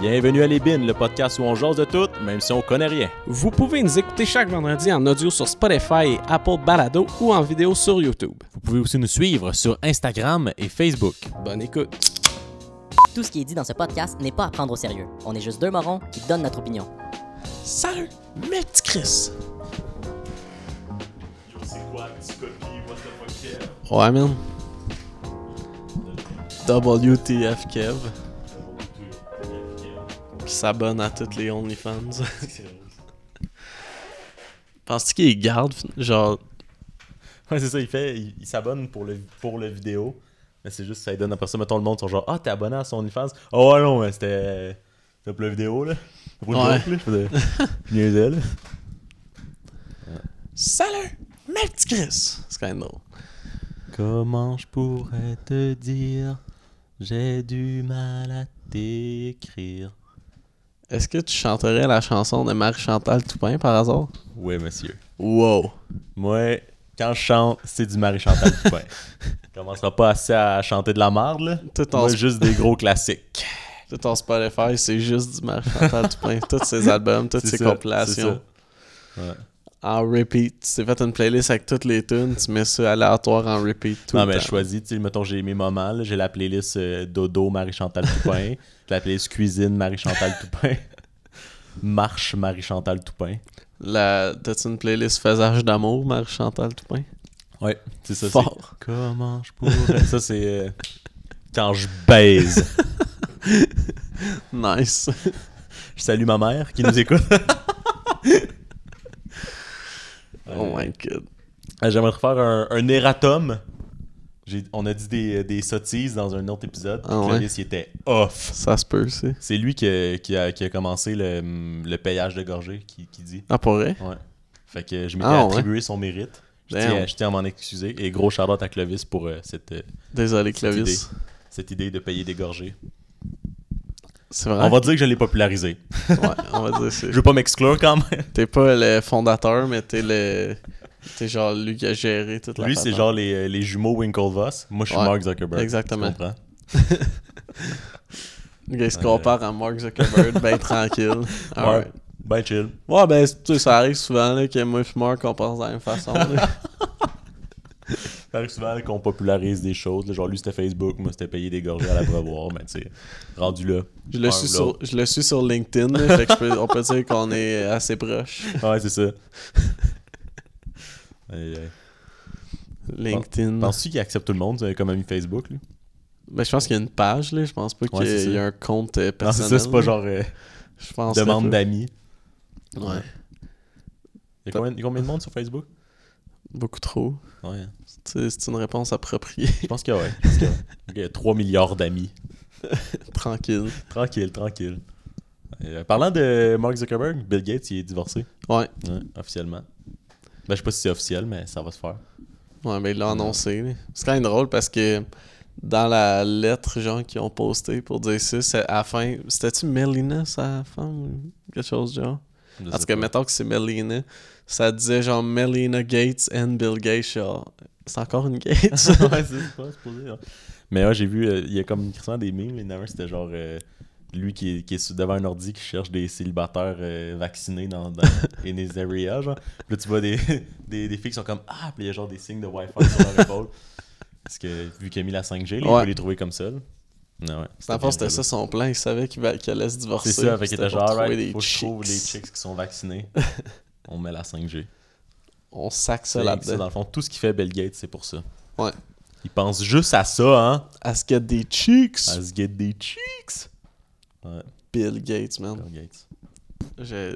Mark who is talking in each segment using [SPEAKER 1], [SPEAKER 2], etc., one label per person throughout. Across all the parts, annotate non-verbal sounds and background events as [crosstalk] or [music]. [SPEAKER 1] Bienvenue à Les Bines, le podcast où on jase de tout, même si on connaît rien.
[SPEAKER 2] Vous pouvez nous écouter chaque vendredi en audio sur Spotify et Apple Balado ou en vidéo sur YouTube.
[SPEAKER 1] Vous pouvez aussi nous suivre sur Instagram et Facebook.
[SPEAKER 2] Bonne écoute.
[SPEAKER 3] Tout ce qui est dit dans ce podcast n'est pas à prendre au sérieux. On est juste deux morons qui donnent notre opinion.
[SPEAKER 2] Salut, mes petits Chris. Ouais, man. WTF Kev. Qui s'abonne à toutes les OnlyFans. [laughs] Penses-tu qu'il garde, genre,
[SPEAKER 1] [laughs] Ouais, c'est ça, il fait, il, il s'abonne pour le, pour le vidéo. Mais c'est juste, ça lui donne après ça, mettons le monde, ils sont genre, ah, t'es abonné à son OnlyFans? Oh, ouais, non, mais c'était. C'était pour la vidéo, là. Pour le
[SPEAKER 2] Ouais.
[SPEAKER 1] joke, là. Je [laughs] faisais. niaisais, là.
[SPEAKER 2] Salut, mes petits Chris. C'est quand même drôle.
[SPEAKER 1] Comment je pourrais te dire, j'ai du mal à t'écrire.
[SPEAKER 2] Est-ce que tu chanterais la chanson de Marie-Chantal Toupin par hasard?
[SPEAKER 1] Oui, monsieur.
[SPEAKER 2] Wow.
[SPEAKER 1] Moi, quand je chante, c'est du Marie-Chantal [laughs] Toupin. Je commencerai pas assez à chanter de la marde, là.
[SPEAKER 2] Tout en
[SPEAKER 1] Moi,
[SPEAKER 2] se-
[SPEAKER 1] juste des gros classiques.
[SPEAKER 2] Tout ton Spotify, c'est juste du
[SPEAKER 1] [laughs]
[SPEAKER 2] Marie-Chantal Toupin. Tous ses albums, toutes
[SPEAKER 1] C'est
[SPEAKER 2] ses
[SPEAKER 1] ça,
[SPEAKER 2] compilations.
[SPEAKER 1] c'est ça. Ouais.
[SPEAKER 2] En repeat. Tu t'es fait une playlist avec toutes les tunes, tu mets ça aléatoire en repeat tout
[SPEAKER 1] non,
[SPEAKER 2] le
[SPEAKER 1] mais
[SPEAKER 2] temps.
[SPEAKER 1] je choisis, tu sais, mettons, j'ai mes moments, là. j'ai la playlist euh, Dodo Marie-Chantal Toupin,
[SPEAKER 2] [laughs]
[SPEAKER 1] la playlist Cuisine Marie-Chantal Toupin, Marche Marie-Chantal Toupin.
[SPEAKER 2] La... T'as-tu une playlist Faisage d'amour, Marie-Chantal Toupin?
[SPEAKER 1] Ouais, c'est ça. c'est-
[SPEAKER 2] Fort.
[SPEAKER 1] Comment je pourrais. ça, c'est euh, quand je baise. [laughs]
[SPEAKER 2] Nice.
[SPEAKER 1] je salue ma mère qui
[SPEAKER 2] [laughs]
[SPEAKER 1] nous écoute.
[SPEAKER 2] Oh my god.
[SPEAKER 1] Euh, J'aimerais refaire un, un erratum. J'ai- On a dit des, euh, des sottises dans un autre épisode.
[SPEAKER 2] Ah ouais?
[SPEAKER 1] Clarisse, il était off.
[SPEAKER 2] Ça se peut aussi.
[SPEAKER 1] C'est lui qui a, qui a- qui a commencé le, le payage de gorgée, qui, qui dit.
[SPEAKER 2] Ah, pour vrai?
[SPEAKER 1] Ouais. Fait que je m'étais
[SPEAKER 2] Ah ouais?
[SPEAKER 1] attribué son mérite. Je
[SPEAKER 2] Damn.
[SPEAKER 1] tiens, je tiens à m'en excuser. Et gros charlotte à Clovis pour euh, cette, euh,
[SPEAKER 2] Désolé,
[SPEAKER 1] cette, idée,
[SPEAKER 2] Clovis.
[SPEAKER 1] cette idée de payer des gorgées.
[SPEAKER 2] C'est vrai?
[SPEAKER 1] On va dire que je l'ai popularisé.
[SPEAKER 2] Ouais, on va dire c'est...
[SPEAKER 1] [laughs] Je veux pas m'exclure quand
[SPEAKER 2] [laughs]
[SPEAKER 1] même.
[SPEAKER 2] T'es pas le fondateur, mais t'es le... T'es genre lui qui a géré toute la
[SPEAKER 1] Lui, c'est
[SPEAKER 2] patente.
[SPEAKER 1] genre les, les jumeaux Winklevoss. Moi, je suis
[SPEAKER 2] Ouais,
[SPEAKER 1] Mark Zuckerberg.
[SPEAKER 2] exactement.
[SPEAKER 1] Tu comprends?
[SPEAKER 2] Le gars, il se compare à Mark Zuckerberg,
[SPEAKER 1] [laughs]
[SPEAKER 2] ben tranquille.
[SPEAKER 1] Ouais.
[SPEAKER 2] Alright.
[SPEAKER 1] Ben chill.
[SPEAKER 2] Ouais, ben, c'est- tu sais, ça arrive souvent là, que moi et Mark, on pense de la même façon. là.
[SPEAKER 1] [laughs] Ça arrive souvent qu'on popularise des choses. là. Genre, lui, c'était Facebook. Moi, c'était payer des gorgées à l'abreuvoir. [laughs] mais tu sais, rendu là.
[SPEAKER 2] Je, le
[SPEAKER 1] un
[SPEAKER 2] suis
[SPEAKER 1] ou
[SPEAKER 2] sur,
[SPEAKER 1] l'autre.
[SPEAKER 2] je le suis sur LinkedIn, là, fait que je peux- on peut dire qu'on est assez proches.
[SPEAKER 1] Ouais, c'est ça.
[SPEAKER 2] [laughs]
[SPEAKER 1] Aïe, aïe.
[SPEAKER 2] LinkedIn.
[SPEAKER 1] Penses-tu qu'il accepte tout le monde euh, comme ami Facebook? Lui?
[SPEAKER 2] Ben, je pense qu'il y a une page, là. je pense pas qu'il
[SPEAKER 1] Ouais, c'est
[SPEAKER 2] y,
[SPEAKER 1] ça.
[SPEAKER 2] a un compte euh,
[SPEAKER 1] Non, c'est
[SPEAKER 2] personnel.
[SPEAKER 1] ça, c'est pas
[SPEAKER 2] là.
[SPEAKER 1] genre euh,
[SPEAKER 2] Je pense
[SPEAKER 1] demande
[SPEAKER 2] pas.
[SPEAKER 1] d'amis.
[SPEAKER 2] Ouais,
[SPEAKER 1] Il y a combien, il y a combien de monde sur Facebook?
[SPEAKER 2] beaucoup trop.
[SPEAKER 1] Ouais.
[SPEAKER 2] C'est c'est une réponse appropriée. [laughs]
[SPEAKER 1] Je pense que ouais. je pense que ouais. Il y a [laughs] 3 milliards d'amis.
[SPEAKER 2] Tranquille.
[SPEAKER 1] Tranquille, tranquille. Euh, parlant de Mark Zuckerberg, Bill Gates, il est divorcé.
[SPEAKER 2] Ouais,
[SPEAKER 1] Ouais, officiellement. Ben, je sais pas si c'est officiel, mais ça va se faire.
[SPEAKER 2] ouais ben, il l'a annoncé. là. C'est quand même drôle parce que dans la lettre, genre, qu'ils ont postée pour dire ça, c'est à la fin. C'était-tu Melina, sa femme ou quelque chose, genre?
[SPEAKER 1] Je
[SPEAKER 2] En
[SPEAKER 1] sais
[SPEAKER 2] tout cas,
[SPEAKER 1] pas.
[SPEAKER 2] mettons que c'est Melina. Ça disait genre Melina Gates and Bill Gates. Genre, c'est encore une [laughs]
[SPEAKER 1] [laughs]
[SPEAKER 2] Gates.
[SPEAKER 1] ouais, c'est pas supposé. hein. Mais ouais, j'ai vu, euh, il y a comme crissement des memes. Il y en a un, c'était genre euh, lui qui est, qui est sous- devant un ordi qui cherche des célibataires euh, vaccinés
[SPEAKER 2] [laughs]
[SPEAKER 1] dans, dans in his area. Genre. Puis là, tu vois des, [laughs] des, des filles qui sont comme Ah, puis il y a genre des signes de Wi-Fi sur leur épaule. Parce que vu qu'il a mis la 5G, là, il
[SPEAKER 2] Ouais.
[SPEAKER 1] peut les trouver comme ça. là. Non, ouais.
[SPEAKER 2] Dans le fond, c'était ça son plan. Il savait qu'il va- qu'il allait se divorcer.
[SPEAKER 1] C'est ça, fait qu'il
[SPEAKER 2] C'était
[SPEAKER 1] était
[SPEAKER 2] pour
[SPEAKER 1] genre,
[SPEAKER 2] trouver
[SPEAKER 1] alright,
[SPEAKER 2] des
[SPEAKER 1] faut que je trouve les
[SPEAKER 2] chicks.
[SPEAKER 1] chicks qui
[SPEAKER 2] [laughs]
[SPEAKER 1] sont vaccinés. On met la 5G.
[SPEAKER 2] On sac ça
[SPEAKER 1] C'est ça, dans
[SPEAKER 2] là-dedans.
[SPEAKER 1] le fond, tout ce qu'il fait Bill Gates, c'est pour ça.
[SPEAKER 2] Ouais.
[SPEAKER 1] Il pense juste à ça, hein.
[SPEAKER 2] À ce qu'il y a des chicks.
[SPEAKER 1] À se get des cheeks. Ouais,
[SPEAKER 2] Bill Gates, man.
[SPEAKER 1] Bill Gates.
[SPEAKER 2] J'ai-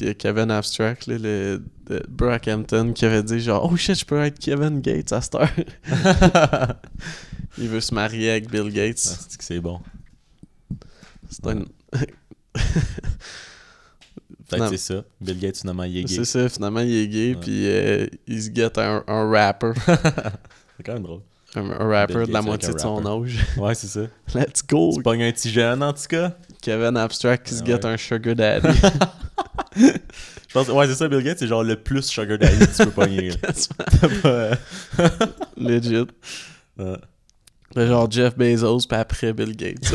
[SPEAKER 2] Il y a Kevin Abstract, là, le, de Brockhampton, qui avait dit genre, oh shit, je peux être Kevin Gates à cette
[SPEAKER 1] [laughs]
[SPEAKER 2] heure. [laughs] il veut se marier avec Bill
[SPEAKER 1] Ah,
[SPEAKER 2] Gates.
[SPEAKER 1] c'est que c'est bon.
[SPEAKER 2] C'est un-
[SPEAKER 1] Peut-être
[SPEAKER 2] Non.
[SPEAKER 1] que c'est ça. Bill Gates, finalement, il est gay.
[SPEAKER 2] C'est ça, finalement, il est gay,
[SPEAKER 1] Ouais.
[SPEAKER 2] puis euh, il se guette un, un rapper. [laughs]
[SPEAKER 1] C'est quand même drôle.
[SPEAKER 2] Un, un rapper
[SPEAKER 1] Bill
[SPEAKER 2] de la
[SPEAKER 1] Gates avec
[SPEAKER 2] moitié
[SPEAKER 1] un
[SPEAKER 2] de son
[SPEAKER 1] rapper.
[SPEAKER 2] âge. [laughs]
[SPEAKER 1] Ouais, c'est ça.
[SPEAKER 2] Let's go!
[SPEAKER 1] Tu pognes un petit jeune, en tout cas.
[SPEAKER 2] Kevin Abstract qui se
[SPEAKER 1] Ah
[SPEAKER 2] guette
[SPEAKER 1] ouais.
[SPEAKER 2] un sugar daddy. [laughs]
[SPEAKER 1] [laughs] Je pense, ouais, c'est ça, Bill Gates, c'est genre le plus sugar daddy que tu peux
[SPEAKER 2] [laughs]
[SPEAKER 1] pogner. là. T'as pas,
[SPEAKER 2] Legit.
[SPEAKER 1] euh, [laughs] ouais. [laughs]
[SPEAKER 2] Le Genre Jeff Bezos, puis après Bill Gates.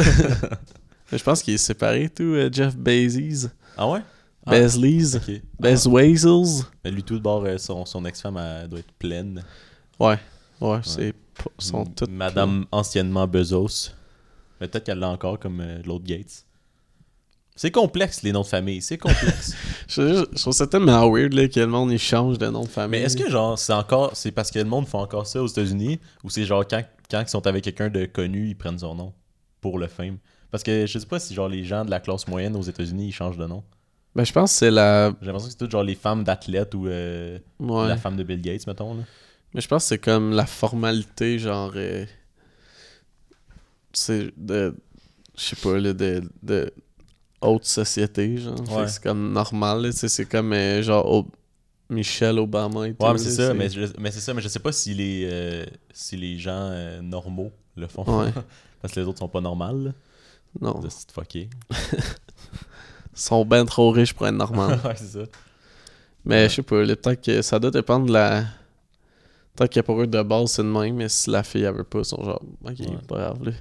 [SPEAKER 2] Mais Je pense qu'il est séparé, tout. euh, Jeff Bezos.
[SPEAKER 1] Ah ouais? Ah,
[SPEAKER 2] Bezos.
[SPEAKER 1] ok. Ah.
[SPEAKER 2] Bezwazels.
[SPEAKER 1] Mais lui, tout de bord, euh, son, son ex-femme elle doit être pleine.
[SPEAKER 2] Ouais. Ouais, c'est. pas- sont
[SPEAKER 1] M-
[SPEAKER 2] toutes-
[SPEAKER 1] Madame anciennement Bezos. Mais peut-être qu'elle l'a encore comme euh, l'autre Gates. C'est complexe, les noms de famille. C'est complexe.
[SPEAKER 2] Je, je- je trouve ça tellement weird là, que le monde il change de nom de famille.
[SPEAKER 1] Mais est-ce que, genre, c'est encore. C'est parce que le monde fait encore ça aux États-Unis ou c'est genre quand, quand ils sont avec quelqu'un de connu, ils prennent son nom pour le fame? Parce que je sais pas si, genre, les gens de la classe moyenne aux États-Unis, ils changent de nom.
[SPEAKER 2] Ben, je pense que c'est la.
[SPEAKER 1] J'ai l'impression que c'est tout genre les femmes d'athlètes ou euh,
[SPEAKER 2] Ouais.
[SPEAKER 1] la femme de Bill Gates, mettons. Là.
[SPEAKER 2] Mais je pense que c'est comme la formalité, genre. euh, C'est de. Je sais pas, là, de, de haute société, genre. Fait que
[SPEAKER 1] Ouais.
[SPEAKER 2] C'est comme normal, là, tu sais, c'est comme euh, genre Ob- Michelle Obama et tout.
[SPEAKER 1] Ouais, mais
[SPEAKER 2] là,
[SPEAKER 1] c'est ça. Mais, je, mais c'est ça, mais je sais pas si les, euh, si les gens euh, normaux le font.
[SPEAKER 2] Ouais.
[SPEAKER 1] [laughs] Parce que les autres sont pas normales. là.
[SPEAKER 2] Non,
[SPEAKER 1] De se fucker.
[SPEAKER 2] ils sont ben trop riches pour être normal.
[SPEAKER 1] [laughs] ouais, c'est ça.
[SPEAKER 2] mais je sais pas, là, peut-être que ça doit dépendre de la. Peut-être que pour eux de base, c'est de même, mais si la fille, elle veut pas, ils sont genre, ok,
[SPEAKER 1] Ouais.
[SPEAKER 2] pas grave, là.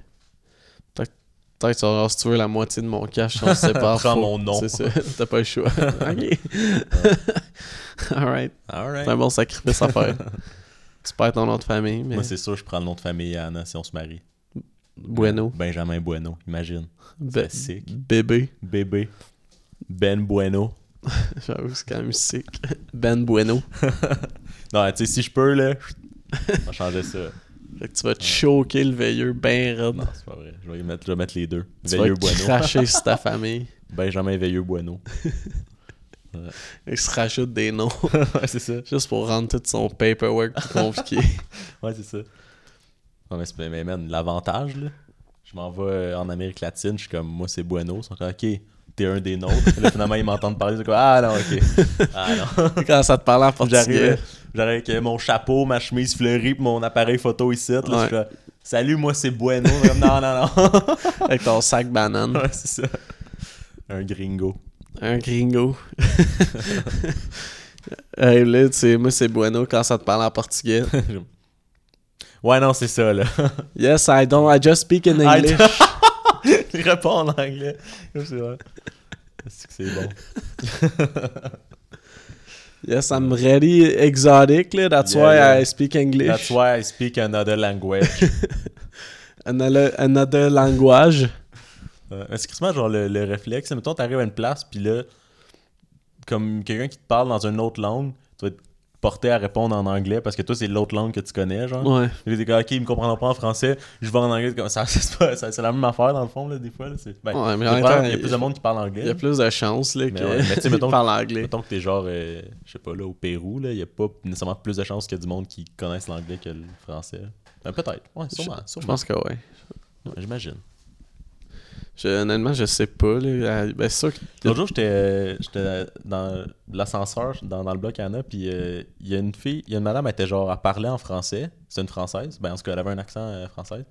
[SPEAKER 2] Peut-être peut-être qu'ils sont genre, si tu veux la moitié de mon cash, on
[SPEAKER 1] [laughs]
[SPEAKER 2] se sépare.
[SPEAKER 1] Prends
[SPEAKER 2] faut-
[SPEAKER 1] mon nom.
[SPEAKER 2] C'est ça, [laughs] t'as pas le
[SPEAKER 1] [laughs]
[SPEAKER 2] choix. [laughs] ok. Alright,
[SPEAKER 1] Alright.
[SPEAKER 2] c'est un bon sacrifice à
[SPEAKER 1] [laughs]
[SPEAKER 2] faire. tu perds ton nom de famille, mais.
[SPEAKER 1] Moi, c'est sûr, je prends le nom de famille à Anna si on se marie.
[SPEAKER 2] Bueno.
[SPEAKER 1] Benjamin Bueno, imagine.
[SPEAKER 2] Be-
[SPEAKER 1] sick.
[SPEAKER 2] Bébé. [laughs]
[SPEAKER 1] Bébé. Ben Bueno.
[SPEAKER 2] J'avoue, c'est quand même sick. Ben Bueno.
[SPEAKER 1] Non, tu sais, si je
[SPEAKER 2] [laughs]
[SPEAKER 1] peux, là, on va changer ça.
[SPEAKER 2] Fait que tu vas te choquer le veilleux ben raide.
[SPEAKER 1] Non, c'est pas vrai. Je vais, y mettre, je vais mettre les deux.
[SPEAKER 2] Tu vas
[SPEAKER 1] Veilleux Bueno.
[SPEAKER 2] cracher sur
[SPEAKER 1] [laughs]
[SPEAKER 2] ta famille.
[SPEAKER 1] Benjamin Veilleux Bueno.
[SPEAKER 2] Il se rajoute des noms.
[SPEAKER 1] [laughs] ouais, c'est ça.
[SPEAKER 2] Juste pour rendre tout son paperwork plus
[SPEAKER 1] [laughs]
[SPEAKER 2] compliqué.
[SPEAKER 1] Ouais, c'est ça. Non, mais, c'est- mais man, l'avantage, là, je m'en vais euh, en Amérique latine, je suis comme, moi, c'est Bueno. Ils sont comme, OK, t'es un des nôtres. Là, finalement, ils m'entendent parler, ils sont comme, ah
[SPEAKER 2] [laughs]
[SPEAKER 1] non, OK. Ah non.
[SPEAKER 2] Quand ça te parle en portugais.
[SPEAKER 1] [laughs] J'arrive j'arrive avec euh, mon chapeau, ma chemise fleurie, puis mon appareil photo ici. Là,
[SPEAKER 2] Ouais.
[SPEAKER 1] je suis là, Salut, moi c'est Bueno. Comme, non,
[SPEAKER 2] [laughs]
[SPEAKER 1] non, non.
[SPEAKER 2] Avec ton sac banane.
[SPEAKER 1] Ouais, c'est ça. Un gringo.
[SPEAKER 2] Un gringo. [laughs] hey, là, tu sais, moi, c'est bueno quand ça te parle en
[SPEAKER 1] [laughs]
[SPEAKER 2] portugais.
[SPEAKER 1] Ouais, non, c'est ça, là. [laughs]
[SPEAKER 2] Yes, I don't, I just speak in
[SPEAKER 1] I
[SPEAKER 2] English.
[SPEAKER 1] [laughs] Il répond en anglais. Comme C'est vrai. Est-ce que c'est bon?
[SPEAKER 2] Yes, I'm really exotic, là. That's
[SPEAKER 1] Yeah,
[SPEAKER 2] why
[SPEAKER 1] yeah.
[SPEAKER 2] I speak English.
[SPEAKER 1] That's why I speak another language. [laughs]
[SPEAKER 2] Another, another language.
[SPEAKER 1] Euh, Est-ce que c'est vraiment genre le, le réflexe? Mettons, t'arrives à une place, puis là, comme quelqu'un qui te parle dans une autre langue, tu vas être porté à répondre en anglais parce que toi, c'est l'autre langue que tu connais, genre.
[SPEAKER 2] Ouais.
[SPEAKER 1] Là, t'es comme, ok, ils me comprendront pas en français, je vais en anglais. Comme ça, [laughs] c'est pas- ça- c'est la même affaire dans le fond, là, des fois. là, c'est- ben,
[SPEAKER 2] Ouais, mais
[SPEAKER 1] le
[SPEAKER 2] en même
[SPEAKER 1] problème,
[SPEAKER 2] temps,
[SPEAKER 1] il y a plus de monde qui parle anglais.
[SPEAKER 2] Il y a plus de chances, là,
[SPEAKER 1] Mais
[SPEAKER 2] que
[SPEAKER 1] ouais,
[SPEAKER 2] [laughs]
[SPEAKER 1] mais tu sais, mettons-
[SPEAKER 2] parle anglais.
[SPEAKER 1] Mettons que t'es genre, euh, je sais pas, là, au Pérou, là, il y a pas nécessairement plus de chances qu'il y a du monde qui connaisse l'anglais que le français. Ben, peut-être. Ouais,
[SPEAKER 2] Je,
[SPEAKER 1] sûrement.
[SPEAKER 2] je
[SPEAKER 1] sûrement.
[SPEAKER 2] pense que ouais.
[SPEAKER 1] Ouais, J'imagine.
[SPEAKER 2] Je- honnêtement, je sais pas, là. Ah, Ben, c'est sûr que...
[SPEAKER 1] L'autre jour, j'étais euh, j'étais dans l'ascenseur, dans, dans le bloc Anna, puis euh, il y a une fille, il y a une madame, elle était genre, elle parlait en français. C'est une française. Ben, en tout cas, elle avait un accent euh, français.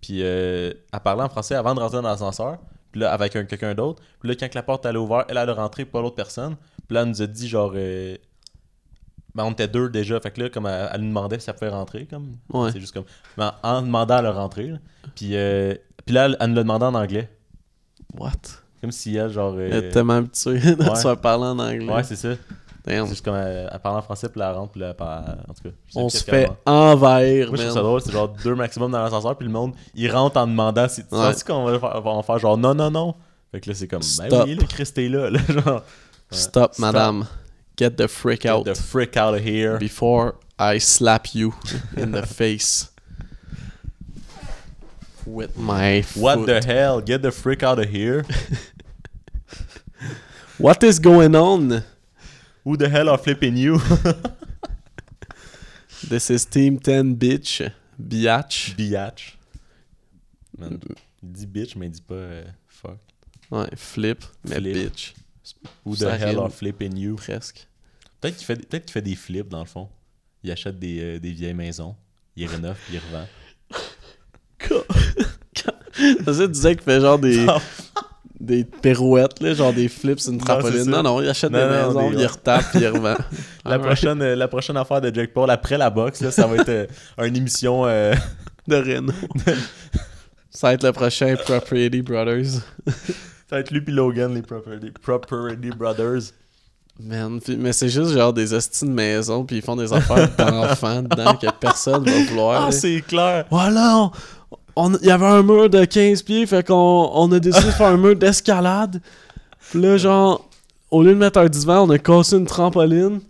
[SPEAKER 1] Puis euh, elle parlait en français avant de rentrer dans l'ascenseur. Puis là, avec un- quelqu'un d'autre. Puis là, quand la porte allait ouverte, elle allait rentrer, pas l'autre personne. Puis là, elle nous a dit, genre, euh, ben, on était deux déjà. Fait que là, comme elle, elle nous demandait si elle pouvait rentrer, comme.
[SPEAKER 2] Ouais.
[SPEAKER 1] C'est juste comme. ben, en demandant à le rentrer. là. Puis, euh, puis là, elle, elle nous l'a demandé en anglais.
[SPEAKER 2] What?
[SPEAKER 1] Comme si elle, genre. euh,
[SPEAKER 2] Elle est tellement habituée [laughs] de
[SPEAKER 1] ouais.
[SPEAKER 2] se faire parler en anglais.
[SPEAKER 1] Ouais, c'est ça.
[SPEAKER 2] Damn.
[SPEAKER 1] C'est juste comme euh, elle, elle parle en français, puis là, elle rentre, puis là, elle parle- En tout cas, je sais
[SPEAKER 2] On
[SPEAKER 1] plus
[SPEAKER 2] se
[SPEAKER 1] qu'est-ce qu'elle
[SPEAKER 2] fait
[SPEAKER 1] demande.
[SPEAKER 2] envahir,
[SPEAKER 1] Moi, je
[SPEAKER 2] man.
[SPEAKER 1] trouve ça drôle, c'est genre deux maximum dans l'ascenseur, puis le monde, il rentre en demandant si tu
[SPEAKER 2] Ouais.
[SPEAKER 1] sens qu'on va, faire- va en faire genre non, non, non. Fait que là, c'est comme, ben
[SPEAKER 2] Stop.
[SPEAKER 1] oui, le Christ est là, [laughs] là, genre. Ouais.
[SPEAKER 2] Stop,
[SPEAKER 1] Stop.
[SPEAKER 2] madame. Get the freak
[SPEAKER 1] Get
[SPEAKER 2] out
[SPEAKER 1] the frick out of here.
[SPEAKER 2] before I slap
[SPEAKER 1] [laughs]
[SPEAKER 2] you in the face with my
[SPEAKER 1] What
[SPEAKER 2] foot.
[SPEAKER 1] the hell? Get the frick out of here.
[SPEAKER 2] What is going on?
[SPEAKER 1] Who the hell are
[SPEAKER 2] [laughs]
[SPEAKER 1] flipping you?
[SPEAKER 2] This is Team 10 bitch. Biatch.
[SPEAKER 1] Biatch. Man,
[SPEAKER 2] Euh.
[SPEAKER 1] dis bitch, mais dis pas euh, fuck.
[SPEAKER 2] Ouais, flip, mais
[SPEAKER 1] Flip.
[SPEAKER 2] bitch.
[SPEAKER 1] Who the
[SPEAKER 2] Ça
[SPEAKER 1] hell
[SPEAKER 2] rime.
[SPEAKER 1] are flipping you?
[SPEAKER 2] Presque.
[SPEAKER 1] Peut-être qu'il fait, peut-être qu'il fait des flips dans le fond. Il achète des, euh, des vieilles maisons, il rénove, il revend.
[SPEAKER 2] Ça, c'est, tu disais qu'il fait genre des,
[SPEAKER 1] Non.
[SPEAKER 2] des pirouettes, là, genre des flips sur une
[SPEAKER 1] Non,
[SPEAKER 2] trampoline.
[SPEAKER 1] c'est ça.
[SPEAKER 2] Non, non, il achète
[SPEAKER 1] Non,
[SPEAKER 2] des
[SPEAKER 1] non,
[SPEAKER 2] maisons,
[SPEAKER 1] des-
[SPEAKER 2] il retape, il revend.
[SPEAKER 1] [laughs] La,
[SPEAKER 2] Alright.
[SPEAKER 1] prochaine, euh, la prochaine affaire de
[SPEAKER 2] [laughs]
[SPEAKER 1] Jake Paul après la boxe, là, ça va être euh, une émission euh,
[SPEAKER 2] de Renault. [laughs] Ça va être le prochain Property Brothers.
[SPEAKER 1] [laughs] Ça va être lui pis Logan, les Property, property Brothers.
[SPEAKER 2] Man, puis- mais c'est juste genre des hosties de maison, puis ils font des affaires d'enfants [laughs] dedans que personne va vouloir. là.
[SPEAKER 1] Ah, c'est clair!
[SPEAKER 2] Ah, Voilà, on- il y avait un mur de 15 pieds, fait qu'on on a décidé de faire un mur d'escalade. Puis là, genre, au lieu de mettre un divan, on a cassé une trampoline.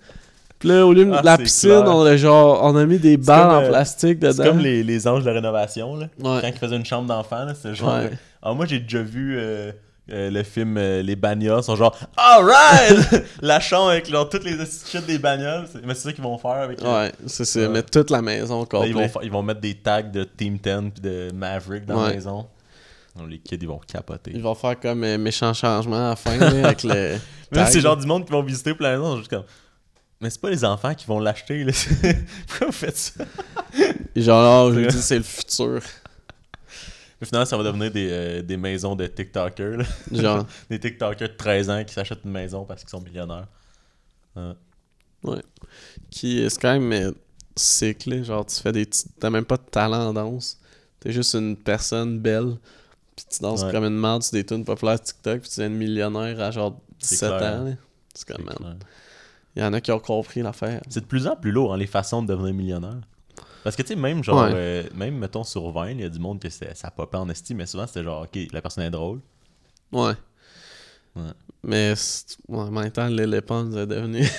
[SPEAKER 2] Puis là, au lieu de
[SPEAKER 1] Ah,
[SPEAKER 2] la
[SPEAKER 1] c'est
[SPEAKER 2] piscine,
[SPEAKER 1] clair.
[SPEAKER 2] on a genre, on a mis des balles
[SPEAKER 1] comme,
[SPEAKER 2] en
[SPEAKER 1] euh,
[SPEAKER 2] plastique dedans.
[SPEAKER 1] C'est comme les, les anges de la rénovation, là.
[SPEAKER 2] Ouais.
[SPEAKER 1] Quand ils faisaient une chambre d'enfant, là, c'était genre.
[SPEAKER 2] Ouais.
[SPEAKER 1] Ah, moi, j'ai déjà vu euh, euh, le film euh, Les Bagnoles. Ils sont genre,
[SPEAKER 2] [laughs]
[SPEAKER 1] alright! la chambre avec genre, toutes les shit des bagnoles. C'est- Mais c'est ça qu'ils vont faire avec. euh,
[SPEAKER 2] Ouais, c'est ça,
[SPEAKER 1] Ouais.
[SPEAKER 2] mettre toute la maison
[SPEAKER 1] là,
[SPEAKER 2] encore
[SPEAKER 1] ils, vont, fa- ils vont mettre des tags de Team 10 pis de Maverick dans
[SPEAKER 2] Ouais.
[SPEAKER 1] la maison. Non, les kids, ils vont capoter.
[SPEAKER 2] Ils vont faire comme euh, méchant changement à la fin, là, avec
[SPEAKER 1] [laughs]
[SPEAKER 2] le.
[SPEAKER 1] Même
[SPEAKER 2] tag.
[SPEAKER 1] c'est genre du monde qui vont visiter pour la maison, juste comme. Mais c'est pas les enfants qui vont l'acheter, là. [laughs] Pourquoi vous faites ça?
[SPEAKER 2] Genre, là, je vous dis, c'est le futur.
[SPEAKER 1] Mais finalement, ça va devenir des, euh, des maisons de TikTokers, là.
[SPEAKER 2] Genre,
[SPEAKER 1] [laughs] Des TikTokers de 13 ans qui s'achètent une maison parce qu'ils sont millionnaires. Hein.
[SPEAKER 2] qui est c'est quand même euh, sick, là. Genre, tu fais des. petits- T'as même pas de talent en danse. T'es juste une personne belle. Puis tu danses
[SPEAKER 1] Ouais.
[SPEAKER 2] comme une merde sur des tunes populaires TikTok. Puis tu deviens millionnaire à genre
[SPEAKER 1] C'est
[SPEAKER 2] 17 ans,
[SPEAKER 1] clair, hein.
[SPEAKER 2] là. C'est
[SPEAKER 1] C'est
[SPEAKER 2] comme, Ah, man,
[SPEAKER 1] clair.
[SPEAKER 2] Il y en a qui ont compris l'affaire.
[SPEAKER 1] euh, C'est de plus en plus lourd, hein, les façons de devenir millionnaire. Parce que, tu sais, même genre,
[SPEAKER 2] Ouais.
[SPEAKER 1] euh, même mettons sur 20, il y a du monde que c'est- ça popait en estime, mais souvent c'était genre, ok, la personne est drôle.
[SPEAKER 2] Ouais.
[SPEAKER 1] Ouais.
[SPEAKER 2] Mais c'est- ouais, en même temps, Lil Pons est devenue.
[SPEAKER 1] [laughs]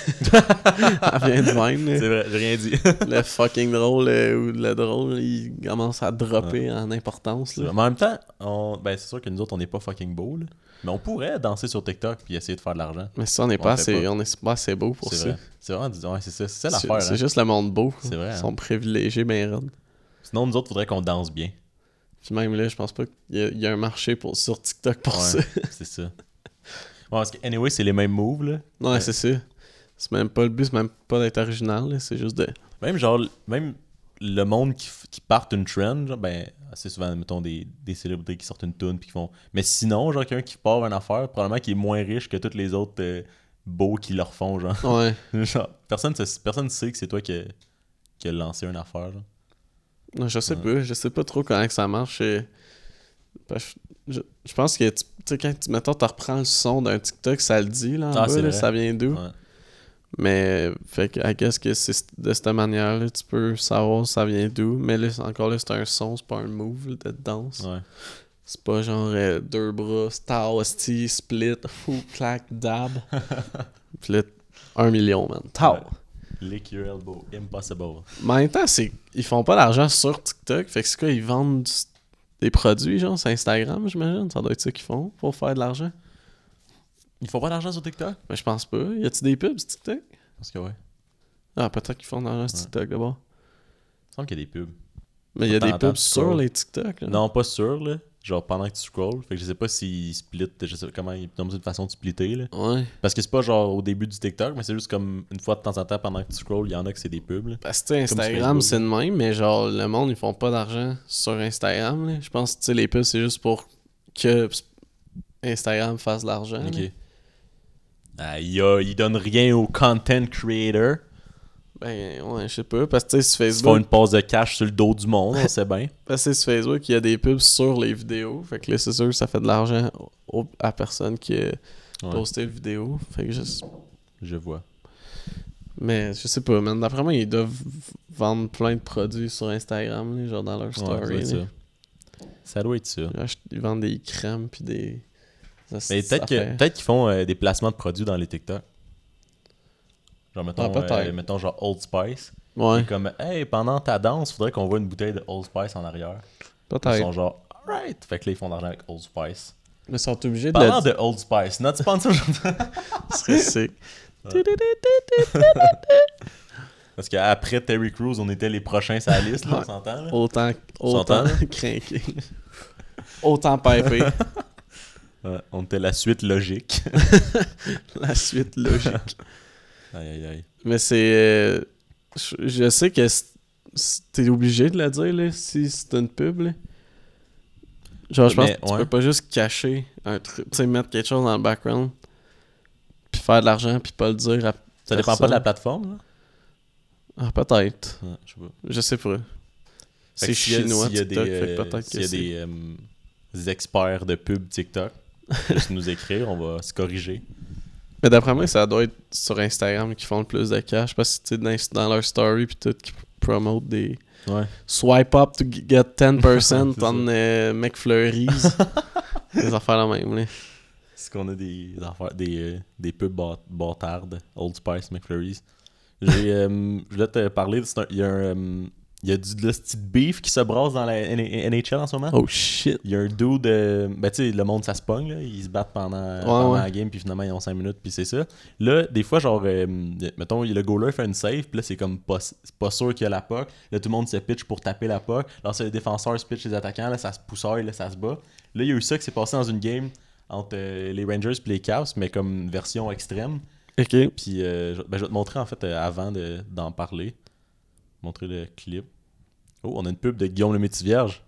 [SPEAKER 2] [laughs] Elle vient de même, là.
[SPEAKER 1] C'est vrai, j'ai rien
[SPEAKER 2] [laughs]
[SPEAKER 1] dit.
[SPEAKER 2] le fucking drôle euh, ou le drôle, il commence à dropper en importance.
[SPEAKER 1] C'est vrai.
[SPEAKER 2] Là.
[SPEAKER 1] Mais en même temps, on- ben, c'est sûr que nous autres, on n'est pas fucking beau, là. Mais on pourrait danser sur TikTok puis essayer de faire de l'argent.
[SPEAKER 2] Mais ça, on n'est
[SPEAKER 1] On
[SPEAKER 2] pas,
[SPEAKER 1] fait
[SPEAKER 2] assez-
[SPEAKER 1] pas.
[SPEAKER 2] on est pas assez beau pour
[SPEAKER 1] C'est
[SPEAKER 2] ça.
[SPEAKER 1] vrai. C'est vraiment, du- ouais, c'est ça, c'est ça
[SPEAKER 2] C'est
[SPEAKER 1] l'affaire.
[SPEAKER 2] c'est
[SPEAKER 1] hein.
[SPEAKER 2] juste le monde beau.
[SPEAKER 1] C'est vrai,
[SPEAKER 2] Ils
[SPEAKER 1] hein.
[SPEAKER 2] sont privilégiés, ben raides.
[SPEAKER 1] Sinon, nous autres, faudrait qu'on danse bien.
[SPEAKER 2] Puis même là, je pense pas qu'il y, a- il y a un marché pour, sur TikTok pour
[SPEAKER 1] Ouais,
[SPEAKER 2] ça. [laughs]
[SPEAKER 1] c'est ça. Ouais, parce que, anyway, c'est les mêmes moves, là.
[SPEAKER 2] Non, c'est ça. C'est même pas le but, c'est même pas d'être original, là, c'est juste de.
[SPEAKER 1] Même genre, même le monde qui, f- qui part une trend, genre, ben, c'est souvent, mettons, des, des célébrités qui sortent une tune puis qui font. Mais sinon, genre, quelqu'un qui part une affaire, probablement qui est moins riche que tous les autres euh, beaux qui leur font, genre. [laughs]
[SPEAKER 2] Ouais.
[SPEAKER 1] genre personne ne personne sait que c'est toi qui, a- qui a lancé une affaire, genre.
[SPEAKER 2] Non, je sais pas, je sais pas trop comment que ça marche. et- parce que Je, je, je pense que, tu tu sais, quand tu, mettons, tu reprends le son d'un TikTok, ça le dit, là, en
[SPEAKER 1] Ah,
[SPEAKER 2] bas,
[SPEAKER 1] c'est
[SPEAKER 2] là,
[SPEAKER 1] vrai.
[SPEAKER 2] ça vient d'où.
[SPEAKER 1] Ouais.
[SPEAKER 2] Mais, fait que, I guess que c'est de cette manière-là, tu peux savoir ça vient d'où. Mais là, c'est- encore là, c'est un son, c'est pas un move là, de danse.
[SPEAKER 1] Ouais.
[SPEAKER 2] C'est pas genre euh, deux bras, star, hostie, split, [laughs] fou, clac,
[SPEAKER 1] [laughs]
[SPEAKER 2] dab. Puis là, un million, man. Tao.
[SPEAKER 1] Ouais. Lick your elbow, impossible.
[SPEAKER 2] Mais en même temps, c'est, ils font pas d'argent sur TikTok. Fait que c'est quoi, ils vendent du- des produits, genre, sur Instagram, j'imagine. Ça doit être ça qu'ils font pour faire de l'argent.
[SPEAKER 1] Ils font pas d'argent sur TikTok?
[SPEAKER 2] Mais je pense pas. Y a-tu des pubs sur TikTok?
[SPEAKER 1] Parce que ouais.
[SPEAKER 2] Ah, peut-être qu'ils font de l'argent sur
[SPEAKER 1] Ouais.
[SPEAKER 2] TikTok d'abord.
[SPEAKER 1] Il me semble qu'il y a des pubs.
[SPEAKER 2] Mais il y a
[SPEAKER 1] Faut
[SPEAKER 2] des
[SPEAKER 1] t'entendre
[SPEAKER 2] pubs sur
[SPEAKER 1] scroll.
[SPEAKER 2] les TikTok. là.
[SPEAKER 1] Non, pas sûr, là. Genre pendant que tu scrolls. Fait que je sais pas s'ils split, je sais pas comment ils ont une façon de splitter, là.
[SPEAKER 2] Ouais.
[SPEAKER 1] Parce que c'est pas genre au début du TikTok, mais c'est juste comme une fois de temps en temps pendant que tu scrolls, il y en a que c'est des pubs, là.
[SPEAKER 2] Parce que tu sais,
[SPEAKER 1] sur
[SPEAKER 2] Instagram,
[SPEAKER 1] Facebook,
[SPEAKER 2] c'est le même, mais genre, le monde, ils font pas d'argent sur Instagram. là. Je pense que tu sais, les pubs, c'est juste pour que Instagram fasse de l'argent. là.
[SPEAKER 1] Ok. Ah, Aïe, aïe, ils donnent rien aux content creator.
[SPEAKER 2] Ben, ouais, je sais pas. Parce que tu sais, sur
[SPEAKER 1] Ils se font
[SPEAKER 2] Facebook,
[SPEAKER 1] une passe de cash sur le dos du monde,
[SPEAKER 2] [laughs]
[SPEAKER 1] on sait bien.
[SPEAKER 2] parce que sur Facebook, il y a des pubs sur les vidéos. Fait que là, c'est sûr que ça fait de l'argent au- à la personne qui a
[SPEAKER 1] Ouais.
[SPEAKER 2] posté la vidéo. Fait que juste.
[SPEAKER 1] Je vois.
[SPEAKER 2] Mais je sais pas, man. D'après moi, ils doivent v- vendre plein de produits sur Instagram, là, genre dans leur
[SPEAKER 1] Ouais, ça doit
[SPEAKER 2] story.
[SPEAKER 1] être
[SPEAKER 2] là.
[SPEAKER 1] ça. Ça doit être ça.
[SPEAKER 2] Ils achètent- Ils vendent des crèmes puis des.
[SPEAKER 1] Mais peut-être que-
[SPEAKER 2] affaires.
[SPEAKER 1] peut-être qu'ils font euh, des placements de produits dans les TikTok. Genre, mettons,
[SPEAKER 2] Ah, peut-être.
[SPEAKER 1] euh, mettons genre Old Spice.
[SPEAKER 2] Ouais,
[SPEAKER 1] Et comme, hey, pendant ta danse, faudrait qu'on voit une bouteille de Old Spice en arrière. Ils
[SPEAKER 2] peut-être.
[SPEAKER 1] sont genre, alright. Fait que là, ils font de l'argent avec Old Spice.
[SPEAKER 2] Mais ils sont obligés de le
[SPEAKER 1] Parlant de Old Spice, notre sponsor aujourd'hui.
[SPEAKER 2] Ce serait sick.
[SPEAKER 1] [laughs] Parce qu'après Terry Crews, on était les prochains sur la liste, là, on s'entend. là?
[SPEAKER 2] Autant, autant
[SPEAKER 1] s'entend,
[SPEAKER 2] [laughs]
[SPEAKER 1] là?
[SPEAKER 2] craqué. Autant
[SPEAKER 1] [laughs]
[SPEAKER 2] pipé.
[SPEAKER 1] Ouais, on était la suite logique.
[SPEAKER 2] La suite logique.
[SPEAKER 1] [laughs] aïe, aïe, aïe.
[SPEAKER 2] Mais c'est. euh, je, je sais que c'est- c'est- t'es obligé de le dire là, si c'est une pub. Là. Genre, je pense
[SPEAKER 1] Mais,
[SPEAKER 2] que tu
[SPEAKER 1] ouais.
[SPEAKER 2] peux pas juste cacher un truc. Tu sais, mettre quelque chose dans le background. Puis faire de l'argent, puis pas le dire à.
[SPEAKER 1] Ça dépend pas de la
[SPEAKER 2] personne.
[SPEAKER 1] plateforme, là?
[SPEAKER 2] Ah, peut-être.
[SPEAKER 1] Ouais, je sais pas.
[SPEAKER 2] Je sais pas.
[SPEAKER 1] Fait
[SPEAKER 2] C'est
[SPEAKER 1] que s'il y a-
[SPEAKER 2] chinois,
[SPEAKER 1] s'il y a
[SPEAKER 2] TikTok,
[SPEAKER 1] des,
[SPEAKER 2] fait que
[SPEAKER 1] euh,
[SPEAKER 2] peut-être
[SPEAKER 1] s'il y
[SPEAKER 2] que
[SPEAKER 1] a des, euh, des experts de pub [laughs] TikTok, juste nous écrire, on va se corriger.
[SPEAKER 2] Mais d'après moi, ça doit être sur Instagram qui font le plus de cash parce que tu sais, dans, dans leur story puis tout qui promote des
[SPEAKER 1] Ouais.
[SPEAKER 2] swipe up to get [laughs] 10%
[SPEAKER 1] C'est
[SPEAKER 2] on euh, [laughs] McFlurries. des affaires la même. Là.
[SPEAKER 1] Est-ce qu'on a des affaires, des, euh, des pubs bâ- bâtardes, Old Spice, McFlurry's? J'ai, euh, je voulais te parler, c'est un- il y a, un, euh, il y a du de la petite beef qui se brasse dans la N- NHL en ce moment.
[SPEAKER 2] Oh shit.
[SPEAKER 1] Il y a un dude, euh, ben tu sais, le monde ça se pogne, là. ils se battent pendant, pendant
[SPEAKER 2] ouais.
[SPEAKER 1] la game, puis finalement ils ont 5 minutes, puis c'est ça. Là, des fois, genre, euh, mettons, le goaler fait une save, puis là c'est comme pas, c'est pas sûr qu'il y a la puck. Là, tout le monde se pitch pour taper la puck. Là, c'est les défenseurs se pitch les attaquants, là ça se pousseur, là ça se bat. Là, il y a eu ça qui s'est passé dans une game entre euh, les Rangers puis les Cavs, mais comme une version extrême.
[SPEAKER 2] Ok.
[SPEAKER 1] Puis euh, je, ben, je vais te montrer en fait euh, avant de- d'en parler. Montrer le clip. Oh, on a une pub de Guillaume le Métis Vierge.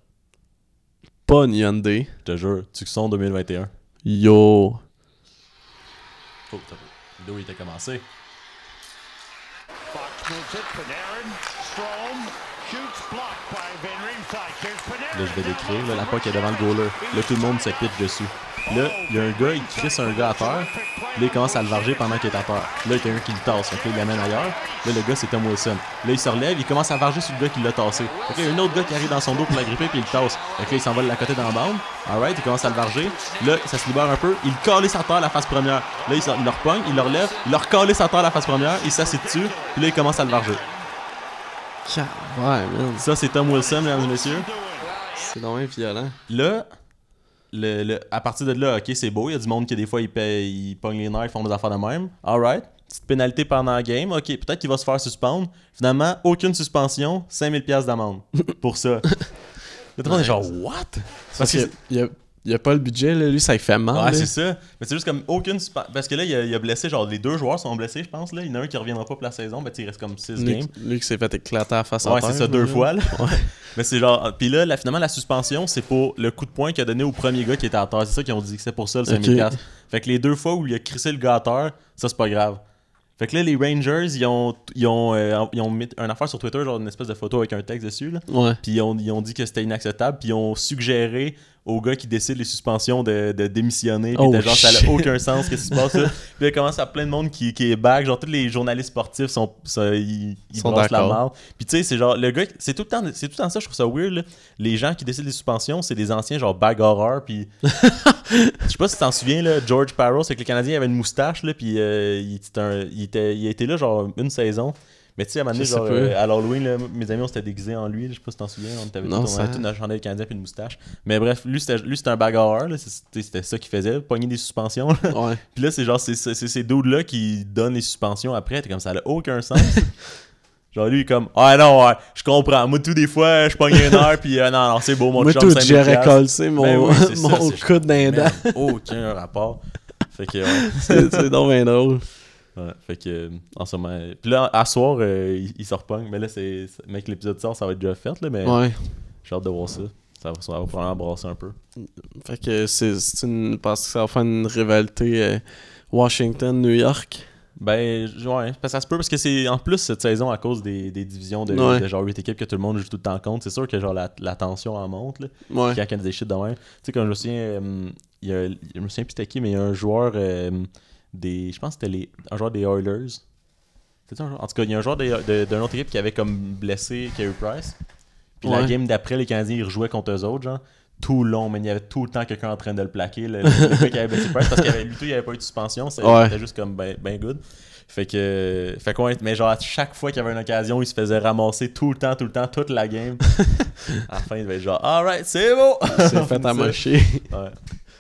[SPEAKER 2] Pas une Hyundai.
[SPEAKER 1] Je te jure, Tucson 2021.
[SPEAKER 2] Yo.
[SPEAKER 1] Oh, t'as pas- le vidéo il était commencé.
[SPEAKER 4] Fox moves it. Panarin, Strom shoots blocked by Van Riemsdyk. Here's Panarin.
[SPEAKER 1] Là, je vais décrire. Là, la POC est devant le goaler. Là, tout le monde se pitche dessus. Là, il y a un gars, il crisse un gars à terre. Là, il commence à le varger pendant qu'il est à terre. Là, il y a quelqu'un qui le tasse. Fait que là, il l'amène ailleurs. Là, le gars, c'est Tom Wilson. Là, il se relève, il commence à varger sur le gars qui l'a tassé. Fait que là, il y a un autre gars qui arrive dans son dos pour l'agripper puis il le tasse. Fait que là, il s'envole de la côté dans la bande. Alright, il commence à le varger. Là, ça se libère un peu. Il colle sa terre la face première. Là, il, se- il le repogne, il le relève. Il leur colle sa terre la face première. Il s'assied dessus. Puis là, il commence à le varger.
[SPEAKER 2] Car- Ouais, man.
[SPEAKER 1] Ça, c'est Tom Wilson, mesdames et messieurs.
[SPEAKER 2] C'est dommage violent.
[SPEAKER 1] Là, le, le- à partir de là, ok, c'est beau. Il y a du monde qui, des fois, ils, paye, ils pognent les nerfs, ils font des affaires de même. Alright. Petite pénalité pendant la game. Ok, peut-être qu'il va se faire suspendre. Finalement, aucune suspension, 5000$ d'amende pour ça. [laughs] Le on est genre, what?
[SPEAKER 2] Parce qu'il y a, y a pas le budget, là. lui ça lui fait mal.
[SPEAKER 1] Ouais,
[SPEAKER 2] là.
[SPEAKER 1] c'est ça. Mais c'est juste comme aucune. suspen- Parce que là, il a, il a blessé, genre, les deux joueurs sont blessés, je pense. Là. Il y en a un qui reviendra pas pour la saison. Ben, tu sais, il reste comme 6
[SPEAKER 2] lui,
[SPEAKER 1] games.
[SPEAKER 2] lui qui s'est fait éclater à la face à
[SPEAKER 1] Ouais,
[SPEAKER 2] terre,
[SPEAKER 1] c'est ça, deux
[SPEAKER 2] là.
[SPEAKER 1] fois. Là. [laughs] Mais c'est genre. Puis là, là, finalement, la suspension, c'est pour le coup de poing qu'il a donné au premier gars qui était à terre. C'est ça qu'ils ont dit que c'est pour ça le 5000 piastres. Fait que les deux fois où il a crissé le gars à terre, ça, c'est pas grave. Fait que là, les Rangers, ils ont, ils ont, euh, ils ont mis un affaire sur Twitter, genre une espèce de photo avec un texte dessus. Là.
[SPEAKER 2] Ouais.
[SPEAKER 1] Puis ils ont, ils ont dit que c'était inacceptable. Puis ils ont suggéré au gars qui décide les suspensions de, de démissionner. Puis
[SPEAKER 2] Oh,
[SPEAKER 1] t'es genre, ça
[SPEAKER 2] shit.
[SPEAKER 1] n'a aucun sens, qu'est-ce qui se
[SPEAKER 2] [laughs]
[SPEAKER 1] passe là. Puis là, il commence à plein de monde qui, qui est back. Genre, tous les journalistes sportifs sont, ça- ils, ils
[SPEAKER 2] Sont
[SPEAKER 1] brassent la
[SPEAKER 2] d'accord.
[SPEAKER 1] marde. Puis tu sais, c'est genre, le gars, c'est tout, le temps- c'est tout le temps ça, je trouve ça weird. là. Les gens qui décident les suspensions, c'est des anciens, genre, bag horror. Puis je sais pas si tu t'en souviens, là, George Parros, c'est que le Canadien il avait une moustache, là, puis euh, il, était un- il, était, il a été là genre une saison. Mais tu sais, à un moment donné,
[SPEAKER 2] Je sais
[SPEAKER 1] genre,
[SPEAKER 2] pas.
[SPEAKER 1] euh, à l'Halloween, là, mes amis, on s'était déguisés en lui. là, Je sais pas si t'en souviens. On avait
[SPEAKER 2] Non,
[SPEAKER 1] tout, on
[SPEAKER 2] ça-
[SPEAKER 1] avait tout notre chandail canadien puis une moustache. Mais bref, lui, c'était lui, c'était un bagarreur. là, c'est- C'était c'était ça qu'il faisait, pogner des suspensions. là.
[SPEAKER 2] [laughs] Ouais.
[SPEAKER 1] Puis là, c'est genre, c'est c'est- c'est ces dudes-là qui donnent les suspensions après. T'es comme ça, n'a aucun sens.
[SPEAKER 2] [laughs]
[SPEAKER 1] genre, lui, il est comme, ah non, ouais, je comprends. Moi, tout des fois, je pogne une heure, puis euh, non, non, c'est beau, mon
[SPEAKER 2] Moi,
[SPEAKER 1] chum,
[SPEAKER 2] tout,
[SPEAKER 1] 5000
[SPEAKER 2] j'aurais
[SPEAKER 1] piastres.
[SPEAKER 2] colsé mon,
[SPEAKER 1] Ben oui, c'est
[SPEAKER 2] [laughs]
[SPEAKER 1] ça,
[SPEAKER 2] mon
[SPEAKER 1] c'est-
[SPEAKER 2] coude d'un dent. [laughs]
[SPEAKER 1] Man, [laughs] aucun rapport. Fait que, ouais.
[SPEAKER 2] c'est c'est donc bien drôle.
[SPEAKER 1] Ouais, fait que, euh, en ce moment. euh, Puis là, à soir, euh, il, il se repogne. Mais là, c'est. c'est- Mec, l'épisode sort, ça va être déjà fait, là. Mais
[SPEAKER 2] Ouais.
[SPEAKER 1] j'ai hâte de voir ça. Ça va, ça va probablement brasser un peu.
[SPEAKER 2] Fait que c'est c'est une. Parce que ça va faire une rivalité euh, Washington-New York.
[SPEAKER 1] Ben, j- ouais, parce que ça se peut. Parce que c'est. En plus, cette saison, à cause des, des divisions de,
[SPEAKER 2] Ouais.
[SPEAKER 1] de genre 8 équipes que tout le monde joue tout le temps contre, c'est sûr que genre la, la tension en monte, là.
[SPEAKER 2] Ouais.
[SPEAKER 1] Quand il y a des shit de même. Tu sais, comme je me souviens, euh, il y a, je me souviens plus c'était qui, mais il y a un joueur euh, des. Je pense que c'était les, un joueur des Oilers. C'était un joueur- en tout cas, il y a un joueur des- de- d'une autre équipe qui avait comme blessé Carey Price. Puis la
[SPEAKER 2] Ouais.
[SPEAKER 1] game d'après, les Canadiens, ils rejouaient contre eux autres, genre. Tout le long, mais il y avait tout le temps quelqu'un en train de le plaquer. Le, le- le gars qui avait blessé Price, parce qu'il avait lutté, il n'y avait pas eu de suspension. c'est-
[SPEAKER 2] Ouais.
[SPEAKER 1] C'était juste comme ben, ben good. Fait que. Fait qu'on mais genre, à chaque fois qu'il y avait une occasion, il se faisait ramasser tout le temps, tout le temps, toute la
[SPEAKER 2] [laughs]
[SPEAKER 1] game. à la fin, il devait être genre, alright, [laughs] c'est bon!
[SPEAKER 2] C'est fait à mocher.
[SPEAKER 1] Ouais.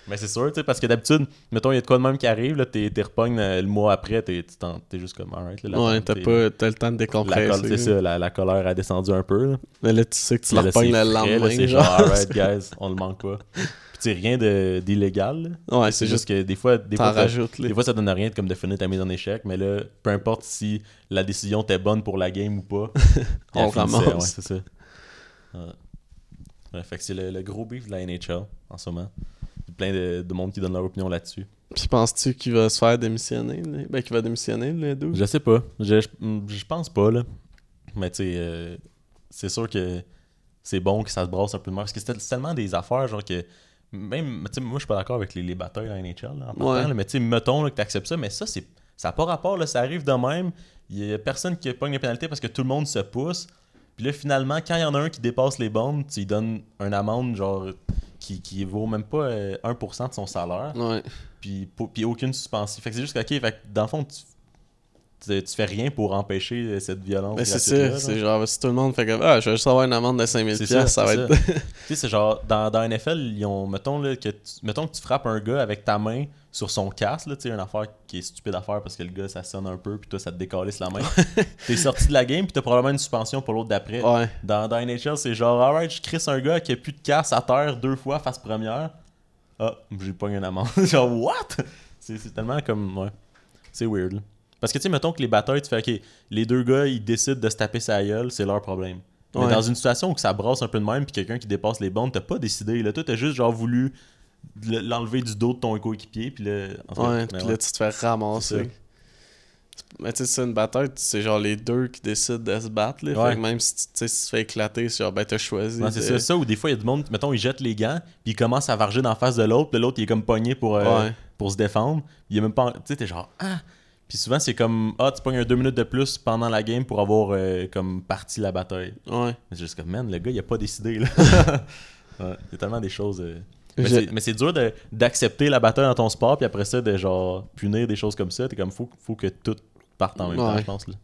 [SPEAKER 1] Mais c'est sûr, tu sais, parce que d'habitude, mettons, il y a de quoi de même qui arrive, là, t'es, t'es repognes euh, le mois après, t'es, tu t'en- t'es juste comme, alright, là, la-
[SPEAKER 2] Ouais, t'as
[SPEAKER 1] t'es-
[SPEAKER 2] pas t'as le temps de
[SPEAKER 1] La,
[SPEAKER 2] décompresser.
[SPEAKER 1] col- c'est
[SPEAKER 2] là.
[SPEAKER 1] ça, la, la colère a descendu un peu. Là.
[SPEAKER 2] Mais là, tu sais que tu
[SPEAKER 1] Là,
[SPEAKER 2] leur pognes le
[SPEAKER 1] c'est frais, là,
[SPEAKER 2] lendemain.
[SPEAKER 1] c'est genre,
[SPEAKER 2] genre. [laughs]
[SPEAKER 1] alright, guys, on le manque pas. Puis c'est rien de, d'illégal. là.
[SPEAKER 2] Ouais,
[SPEAKER 1] C'est juste que des fois, des
[SPEAKER 2] T'en
[SPEAKER 1] fois, ça-
[SPEAKER 2] rajoutes, là.
[SPEAKER 1] des fois, ça donne rien de comme de finir ta mise en échec, mais là, peu importe si la décision était bonne pour la game ou pas,
[SPEAKER 2] On
[SPEAKER 1] elle finissait,
[SPEAKER 2] ramasse.
[SPEAKER 1] Ouais, c'est ça. Ouais. Ouais, fait que c'est le, le gros beef de la NHL en ce moment. Il y a plein de, de monde qui donne leur opinion là-dessus.
[SPEAKER 2] Puis penses-tu qu'il va se faire démissionner là? Ben, qu'il va démissionner, le 12
[SPEAKER 1] Je hmm, sais pas. Je, je- je pense pas, là. Mais tu sais, euh, c'est sûr que c'est bon que ça se brasse un peu de mer. Parce que c'était tellement des affaires, genre que. Même, tu sais, moi, je suis pas d'accord avec les, les batteurs dans la NHL, là, en partant,
[SPEAKER 2] Ouais.
[SPEAKER 1] là, mais tu sais, mettons là, que t'acceptes ça, mais ça, c'est ça n'a pas rapport, là, ça arrive de même. Il y a personne qui pogne les pénalités parce que tout le monde se pousse. Puis là, finalement, quand il y en a un qui dépasse les bombes, tu lui donnes une amende, genre, qui, qui vaut même pas euh, 1% de son salaire
[SPEAKER 2] Ouais.
[SPEAKER 1] puis, po- puis aucune suspension. Fait que c'est juste que, ok, fait que dans le fond, tu, tu, tu fais rien pour empêcher euh, cette violence.
[SPEAKER 2] Mais Ben, c'est
[SPEAKER 1] gratuite-là,
[SPEAKER 2] ça, c'est
[SPEAKER 1] genre.
[SPEAKER 2] genre, si tout le monde fait comme, ah, je vais juste avoir une amende de 5000$,
[SPEAKER 1] C'est
[SPEAKER 2] piastres, ça va
[SPEAKER 1] c'est
[SPEAKER 2] être. [laughs]
[SPEAKER 1] Tu sais, c'est genre, dans, dans NFL, ils ont, mettons, là, que tu, mettons que tu frappes un gars avec ta main sur son casque, là, tu sais, une affaire qui est stupide à faire parce que le gars, ça sonne un peu, puis toi, ça te décalisse la main.
[SPEAKER 2] [laughs]
[SPEAKER 1] T'es sorti de la game, puis t'as probablement une suspension pour l'autre
[SPEAKER 2] [laughs]
[SPEAKER 1] d'après.
[SPEAKER 2] Ouais.
[SPEAKER 1] Dans, dans NHL, c'est genre, alright, je crisse un gars qui a plus de casse à terre deux fois face première. Ah, j'ai pas une amende. [laughs] genre, what? C'est c'est tellement comme. Ouais. C'est weird. là. Parce que, tu sais, mettons que les batteurs, tu fais, ok, les deux gars, ils décident de se taper sa gueule, c'est leur problème. Mais
[SPEAKER 2] Ouais.
[SPEAKER 1] dans une situation où ça brasse un peu de même, puis quelqu'un qui dépasse les bandes, t'as pas décidé. Là, toi, t'as juste, genre, voulu le- l'enlever du dos de ton coéquipier, puis le. en tout cas,
[SPEAKER 2] Ouais,
[SPEAKER 1] mais
[SPEAKER 2] puis
[SPEAKER 1] ben ouais.
[SPEAKER 2] là, tu te fais
[SPEAKER 1] C'est ça.
[SPEAKER 2] ramasser. Mais tu sais, c'est une bataille, c'est genre les deux qui décident de se battre. Là.
[SPEAKER 1] Ouais.
[SPEAKER 2] Fait que même si tu tu sais, si tu te fais éclater, c'est genre, ben t'as choisi.
[SPEAKER 1] Non, c'est
[SPEAKER 2] de-
[SPEAKER 1] ça, ça, ou des fois, il y a du monde, mettons, ils jettent les gants, puis ils commencent à varger dans la face de l'autre, puis l'autre, il est comme pogné pour, euh,
[SPEAKER 2] Ouais.
[SPEAKER 1] pour se défendre. Il est même pas. en- Tu sais, t'es genre, ah! Puis souvent, c'est comme, ah, tu pognes un deux minutes de plus pendant la game pour avoir, euh, comme, parti la bataille.
[SPEAKER 2] Ouais.
[SPEAKER 1] Mais C'est juste comme, man, le gars, il a pas
[SPEAKER 2] [laughs]
[SPEAKER 1] décidé, là. ouais, il y a tellement des choses. euh, Mais
[SPEAKER 2] Je-
[SPEAKER 1] c'est- mais c'est dur de- d'accepter la bataille dans ton sport, puis après ça, de genre, punir des choses comme ça. T'es comme, faut, faut que tout parte en même temps,
[SPEAKER 2] Ouais.
[SPEAKER 1] je pense, là.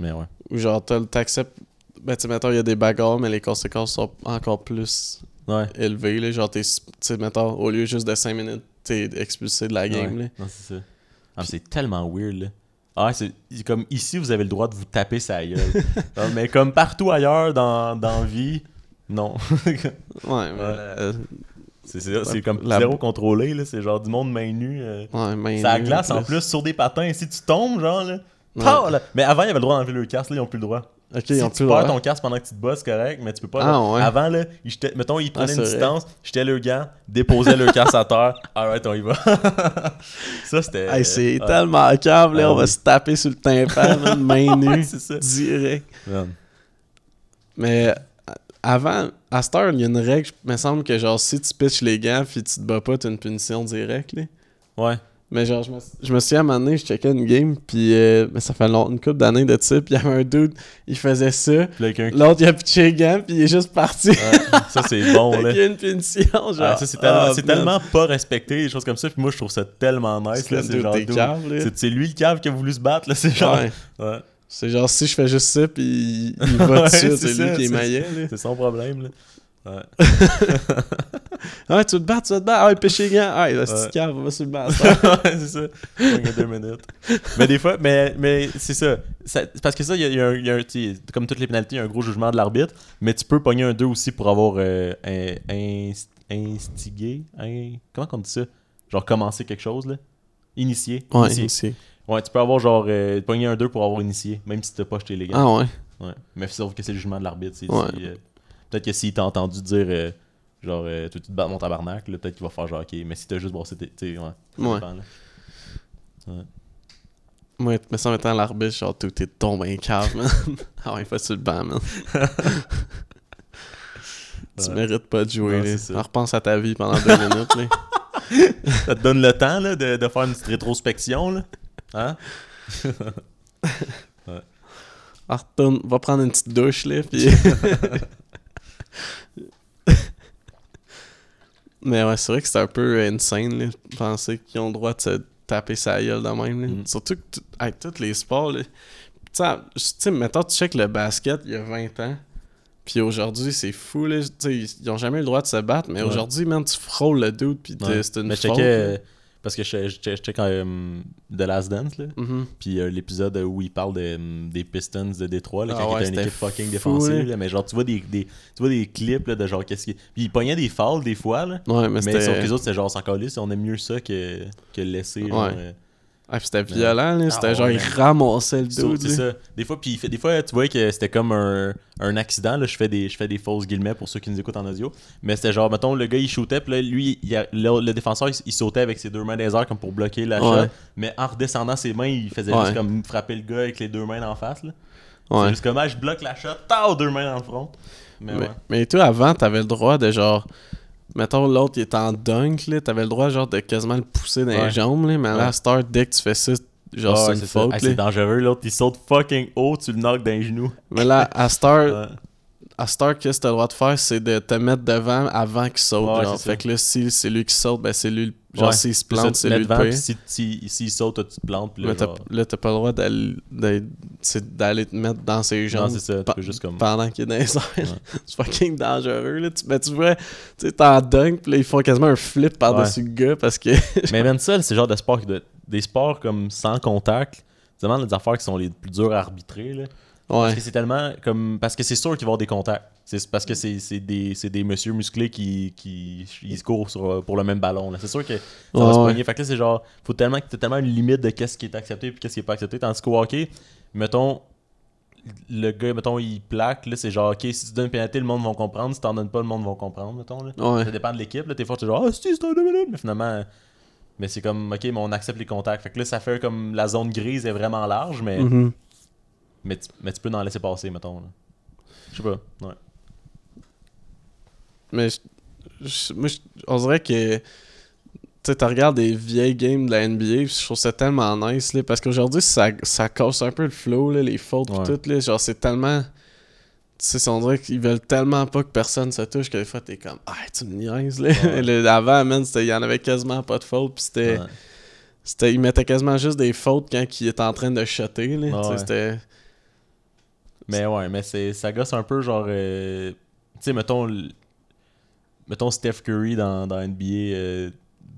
[SPEAKER 1] Mais ouais.
[SPEAKER 2] Ou genre, t'as- t'acceptes. Ben, tu sais, mettons, il y a des bagarres, mais les conséquences sont encore plus
[SPEAKER 1] Ouais.
[SPEAKER 2] élevées. Là. Genre, t'es. Tu sais, mettons, au lieu juste de 5 minutes, t'es expulsé de la game.
[SPEAKER 1] Ouais.
[SPEAKER 2] Là.
[SPEAKER 1] Non, c'est ça. Ah, mais c'est tellement weird, là. Ah, c'est c'est comme ici, vous avez le droit de vous taper sa gueule.
[SPEAKER 2] [laughs]
[SPEAKER 1] Ah, mais comme partout ailleurs dans, dans vie, non.
[SPEAKER 2] Ouais,
[SPEAKER 1] [laughs]
[SPEAKER 2] mais.
[SPEAKER 1] Ouais.
[SPEAKER 2] la-
[SPEAKER 1] c'est c'est- c'est comme
[SPEAKER 2] La-
[SPEAKER 1] zéro contrôlé, là. C'est genre du monde main nue. euh,
[SPEAKER 2] Ouais, mais.
[SPEAKER 1] c'est à la glace en plus sur des patins. Et si tu tombes, genre, là.
[SPEAKER 2] Ouais.
[SPEAKER 1] pow, là. Mais avant, ils avaient le droit d'enlever le casque, là, ils ont plus le droit.
[SPEAKER 2] Ok,
[SPEAKER 1] si
[SPEAKER 2] ils ont
[SPEAKER 1] tu
[SPEAKER 2] plus le
[SPEAKER 1] perds
[SPEAKER 2] droit.
[SPEAKER 1] ton casque pendant que tu te bosses, c'est correct, mais tu peux pas.
[SPEAKER 2] Ah,
[SPEAKER 1] là.
[SPEAKER 2] ouais. Ah,
[SPEAKER 1] Avant, là, ils jetaient- mettons, ils prenaient une
[SPEAKER 2] c'est vrai.
[SPEAKER 1] distance, j'étais le gant, déposaient le casque à terre.
[SPEAKER 2] [laughs]
[SPEAKER 1] Alright, on y va. [laughs] ça, c'était.
[SPEAKER 2] Hey, c'est
[SPEAKER 1] euh, ouais.
[SPEAKER 2] tellement câble, là.
[SPEAKER 1] Ah
[SPEAKER 2] on va
[SPEAKER 1] oui.
[SPEAKER 2] se taper sur le tympan, man, main
[SPEAKER 1] [laughs] Ouais,
[SPEAKER 2] nue.
[SPEAKER 1] c'est ça.
[SPEAKER 2] direct.
[SPEAKER 1] Ah, Man.
[SPEAKER 2] Mais a- avant, à cette heure, il y a une règle, il me semble que genre si tu pitches les gants puis tu te bats pas, t'as une punition directe. là.
[SPEAKER 1] Ouais.
[SPEAKER 2] Mais genre, je me, je me souviens à un moment donné, je checkais une game, puis euh, mais ça fait long- une couple d'années de ça, puis il y avait un dude, il faisait ça,
[SPEAKER 1] Puis là,
[SPEAKER 2] [laughs]
[SPEAKER 1] quelqu'un qui-
[SPEAKER 2] l'autre il a pitché les gants, puis il est juste parti. [laughs]
[SPEAKER 1] Ouais, ça, c'est bon, là.
[SPEAKER 2] il y a une punition, genre.
[SPEAKER 1] Ah, ça, c'est tellement,
[SPEAKER 2] Ah,
[SPEAKER 1] c'est
[SPEAKER 2] man.
[SPEAKER 1] tellement pas respecté, des choses comme ça. Puis moi, je trouve ça tellement nice.
[SPEAKER 2] C'est
[SPEAKER 1] là,
[SPEAKER 2] le
[SPEAKER 1] C'est
[SPEAKER 2] dude
[SPEAKER 1] genre,
[SPEAKER 2] des
[SPEAKER 1] dude,
[SPEAKER 2] caves, là.
[SPEAKER 1] c'est- c'est lui le cave qui a voulu se battre. là, C'est genre.
[SPEAKER 2] Ouais.
[SPEAKER 1] Ouais.
[SPEAKER 2] C'est genre, si je fais juste ça, puis il,
[SPEAKER 1] [laughs]
[SPEAKER 2] il va
[SPEAKER 1] Ouais,
[SPEAKER 2] dessus,
[SPEAKER 1] c'est
[SPEAKER 2] c'est
[SPEAKER 1] ça,
[SPEAKER 2] lui qui est
[SPEAKER 1] c'est-
[SPEAKER 2] maillet. là.
[SPEAKER 1] C'est son problème. Là.
[SPEAKER 2] [laughs]
[SPEAKER 1] Ouais.
[SPEAKER 2] Ah, tu te bats, tu te bats, ah, il pitche les gants, ah, il a
[SPEAKER 1] Ouais.
[SPEAKER 2] se cave, on va se le battre.
[SPEAKER 1] Ouais, c'est ça. Il y a deux minutes. Mais des fois, mais, mais c'est ça. Ça- c'est Parce que ça, il y a, il y a un- il y a un- tu sais, Comme toutes les pénalités, il y a un gros jugement de l'arbitre. Mais tu peux pogner un 2 aussi pour avoir euh, un- inst- instigé. un- comment on dit ça Genre commencer quelque chose, là. Initié.
[SPEAKER 2] Ouais,
[SPEAKER 1] Initié.
[SPEAKER 2] c'est-
[SPEAKER 1] Ouais, tu peux avoir genre euh, pogner un 2 pour avoir initié, même si t'as pas jeté les gars.
[SPEAKER 2] Ah ouais.
[SPEAKER 1] Ouais. Mais sauf que c'est le jugement de l'arbitre. c'est-
[SPEAKER 2] Ouais.
[SPEAKER 1] c'est, euh, peut-être que s'il t'a entendu dire euh, genre euh, tu veux te battre mon tabarnak, là, peut-être qu'il va faire genre ok, mais si t'as juste brossé tes. t'sais, Ouais. ça
[SPEAKER 2] Ouais.
[SPEAKER 1] dépend, là.
[SPEAKER 2] Moi, mais ça mettant l'arbitre, genre, tout t'es tombé un cave, man. [laughs] ah ouais, pas sur le banc, man.
[SPEAKER 1] [laughs]
[SPEAKER 2] tu
[SPEAKER 1] Ouais.
[SPEAKER 2] mérites pas de jouer,
[SPEAKER 1] Non,
[SPEAKER 2] là.
[SPEAKER 1] c'est ça.
[SPEAKER 2] On repense à ta vie pendant deux [laughs] minutes, là.
[SPEAKER 1] Ça te donne le temps là, de, de faire une petite rétrospection. Là. Hein?
[SPEAKER 2] On retourne, va prendre une petite douche, là,
[SPEAKER 1] [laughs]
[SPEAKER 2] puis... mais ouais, c'est vrai que c'est un peu insane, là, de penser qu'ils ont le droit de se taper sa gueule de même, là.
[SPEAKER 1] Mm.
[SPEAKER 2] Surtout que, tout- avec tous les sports, là... Tu sais, mettons, tu check le basket, il y a 20 ans... Puis aujourd'hui, c'est fou, là. Tu sais, ils ils ont jamais eu le droit de se battre, mais
[SPEAKER 1] Ouais.
[SPEAKER 2] aujourd'hui, man, tu frôles le dude, puis t'es-
[SPEAKER 1] Ouais.
[SPEAKER 2] c'est une
[SPEAKER 1] mais je
[SPEAKER 2] faute,
[SPEAKER 1] checkais,
[SPEAKER 2] là.
[SPEAKER 1] euh, parce que je, je, je check euh, The Last Dance, là,
[SPEAKER 2] Mhm.
[SPEAKER 1] puis euh, l'épisode où il parle de, hum, des Pistons de Détroit, là,
[SPEAKER 2] Ah
[SPEAKER 1] quand
[SPEAKER 2] ouais,
[SPEAKER 1] il était une
[SPEAKER 2] c'était
[SPEAKER 1] équipe fucking
[SPEAKER 2] fou,
[SPEAKER 1] défensive.
[SPEAKER 2] hein.
[SPEAKER 1] là, mais genre, tu vois des, des- tu vois des clips là, de genre, qu'est-ce qui. Puis il pognait des fouls des fois, là.
[SPEAKER 2] Ouais, mais,
[SPEAKER 1] Mais sauf
[SPEAKER 2] c'était...
[SPEAKER 1] que les autres, c'est genre, sans coller, on aime mieux ça que, que laisser. genre,
[SPEAKER 2] Ouais.
[SPEAKER 1] euh,
[SPEAKER 2] Ah, puis c'était violent, là. C'était
[SPEAKER 1] Ah,
[SPEAKER 2] genre,
[SPEAKER 1] ouais,
[SPEAKER 2] ils
[SPEAKER 1] man.
[SPEAKER 2] ramassaient le
[SPEAKER 1] So,
[SPEAKER 2] dude,
[SPEAKER 1] c'est
[SPEAKER 2] là.
[SPEAKER 1] ça. Des fois, puis il fait- des fois, tu vois que c'était comme un, un accident. Là, je fais des, je fais des fausses guillemets pour ceux qui nous écoutent en audio. Mais c'était genre, mettons, le gars il shootait, puis là, lui, il a- le, le défenseur il, il sautait avec ses deux mains des airs comme pour bloquer la
[SPEAKER 2] Ouais.
[SPEAKER 1] shot. Mais en redescendant ses mains, il faisait
[SPEAKER 2] Ouais.
[SPEAKER 1] juste comme frapper le gars avec les deux mains en face. là. C'est
[SPEAKER 2] Ouais.
[SPEAKER 1] juste comme, ah, je bloque la shot, tao, deux mains dans le front. Mais,
[SPEAKER 2] mais,
[SPEAKER 1] ouais.
[SPEAKER 2] mais toi, avant, t'avais le droit de genre. Mettons, l'autre, il est en dunk, là. T'avais le droit, genre, de quasiment le pousser dans les
[SPEAKER 1] Ouais.
[SPEAKER 2] jambes, là. Mais à la
[SPEAKER 1] Ouais.
[SPEAKER 2] star, dès que tu fais ça, genre,
[SPEAKER 1] Ah,
[SPEAKER 2] c'est
[SPEAKER 1] ouais,
[SPEAKER 2] une
[SPEAKER 1] c'est ça.
[SPEAKER 2] faute,
[SPEAKER 1] Hey,
[SPEAKER 2] là.
[SPEAKER 1] c'est dangereux, l'autre il saute fucking haut, tu le knock dans les genoux.
[SPEAKER 2] Mais là, à star,
[SPEAKER 1] [laughs] Ouais.
[SPEAKER 2] à Star, qu'est-ce que t'as le droit de faire, c'est de te mettre devant avant qu'il saute.
[SPEAKER 1] Ouais,
[SPEAKER 2] genre.
[SPEAKER 1] c'est ça.
[SPEAKER 2] Fait que là, si c'est lui qui saute, ben c'est lui. le- Genre,
[SPEAKER 1] Ouais,
[SPEAKER 2] s'il se
[SPEAKER 1] C'est ça,
[SPEAKER 2] plante,
[SPEAKER 1] tu
[SPEAKER 2] c'est
[SPEAKER 1] te mets
[SPEAKER 2] lui le
[SPEAKER 1] devant,
[SPEAKER 2] pire.
[SPEAKER 1] puis si- si- S'il saute, toi, tu te plantes. puis là,
[SPEAKER 2] Mais t'as-
[SPEAKER 1] genre-
[SPEAKER 2] [laughs] là, t'as pas le droit d'aller d'aller- c'est d'aller te mettre dans ses
[SPEAKER 1] Non,
[SPEAKER 2] jambes
[SPEAKER 1] c'est ça. Tu
[SPEAKER 2] pe-
[SPEAKER 1] peux juste comme.
[SPEAKER 2] pendant qu'il est dans les airs. [laughs] C'est fucking dangereux. Là. Tu, mais tu vois, tu sais, t'es en dunk, puis là, ils font quasiment un flip par-dessus le gars parce que. [laughs]
[SPEAKER 1] Mais même ça, c'est le genre de sport qui doit- des sports comme sans contact. C'est vraiment des affaires qui sont les plus dures à arbitrer. Là. Parce
[SPEAKER 2] ouais.
[SPEAKER 1] que c'est tellement comme. Parce que c'est sûr qu'il va y avoir des contacts. C'est parce que c'est c'est des, c'est des messieurs musclés qui, qui ils se courent sur- pour le même ballon. là. C'est sûr que ça va
[SPEAKER 2] Ouais,
[SPEAKER 1] se
[SPEAKER 2] ouais.
[SPEAKER 1] pogner. Fait que là, c'est genre. Faut tellement que t'as tellement une limite de qu'est-ce qui est accepté et qu'est-ce qui est pas accepté. Tandis qu'au hockey, mettons. Le gars, mettons, il plaque, là, c'est genre, ok, si tu donnes une pénalité, le monde va comprendre, si t'en donnes pas, le monde va comprendre, mettons, là.
[SPEAKER 2] Ouais.
[SPEAKER 1] Ça dépend de l'équipe, là, t'es fort, t'es genre, ah, si, c'est un deux minutes, mais finalement, mais c'est comme, ok, mais on accepte les contacts. Fait que là, ça fait comme la zone grise est vraiment large, mais
[SPEAKER 2] Mhm.
[SPEAKER 1] mais tu, mais tu peux en laisser passer, mettons. là. Je sais pas. Ouais.
[SPEAKER 2] Mais je- je- moi, je- on dirait que. Tu sais, tu regardes des vieilles games de la NBA, pis je trouve ça tellement nice, là, parce qu'aujourd'hui, ça, ça casse un peu le flow, là, les fautes, pis
[SPEAKER 1] Ouais.
[SPEAKER 2] tout, là, genre, c'est tellement... Tu sais, on dirait qu'ils veulent tellement pas que personne se touche que des fois, t'es comme « Ah, tu me niaises, là!
[SPEAKER 1] Ouais.
[SPEAKER 2] [laughs] Le- Avant, man, c'était- il y en avait quasiment pas de fautes, pis c'était...
[SPEAKER 1] Ouais.
[SPEAKER 2] c'était- Ils mettaient quasiment juste des fautes quand ils étaient en train de shotter, là, tu sais,
[SPEAKER 1] Ouais.
[SPEAKER 2] c'était...
[SPEAKER 1] Mais ouais, mais c'est ça gosse un peu genre euh, tu sais mettons l- mettons Steph Curry dans, dans NBA euh,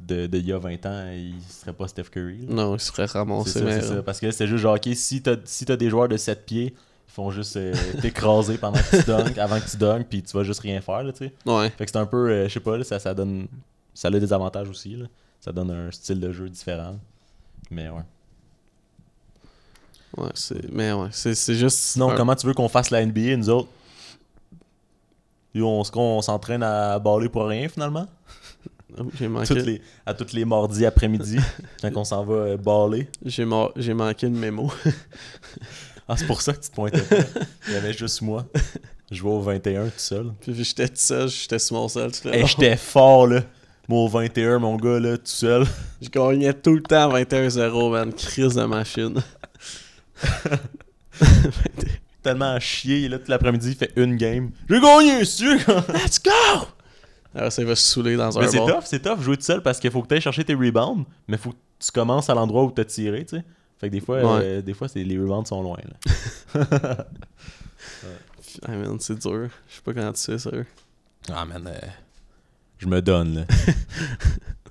[SPEAKER 1] de, de il y a 20 ans, il serait pas Steph Curry. là.
[SPEAKER 2] Non, ils se feraient
[SPEAKER 1] C'est
[SPEAKER 2] ramasser,
[SPEAKER 1] ça,
[SPEAKER 2] mais...
[SPEAKER 1] c'est ça parce que c'est juste genre OK, si t'as si t'as des joueurs de 7 pieds, ils font juste euh, t'écraser pendant que tu dunks, avant que tu dunks puis tu vas juste rien faire là, tu sais.
[SPEAKER 2] Ouais,
[SPEAKER 1] Fait que c'est un peu euh, je sais pas, là, ça ça donne ça a des avantages aussi là. Ça donne un style de jeu différent. Mais ouais.
[SPEAKER 2] ouais, c'est... Mais ouais, c'est c'est juste...
[SPEAKER 1] Sinon,
[SPEAKER 2] un-
[SPEAKER 1] comment tu veux qu'on fasse la NBA, nous autres Yo, On, se- on s'entraîne à baller pour rien, finalement
[SPEAKER 2] Oh, J'ai manqué...
[SPEAKER 1] Toutes les- À tous les mardis
[SPEAKER 2] [laughs]
[SPEAKER 1] après-midi, quand on s'en va euh, baller.
[SPEAKER 2] J'ai, mar- j'ai manqué le mémo. [laughs]
[SPEAKER 1] Ah, c'est pour ça que tu te pointais pas. Il y avait juste moi. Je vais au 21 tout
[SPEAKER 2] [laughs]
[SPEAKER 1] seul.
[SPEAKER 2] Puis j'étais tout seul, j'étais sur mon sol. tout le
[SPEAKER 1] Hey,
[SPEAKER 2] long.
[SPEAKER 1] j'étais fort, là Moi, au 21, mon gars, là, tout seul. [laughs]
[SPEAKER 2] Je gagnais tout le temps 21-0, man. Crise de machine.
[SPEAKER 1] Tellement à chier, là, tout l'après-midi, il fait une game. J'ai gagné, monsieur [laughs]
[SPEAKER 2] Let's go! Alors ça il va se saouler dans
[SPEAKER 1] Mais
[SPEAKER 2] un
[SPEAKER 1] c'est
[SPEAKER 2] bar.
[SPEAKER 1] tough, c'est tough jouer tout seul parce qu'il faut que tu ailles chercher tes rebounds, mais faut que tu commences à l'endroit où tu as tiré, tu sais. Fait que des fois,
[SPEAKER 2] Ouais.
[SPEAKER 1] euh, des fois c'est- les rebounds sont loin. là.
[SPEAKER 2] Ah, man, c'est dur. Je sais pas comment tu sais ça.
[SPEAKER 1] Ah, man, euh, je me donne, là.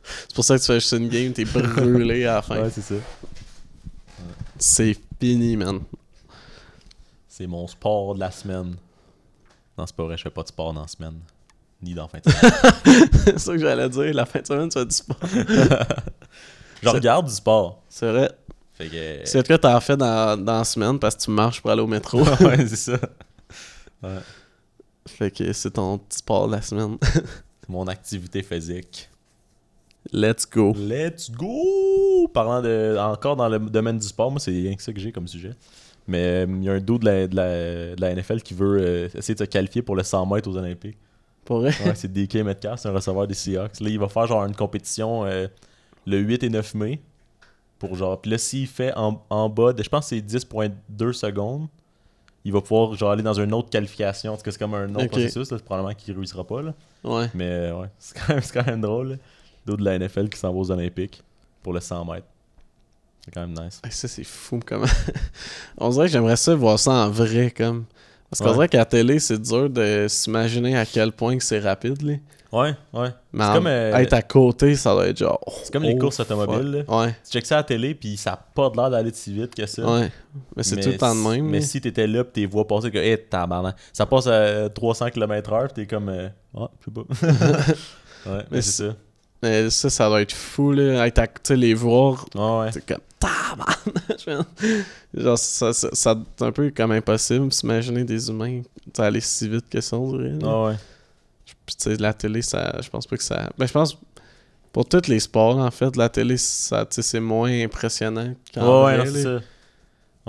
[SPEAKER 2] C'est pour ça que tu fais juste une game, t'es brûlé à la fin.
[SPEAKER 1] ouais, c'est ça.
[SPEAKER 2] C'est fini, man. [laughs]
[SPEAKER 1] C'est mon sport de la semaine. Non, c'est pas vrai, je fais pas de sport dans la semaine. Ni dans la fin de semaine.
[SPEAKER 2] c'est ça que j'allais dire. La fin de semaine, tu vas du sport.
[SPEAKER 1] Je regarde du sport.
[SPEAKER 2] C'est vrai.
[SPEAKER 1] Fait que.
[SPEAKER 2] C'est quoi t'as fait dans, dans la semaine parce que tu marches pour aller au métro.
[SPEAKER 1] [laughs] ouais, [laughs] c'est ça.
[SPEAKER 2] fait que c'est ton petit sport de la semaine. [laughs]
[SPEAKER 1] Mon activité physique.
[SPEAKER 2] Let's go.
[SPEAKER 1] Let's go! Parlant de. Encore dans le domaine du sport, moi, c'est rien que ça que j'ai comme sujet. Mais euh, il y a un dos de la, de la, de la NFL qui veut euh, essayer de se qualifier pour le 100 mètres aux Olympiques.
[SPEAKER 2] Pour vrai?
[SPEAKER 1] Ouais, [laughs] c'est DK Metcalf, c'est un receveur des Seahawks. Là, il va faire genre une compétition euh, le 8 et 9 mai. Pour genre. Puis là, s'il fait en, en bas de. Je pense que c'est 10.2 secondes. Il va pouvoir genre aller dans une autre qualification. Parce que c'est comme un autre
[SPEAKER 2] Ok.
[SPEAKER 1] processus. Là, c'est probablement qu'il réussira pas. Là.
[SPEAKER 2] Ouais.
[SPEAKER 1] Mais euh, ouais, c'est quand, même- [laughs] c'est quand même drôle. là. Dos de la NFL qui s'en va aux Olympiques pour le 100 mètres. C'est quand même nice.
[SPEAKER 2] Hey, ça, c'est fou, comment. on dirait que j'aimerais ça voir ça en vrai, comme. Parce qu'on
[SPEAKER 1] Ouais.
[SPEAKER 2] dirait qu'à la télé, c'est dur de s'imaginer à quel point que c'est rapide, là.
[SPEAKER 1] Ouais, ouais.
[SPEAKER 2] Mais
[SPEAKER 1] C'est
[SPEAKER 2] en-
[SPEAKER 1] comme, euh,
[SPEAKER 2] être à côté, ça doit être genre. oh,
[SPEAKER 1] C'est comme les
[SPEAKER 2] oh,
[SPEAKER 1] courses automobiles.
[SPEAKER 2] fuck.
[SPEAKER 1] là.
[SPEAKER 2] Ouais,
[SPEAKER 1] Tu checkes ça à la télé, puis ça n'a pas de l'air d'aller si vite que ça.
[SPEAKER 2] ouais. Mais c'est
[SPEAKER 1] Mais
[SPEAKER 2] tout le temps de
[SPEAKER 1] si-
[SPEAKER 2] même.
[SPEAKER 1] Mais
[SPEAKER 2] là.
[SPEAKER 1] si t'étais là, pis t'es vois passer, que, hey, tabarnak. Ça passe à euh, 300 km/h, pis t'es comme, euh, ah, je sais
[SPEAKER 2] [laughs]
[SPEAKER 1] pas. [laughs] ouais, mais c'est ça.
[SPEAKER 2] Mais ça, ça doit être fou, là. Être à tu sais, les voir.
[SPEAKER 1] Ouais, ouais.
[SPEAKER 2] C'est comme. Tabarnak! [laughs] genre, ça, ça, ça- c'est un peu comme impossible de s'imaginer des humains tu sais, aller si vite que ça, on dirait. là.
[SPEAKER 1] Ouais, ouais.
[SPEAKER 2] Puis tu sais, la télé, ça, je pense pas que ça. Ben, je pense pour tous les sports, en fait, la télé, ça, tu sais, c'est moins impressionnant qu'en
[SPEAKER 1] Ouais,
[SPEAKER 2] vrai,
[SPEAKER 1] ouais, non,
[SPEAKER 2] là.
[SPEAKER 1] c'est ça.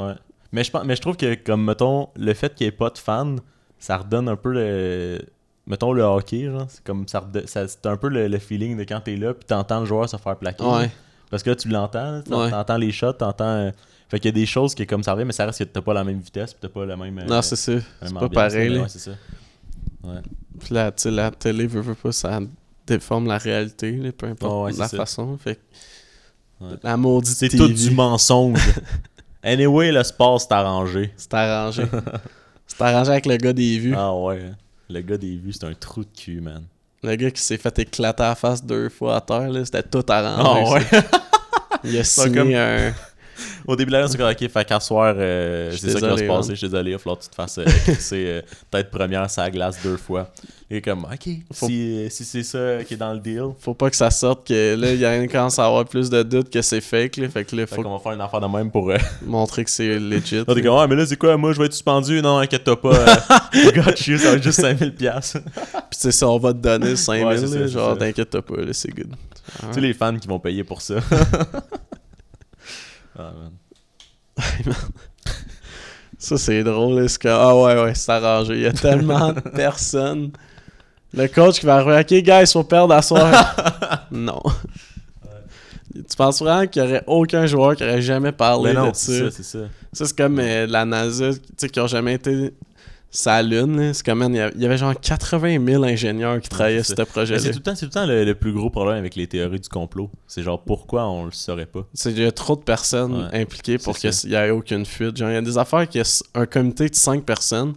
[SPEAKER 1] Ouais. Mais je, pense, mais je trouve que, comme, mettons, le fait qu'il n'y ait pas de fans, ça redonne un peu le. Mettons le hockey, genre. C'est comme ça, redonne- ça- c'est un peu le, le feeling de quand t'es là, puis t'entends le joueur se faire plaquer.
[SPEAKER 2] Ouais.
[SPEAKER 1] Parce que là, tu l'entends, là, t'en-
[SPEAKER 2] Ouais.
[SPEAKER 1] t'entends les shots, t'entends. euh, Fait qu'il y a des choses qui, comme ça revient, mais ça reste que t'as pas la même vitesse, puis t'as pas la même. euh,
[SPEAKER 2] Non, c'est ça.
[SPEAKER 1] la
[SPEAKER 2] C'est
[SPEAKER 1] même
[SPEAKER 2] pas
[SPEAKER 1] ambiance,
[SPEAKER 2] pareil.
[SPEAKER 1] mais
[SPEAKER 2] Là.
[SPEAKER 1] ouais, c'est ça. Ouais.
[SPEAKER 2] Puis la, tu sais, la télé veut, veut pas, ça déforme la réalité, là, peu importe
[SPEAKER 1] Ouais, ouais, c'est
[SPEAKER 2] la
[SPEAKER 1] ça.
[SPEAKER 2] façon. Fait que
[SPEAKER 1] Ouais.
[SPEAKER 2] la maudite
[SPEAKER 1] C'est
[SPEAKER 2] TV,
[SPEAKER 1] tout
[SPEAKER 2] [laughs]
[SPEAKER 1] du mensonge. anyway, le sport, c'est arrangé.
[SPEAKER 2] C'est
[SPEAKER 1] [laughs]
[SPEAKER 2] arrangé. c'est arrangé avec le gars des vues.
[SPEAKER 1] Ah ouais. hein. Le gars des vues, c'est un trou de cul, man.
[SPEAKER 2] Le gars qui s'est fait éclater la face deux fois à terre, là, c'était tout arrangé.
[SPEAKER 1] Ah ouais.
[SPEAKER 2] ça. Il a signé
[SPEAKER 1] comme-
[SPEAKER 2] un...
[SPEAKER 1] Au début de l'année, c'est comme, ok, fait qu'à soir, euh,
[SPEAKER 2] Je suis
[SPEAKER 1] c'est ça qui va se
[SPEAKER 2] désolé, man.
[SPEAKER 1] passer. Je suis désolé, il va falloir que tu te [laughs] fasses euh, crisser, euh, tête première sur la glace deux fois. Et comme, ok,
[SPEAKER 2] Faut-
[SPEAKER 1] si, euh, si c'est ça qui est dans le deal,
[SPEAKER 2] Faut pas que ça sorte que là, il y a une chance à avoir plus de doutes que c'est fake, là. Fait que là,
[SPEAKER 1] fait
[SPEAKER 2] faut
[SPEAKER 1] qu'on va faire une affaire de même [laughs] pour. euh,
[SPEAKER 2] montrer que c'est legit.
[SPEAKER 1] Non, t'es comme, ah, mais là, c'est quoi, moi, je vais être suspendu. Non, inquiète-toi pas. [laughs] euh, got you, ça va être juste 5000$. piastres.
[SPEAKER 2] Pis tu sais, ça, on va te
[SPEAKER 1] [laughs]
[SPEAKER 2] donner 5000,
[SPEAKER 1] Ouais, c'est ça,
[SPEAKER 2] là,
[SPEAKER 1] c'est
[SPEAKER 2] genre,
[SPEAKER 1] ça.
[SPEAKER 2] t'inquiète t'as pas, là, c'est good.
[SPEAKER 1] Tu sais, les fans qui vont payer pour [laughs] ça. ah, man.
[SPEAKER 2] Ça, c'est drôle, là, c'est que, ah ouais, ouais, c'est arrangé. Il
[SPEAKER 1] [laughs]
[SPEAKER 2] y a tellement de personnes. Le coach qui va arriver, ok, guys, faut perdre à
[SPEAKER 1] [laughs]
[SPEAKER 2] soir. non. Tu penses vraiment qu'il y aurait aucun joueur qui aurait jamais parlé
[SPEAKER 1] Mais non,
[SPEAKER 2] de ça?
[SPEAKER 1] c'est ça, c'est ça.
[SPEAKER 2] Ça, c'est comme euh, la NASA, tu sais, qui ont jamais été sa lune. là. C'est comme, man, il y avait- il y avait genre 80 000 ingénieurs qui travaillaient sur
[SPEAKER 1] c'est ça.
[SPEAKER 2] ce
[SPEAKER 1] Mais C'est
[SPEAKER 2] projet-là.
[SPEAKER 1] tout le temps, c'est tout le, temps le, le plus gros problème avec les théories du complot. C'est genre, pourquoi on le saurait pas?
[SPEAKER 2] C'est- Il y a trop de personnes
[SPEAKER 1] Ouais,
[SPEAKER 2] impliquées pour
[SPEAKER 1] c'est
[SPEAKER 2] qu'il n'y ait aucune fuite. Genre, il y a des affaires qu'il y a s- un comité de 5 personnes,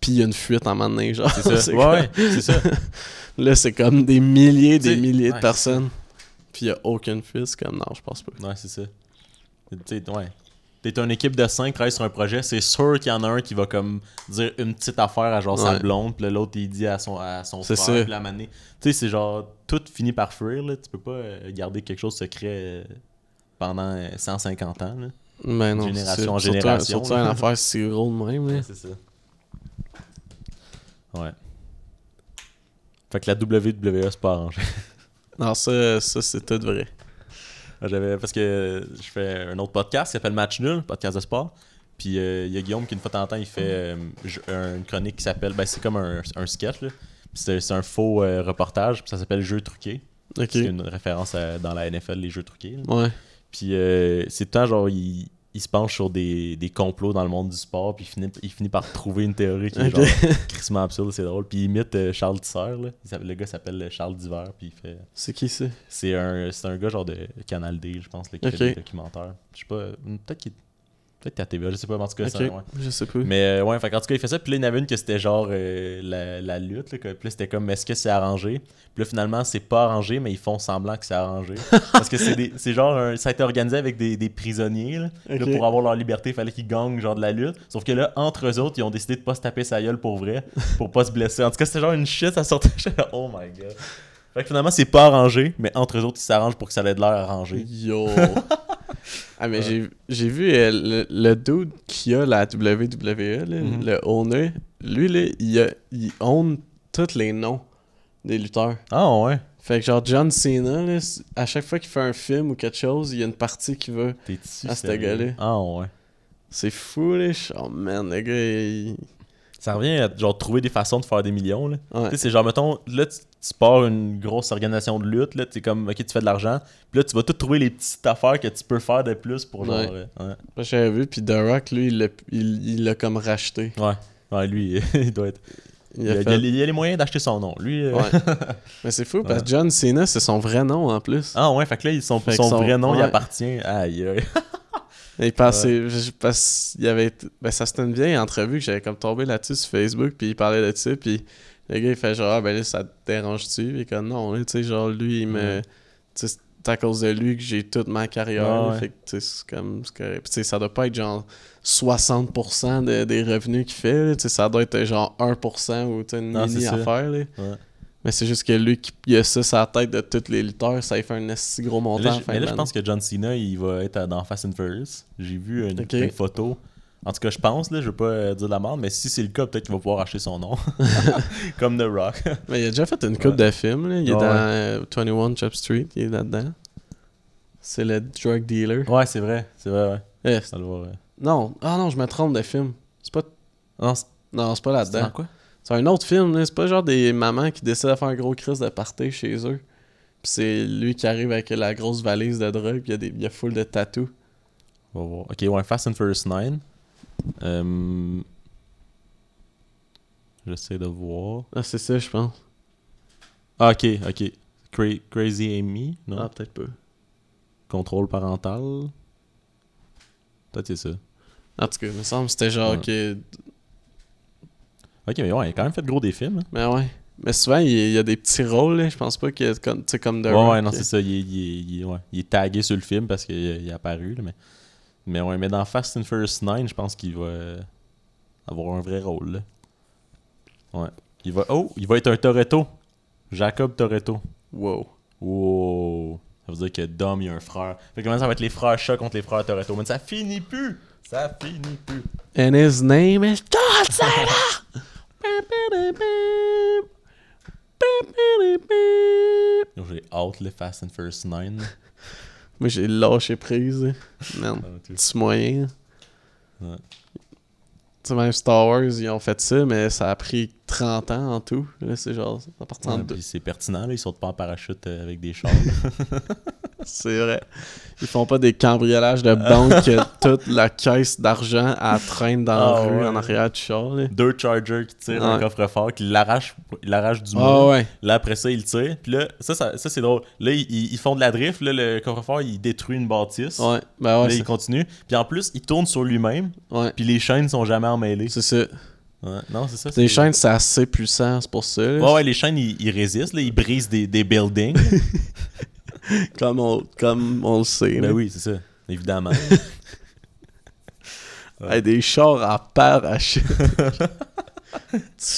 [SPEAKER 2] puis il y a une fuite en moment donné, genre.
[SPEAKER 1] [laughs] C'est ça.
[SPEAKER 2] [laughs] C'est
[SPEAKER 1] Ouais,
[SPEAKER 2] comme-
[SPEAKER 1] ouais, c'est ça.
[SPEAKER 2] Là, c'est comme des milliers et
[SPEAKER 1] Tu sais,
[SPEAKER 2] des milliers
[SPEAKER 1] ouais,
[SPEAKER 2] de personnes, puis il n'y a aucune fuite. C'est comme, non, je pense pas.
[SPEAKER 1] Ouais, c'est ça. Tu sais, ouais. T'es une équipe de 5 travaille sur un projet, c'est sûr qu'il y en a un qui va comme dire une petite affaire à genre sa
[SPEAKER 2] Ouais.
[SPEAKER 1] blonde, puis là, l'autre il dit à son, à son
[SPEAKER 2] C'est
[SPEAKER 1] frère,
[SPEAKER 2] ça.
[SPEAKER 1] puis la manée. Tu sais, c'est genre tout finit par fuir, là. Tu peux pas euh, garder quelque chose secret euh, pendant euh, 150 ans, là.
[SPEAKER 2] Mais non,
[SPEAKER 1] Génération
[SPEAKER 2] c'est-
[SPEAKER 1] en
[SPEAKER 2] surtout-
[SPEAKER 1] génération,
[SPEAKER 2] Surtout
[SPEAKER 1] là. [laughs]
[SPEAKER 2] une affaire si gros de même. là.
[SPEAKER 1] c'est ça. Ouais. Fait que la E WWE, c'est pas arrangé.
[SPEAKER 2] Non, ça, ça c'est tout vrai.
[SPEAKER 1] Ah, J'avais parce que je fais un autre podcast qui s'appelle Match Nul, podcast de sport. Puis euh, il y a Guillaume qui une fois de temps en temps, il fait euh, je- une chronique qui s'appelle ben c'est comme un, un sketch là. Puis C'est c'est un faux euh, reportage, puis ça s'appelle Jeux truqués.
[SPEAKER 2] Ok.
[SPEAKER 1] C'est une référence à- dans la NFL, les jeux truqués. là.
[SPEAKER 2] Ouais.
[SPEAKER 1] Puis euh, c'est tout le temps genre il, il se penche sur des, des complots dans le monde du sport, puis il finit, il finit par trouver une théorie qui est
[SPEAKER 2] Ok.
[SPEAKER 1] genre crissement absurde, c'est drôle. Puis il imite euh, Charles Tisser, là. Il s'appelle- le gars s'appelle euh, Charles Diver, puis il fait
[SPEAKER 2] C'est qui ça?
[SPEAKER 1] c'est un, c'est un gars genre de Canal D, je pense, là, qui
[SPEAKER 2] Ok.
[SPEAKER 1] fait des documentaires. Je sais pas, euh, peut-être qu'il peut-être qu'il est à TVA, je sais pas, mais en tout cas,
[SPEAKER 2] Ok,
[SPEAKER 1] c'est un- ouais.
[SPEAKER 2] je sais pas.
[SPEAKER 1] Mais euh, ouais, fait, en tout cas, il fait ça. Puis là, il y en avait une que c'était genre euh, la, la lutte. Là, que- puis là, c'était comme est-ce que c'est arrangé Puis là, finalement, c'est pas arrangé, mais ils font semblant que
[SPEAKER 2] [laughs]
[SPEAKER 1] c'est arrangé. Parce que c'est des- c'est genre un- ça a été organisé avec des, des prisonniers. Là, Puis là,
[SPEAKER 2] Ok.
[SPEAKER 1] pour avoir leur liberté, il fallait qu'ils gagnent genre de la lutte. Sauf que là, entre eux autres, ils ont décidé de pas se taper sa gueule pour vrai, pour pas se blesser. En tout cas, c'était genre une shit, ça sortait. [laughs] J'étais là, oh my god. Fait que finalement, c'est pas arrangé, mais entre eux autres, ils s'arrangent pour que ça ait de l'air arrangé.
[SPEAKER 2] Yo! [laughs] ah, mais j'ai- j'ai vu euh, le, le dude qui a la WWE, là,
[SPEAKER 1] Mhm.
[SPEAKER 2] le owner, lui, là, il, a, il own tous les noms des lutteurs.
[SPEAKER 1] Ah ouais,
[SPEAKER 2] Fait que, genre, John Cena, là, c- à chaque fois qu'il fait un film ou quelque chose, il y a une partie qu'il veut.
[SPEAKER 1] t'es dessus.
[SPEAKER 2] Ah, ce gars-là.
[SPEAKER 1] Ah ouais.
[SPEAKER 2] C'est fou, là. je- Oh man, le gars, il.
[SPEAKER 1] Ça revient à genre trouver des façons de faire des millions. Là.
[SPEAKER 2] Ouais.
[SPEAKER 1] Tu sais, c'est genre, mettons, là, tu, tu pars une grosse organisation de lutte, là, tu es comme, ok, tu fais de l'argent, puis là, tu vas tout trouver les petites affaires que tu peux faire de plus pour genre.
[SPEAKER 2] Ouais.
[SPEAKER 1] euh, Ouais,
[SPEAKER 2] Moi, J'avais vu, puis The Rock, lui, il l'a il, il l'a comme racheté.
[SPEAKER 1] ouais. Ouais, lui, [laughs] il doit être.
[SPEAKER 2] Il
[SPEAKER 1] Il
[SPEAKER 2] a
[SPEAKER 1] a, il a
[SPEAKER 2] fait-
[SPEAKER 1] les- il a les moyens d'acheter son nom. Lui. euh,
[SPEAKER 2] Ouais. mais c'est fou, parce que John Cena, c'est son vrai nom en plus.
[SPEAKER 1] Ah ouais, fait que là, ils sont,
[SPEAKER 2] Fait que
[SPEAKER 1] son
[SPEAKER 2] son-
[SPEAKER 1] vrai nom, il
[SPEAKER 2] ouais.
[SPEAKER 1] appartient. Aïe, aïe.
[SPEAKER 2] Et parce je- parce qu'il y avait été- ben ça c'était une vieille entrevue que j'avais comme tombé là-dessus sur Facebook puis il parlait de ça puis le gars il fait genre ah, ben là ça te dérange-tu puis comme non là, tu sais genre lui il me
[SPEAKER 1] Ouais.
[SPEAKER 2] tu sais, c'est à cause de lui que j'ai toute ma carrière là.
[SPEAKER 1] Ouais, ouais.
[SPEAKER 2] fait que tu sais c'est comme c'est correct. Puis, tu sais ça doit pas être genre 60% de- des revenus qu'il fait là. tu sais ça doit être genre 1% ou tu sais une
[SPEAKER 1] Non, c'est
[SPEAKER 2] mini
[SPEAKER 1] ça.
[SPEAKER 2] affaire là.
[SPEAKER 1] Ouais.
[SPEAKER 2] mais c'est juste que lui qui il a ça sur la tête de tous les lutteurs ça lui fait un si gros
[SPEAKER 1] Mais
[SPEAKER 2] montant
[SPEAKER 1] là,
[SPEAKER 2] à
[SPEAKER 1] je-
[SPEAKER 2] la fin
[SPEAKER 1] mais
[SPEAKER 2] de
[SPEAKER 1] là, je
[SPEAKER 2] l'année.
[SPEAKER 1] pense que John Cena, il va être dans Fast and Furious. J'ai vu une,
[SPEAKER 2] Ok.
[SPEAKER 1] une photo. En tout cas, je pense, là, je veux pas euh, dire de la merde, mais si c'est le cas, peut-être qu'il va pouvoir acheter
[SPEAKER 2] [laughs]
[SPEAKER 1] son nom. [laughs] Comme The Rock.
[SPEAKER 2] Mais il a déjà fait une coupe de films. Là. Il est
[SPEAKER 1] Ouais,
[SPEAKER 2] dans
[SPEAKER 1] ouais.
[SPEAKER 2] euh, 21 Chop Street. Il est là-dedans. C'est le drug dealer.
[SPEAKER 1] ouais, c'est vrai, c'est vrai, ouais.
[SPEAKER 2] Eh,
[SPEAKER 1] Ça le voir. euh.
[SPEAKER 2] non, ah non, je me trompe de film. C'est pas.
[SPEAKER 1] Non, c'est
[SPEAKER 2] Non, c'est pas
[SPEAKER 1] c'est dans
[SPEAKER 2] là-dedans.
[SPEAKER 1] quoi
[SPEAKER 2] C'est un autre film, là. c'est pas genre des mamans qui décident de faire un gros crise de party chez eux. Puis c'est lui qui arrive avec la grosse valise de drogue, puis il y a des il y a full de tatous.
[SPEAKER 1] On va voir. Ok, ouais, Fast and Furious 9. Euh, J'essaie de voir.
[SPEAKER 2] Ah, c'est ça, je pense.
[SPEAKER 1] Ah, ok, ok. Cra- Crazy Amy, non?
[SPEAKER 2] Ah, peut-être pas.
[SPEAKER 1] Contrôle parental. Peut-être c'est ça.
[SPEAKER 2] En tout cas, il me semble que c'était genre
[SPEAKER 1] Ouais.
[SPEAKER 2] que
[SPEAKER 1] Ok, mais ouais, il a quand même fait gros des films. hein.
[SPEAKER 2] Mais ouais. Mais souvent, il y a- il y a des petits rôles, là. Je pense pas que, comme- tu sais, comme de.
[SPEAKER 1] Ouais, ouais, non, c'est ça. Il est, il est- il est- ouais, il est tagué sur le film parce qu'il est- il est apparu. là, mais... mais ouais, mais dans Fast and Furious 9, je pense qu'il va euh, avoir un vrai rôle. là. Ouais. Il va... Oh, il va être un Toretto. Jacob Toretto.
[SPEAKER 2] Wow.
[SPEAKER 1] Wow. Ça veut dire que Dom, il a un frère. Fait que maintenant, ça va être les frères chats contre les frères Toretto. Mais ça finit plus. Ça finit plus.
[SPEAKER 2] And his name is God Save Us!
[SPEAKER 1] Yo, J'ai hâte, le Fast and Furious 9.
[SPEAKER 2] Moi, j'ai lâché prise. là. Man,
[SPEAKER 1] tu-
[SPEAKER 2] petit moyen.
[SPEAKER 1] Ah, Ouais.
[SPEAKER 2] Tu sais, même Star Wars, ils ont fait ça, mais ça a pris 30 ans en tout. Là, c'est genre, ça part en
[SPEAKER 1] Ouais,
[SPEAKER 2] deux.
[SPEAKER 1] puis c'est pertinent, là, ils sautent pas en parachute euh, avec des
[SPEAKER 2] [laughs]
[SPEAKER 1] chars.
[SPEAKER 2] C'est vrai. Ils font pas des cambriolages de
[SPEAKER 1] [laughs]
[SPEAKER 2] banque que toute la caisse d'argent à traîne dans la
[SPEAKER 1] Ah
[SPEAKER 2] rue
[SPEAKER 1] ouais.
[SPEAKER 2] en arrière du char. là.
[SPEAKER 1] Deux Chargers qui tirent un
[SPEAKER 2] Ouais.
[SPEAKER 1] coffre-fort, qui l'arrachent ils l'arrachent du
[SPEAKER 2] Ah
[SPEAKER 1] mur.
[SPEAKER 2] ouais.
[SPEAKER 1] Là, après ça, ils le tirent. Puis là, ça, ça, ça, c'est drôle. Là, ils, ils- ils font de la drift. Là, le coffre-fort, il détruit une bâtisse.
[SPEAKER 2] Ouais, ben ouais,
[SPEAKER 1] là,
[SPEAKER 2] c'est-
[SPEAKER 1] il continue. Puis en plus, il tourne sur lui-même.
[SPEAKER 2] ouais.
[SPEAKER 1] Puis les chaînes sont jamais emmêlées.
[SPEAKER 2] c'est ça.
[SPEAKER 1] Ouais. Non, c'est ça.
[SPEAKER 2] Les
[SPEAKER 1] c'est-
[SPEAKER 2] chaînes, c'est assez puissant, c'est pour ça. là.
[SPEAKER 1] Ouais, ouais, les chaînes, ils, ils résistent. Là, ils brisent des, des buildings.
[SPEAKER 2] Comme, on, comme on le sait.
[SPEAKER 1] ben
[SPEAKER 2] là.
[SPEAKER 1] oui, c'est ça. Évidemment.
[SPEAKER 2] Hey, des chars à
[SPEAKER 1] [laughs]
[SPEAKER 2] parachute.